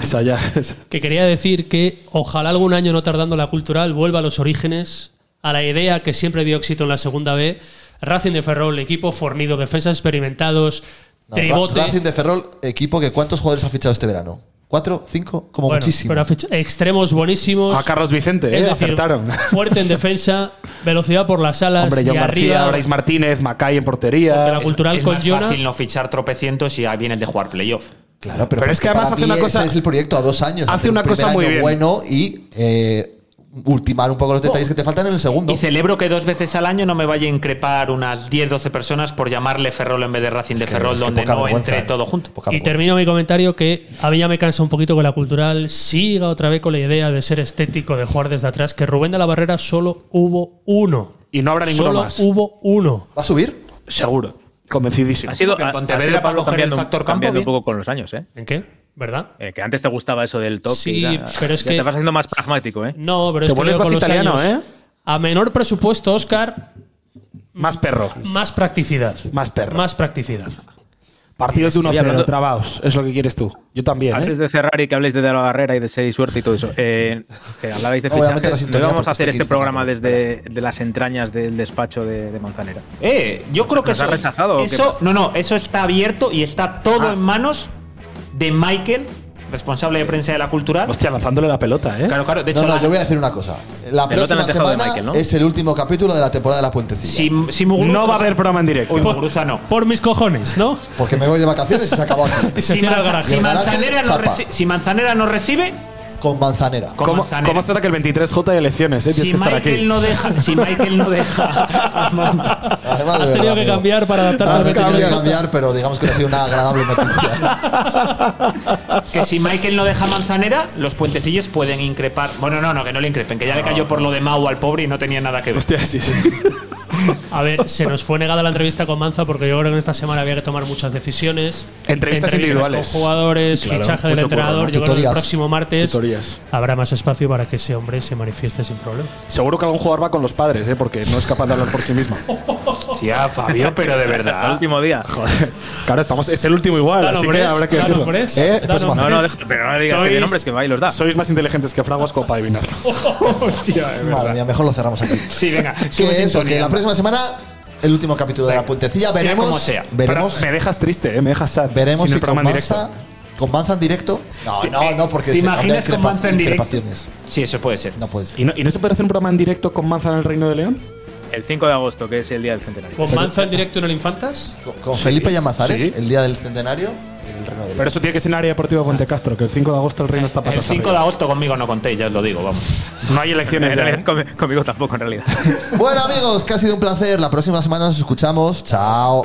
Speaker 3: Esa ya es-
Speaker 2: Que quería decir que ojalá algún año no tardando la cultural vuelva a los orígenes, a la idea que siempre dio éxito en la segunda B. Racing de Ferrol, equipo fornido, defensas experimentados,
Speaker 1: No, Ra-
Speaker 2: tribote.
Speaker 1: Racing de Ferrol, equipo que ¿cuántos jugadores ha fichado este verano? ¿Cuatro? ¿Cinco? Como
Speaker 2: Bueno,
Speaker 1: muchísimo.
Speaker 2: pero ha fichado extremos buenísimos.
Speaker 3: A Carlos Vicente, ¿eh?
Speaker 2: Es decir,
Speaker 3: acertaron. [LAUGHS]
Speaker 2: Fuerte en defensa, velocidad por las alas
Speaker 3: Hombre,
Speaker 2: y
Speaker 3: John García,
Speaker 2: arriba.
Speaker 3: Brais Martínez, Macay en portería.
Speaker 2: Porque la cultural
Speaker 4: es
Speaker 2: con
Speaker 4: más
Speaker 2: Jona-
Speaker 4: fácil no fichar tropecientos y ahí viene el de jugar playoff.
Speaker 1: Claro, pero,
Speaker 4: Pero es
Speaker 1: porque
Speaker 4: que además
Speaker 1: para
Speaker 4: hace
Speaker 1: mí
Speaker 4: una cosa-
Speaker 1: ese es el proyecto a dos años.
Speaker 4: Hace
Speaker 1: hacer
Speaker 4: una
Speaker 1: un primer
Speaker 4: cosa muy
Speaker 1: año
Speaker 4: bien. Oh.
Speaker 1: bueno y eh, ultimar un poco los detalles que te faltan en el segundo.
Speaker 4: Y celebro que dos veces al año no me vaya a increpar unas 10-12 personas por llamarle Ferrol en vez de Racing de Ferrol,
Speaker 1: es que
Speaker 4: donde
Speaker 1: poca
Speaker 4: no
Speaker 1: vergüenza,
Speaker 4: entre
Speaker 1: eh.
Speaker 4: todo junto.
Speaker 2: Y termino mi comentario que a mí ya me cansa un poquito que la cultural siga otra vez con la idea de ser estético, de jugar desde atrás, que Rubén de la Barrera solo hubo uno.
Speaker 3: Y no habrá ninguno
Speaker 2: Solo
Speaker 3: más.
Speaker 2: hubo uno.
Speaker 1: ¿Va a subir?
Speaker 3: Seguro. Convencidísimo.
Speaker 5: Ha sido,
Speaker 3: Porque en
Speaker 5: ha- ha
Speaker 3: Pontevedra
Speaker 5: sido
Speaker 3: para
Speaker 5: Pablo
Speaker 3: coger
Speaker 5: cambiando,
Speaker 3: el
Speaker 5: un-
Speaker 3: factor campo,
Speaker 5: cambiando
Speaker 3: bien.
Speaker 5: un poco con los años, ¿eh?
Speaker 2: ¿En qué? ¿Verdad?
Speaker 5: Eh, que antes te gustaba eso del top.
Speaker 2: Sí,
Speaker 5: y ya-
Speaker 2: pero es
Speaker 5: ya
Speaker 2: que-
Speaker 5: te vas haciendo más pragmático, ¿eh?
Speaker 2: No, pero
Speaker 5: Te
Speaker 2: es que
Speaker 5: vuelves
Speaker 2: yo
Speaker 5: más
Speaker 2: con los
Speaker 5: italiano,
Speaker 2: años,
Speaker 5: ¿eh?
Speaker 2: A menor presupuesto, Oscar,
Speaker 3: Más perro.
Speaker 2: más practicidad.
Speaker 3: Más perro.
Speaker 2: Más practicidad.
Speaker 3: Partidos de
Speaker 5: Oye,
Speaker 3: 1-0,
Speaker 5: hablando-
Speaker 3: trabados. Es lo que quieres tú. Yo también, ¿eh?
Speaker 5: Antes de cerrar y que habléis de, De la barrera y de ser y suerte y todo eso, eh, eh, hablabais de
Speaker 3: No, voy a meter la
Speaker 5: fichajes.
Speaker 3: sintonía
Speaker 5: No vamos
Speaker 3: porque
Speaker 5: a hacer
Speaker 3: estoy
Speaker 5: este
Speaker 3: aquí
Speaker 5: programa desde de las entrañas del despacho de, de Manzanera.
Speaker 4: Eh, yo creo que
Speaker 5: ¿Nos ha
Speaker 4: eso.
Speaker 5: rechazado o qué
Speaker 1: Ah.
Speaker 4: eso no, no, eso está abierto y está todo en manos de Michael responsable de prensa de la cultural.
Speaker 3: Hostia, lanzándole la pelota, ¿eh?
Speaker 4: Claro, claro. De hecho,
Speaker 1: no, no,
Speaker 4: la-
Speaker 1: yo voy a decir una cosa. La
Speaker 4: Pero no te lo
Speaker 1: próxima
Speaker 4: han dejado de
Speaker 1: semana
Speaker 4: Michael, ¿no?
Speaker 1: es el último capítulo de la temporada de la Puentecilla.
Speaker 4: Si, si Muguruza-
Speaker 3: No va a haber programa en directo.
Speaker 4: Uy, Muguruza no.
Speaker 2: Por mis cojones, ¿no?
Speaker 1: Porque me voy de vacaciones y se acabó aquí.
Speaker 4: [LAUGHS] Si, Manza- si
Speaker 1: Y el garaje,
Speaker 4: Manzanera, no
Speaker 1: chapa.
Speaker 4: reci- si Manzanera no recibe,
Speaker 1: Con manzanera.
Speaker 4: con
Speaker 3: ¿Cómo,
Speaker 4: Manzanera.
Speaker 3: ¿Cómo será que el 23J hay elecciones? Eh? Tienes
Speaker 4: si
Speaker 3: que estar
Speaker 4: Michael
Speaker 3: aquí.
Speaker 4: no deja, si Michael no deja, a Man-
Speaker 1: Además, de
Speaker 2: Has tenido que
Speaker 1: amigo.
Speaker 2: cambiar para adaptarte
Speaker 1: Ah,
Speaker 2: al
Speaker 1: no he tenido que
Speaker 2: 23J.
Speaker 1: cambiar, pero digamos que no ha sido una agradable noticia.
Speaker 4: [LAUGHS] que si Michael no deja Manzanera, los puentecillos pueden increpar. Bueno, no, no, que no le increpen, que ya
Speaker 3: Ah,
Speaker 4: le cayó por lo de Mau al pobre y no tenía nada que ver.
Speaker 3: Hostia, sí, sí.
Speaker 2: A ver, se nos fue negada la entrevista con Manza porque yo creo que en esta semana había que tomar muchas decisiones.
Speaker 3: Entrevistas individuales.
Speaker 2: con jugadores,
Speaker 3: Sí, claro,
Speaker 2: fichaje del
Speaker 3: mucho curro,
Speaker 2: entrenador.
Speaker 3: ¿no?
Speaker 2: Yo creo que el
Speaker 3: Tutorías.
Speaker 2: próximo martes
Speaker 3: Tutorías.
Speaker 2: habrá más espacio para que ese hombre se manifieste sin problema.
Speaker 3: Seguro que algún jugador va con los padres, ¿eh? Porque no es capaz de hablar por sí mismo.
Speaker 4: Hostia, Fabio, pero de
Speaker 5: El
Speaker 4: verdad.
Speaker 5: último día.
Speaker 3: Joder. Claro, estamos, es el último igual,
Speaker 2: Dale,
Speaker 3: así que
Speaker 2: hombres,
Speaker 3: habrá que
Speaker 2: dale,
Speaker 3: decirlo.
Speaker 2: hombres,
Speaker 3: ¿Eh?
Speaker 2: dale,
Speaker 3: Próxima
Speaker 2: hombres.
Speaker 5: No,
Speaker 3: vez.
Speaker 5: no, deja- pero no le digas que de nombres que va y los da.
Speaker 3: sois más inteligentes que Fraguas como para
Speaker 2: [LAUGHS]
Speaker 3: adivinarlo. Hostia, de
Speaker 1: Madre mía, mejor lo cerramos aquí.
Speaker 4: Sí, venga. sube
Speaker 1: que eso,
Speaker 4: sintonía,
Speaker 1: que la
Speaker 4: anda.
Speaker 1: próxima semana el último capítulo de la Puentecilla
Speaker 4: sea
Speaker 1: veremos,
Speaker 4: como sea.
Speaker 1: veremos,
Speaker 3: Pero me dejas triste, ¿eh? me dejas sad.
Speaker 1: veremos
Speaker 3: sin
Speaker 1: si
Speaker 3: el
Speaker 1: con
Speaker 3: programa en directo.
Speaker 1: Manza, con Manza en directo. No,
Speaker 4: ¿Te-
Speaker 1: no, no, porque
Speaker 4: te
Speaker 1: se- habrá
Speaker 4: imaginas con
Speaker 1: increpa-
Speaker 4: Manza en directo?
Speaker 1: increpaciones.
Speaker 4: Sí, eso puede ser.
Speaker 1: No puede ser.
Speaker 3: ¿Y no, ¿Y no se puede hacer un programa en directo con Manza en el Reino de León?
Speaker 5: El 5 de agosto, que es el día del centenario.
Speaker 2: ¿Con Manza en directo en el Infantas?
Speaker 1: Con, con Felipe Llamazares,
Speaker 3: sí.
Speaker 1: el día del centenario, en el Reino de
Speaker 3: Pero
Speaker 1: León.
Speaker 3: eso tiene que ser en área deportiva Puente Castro, que el 5 de agosto el Reino está
Speaker 4: El
Speaker 3: patas
Speaker 4: 5 de
Speaker 3: arriba.
Speaker 4: agosto conmigo no contéis, ya os lo digo, vamos.
Speaker 3: No hay elecciones
Speaker 5: En
Speaker 3: ya,
Speaker 5: realidad,
Speaker 3: ¿eh?
Speaker 5: con- conmigo tampoco, en realidad.
Speaker 1: Bueno, amigos, que ha sido un placer. La próxima semana nos escuchamos. Chao.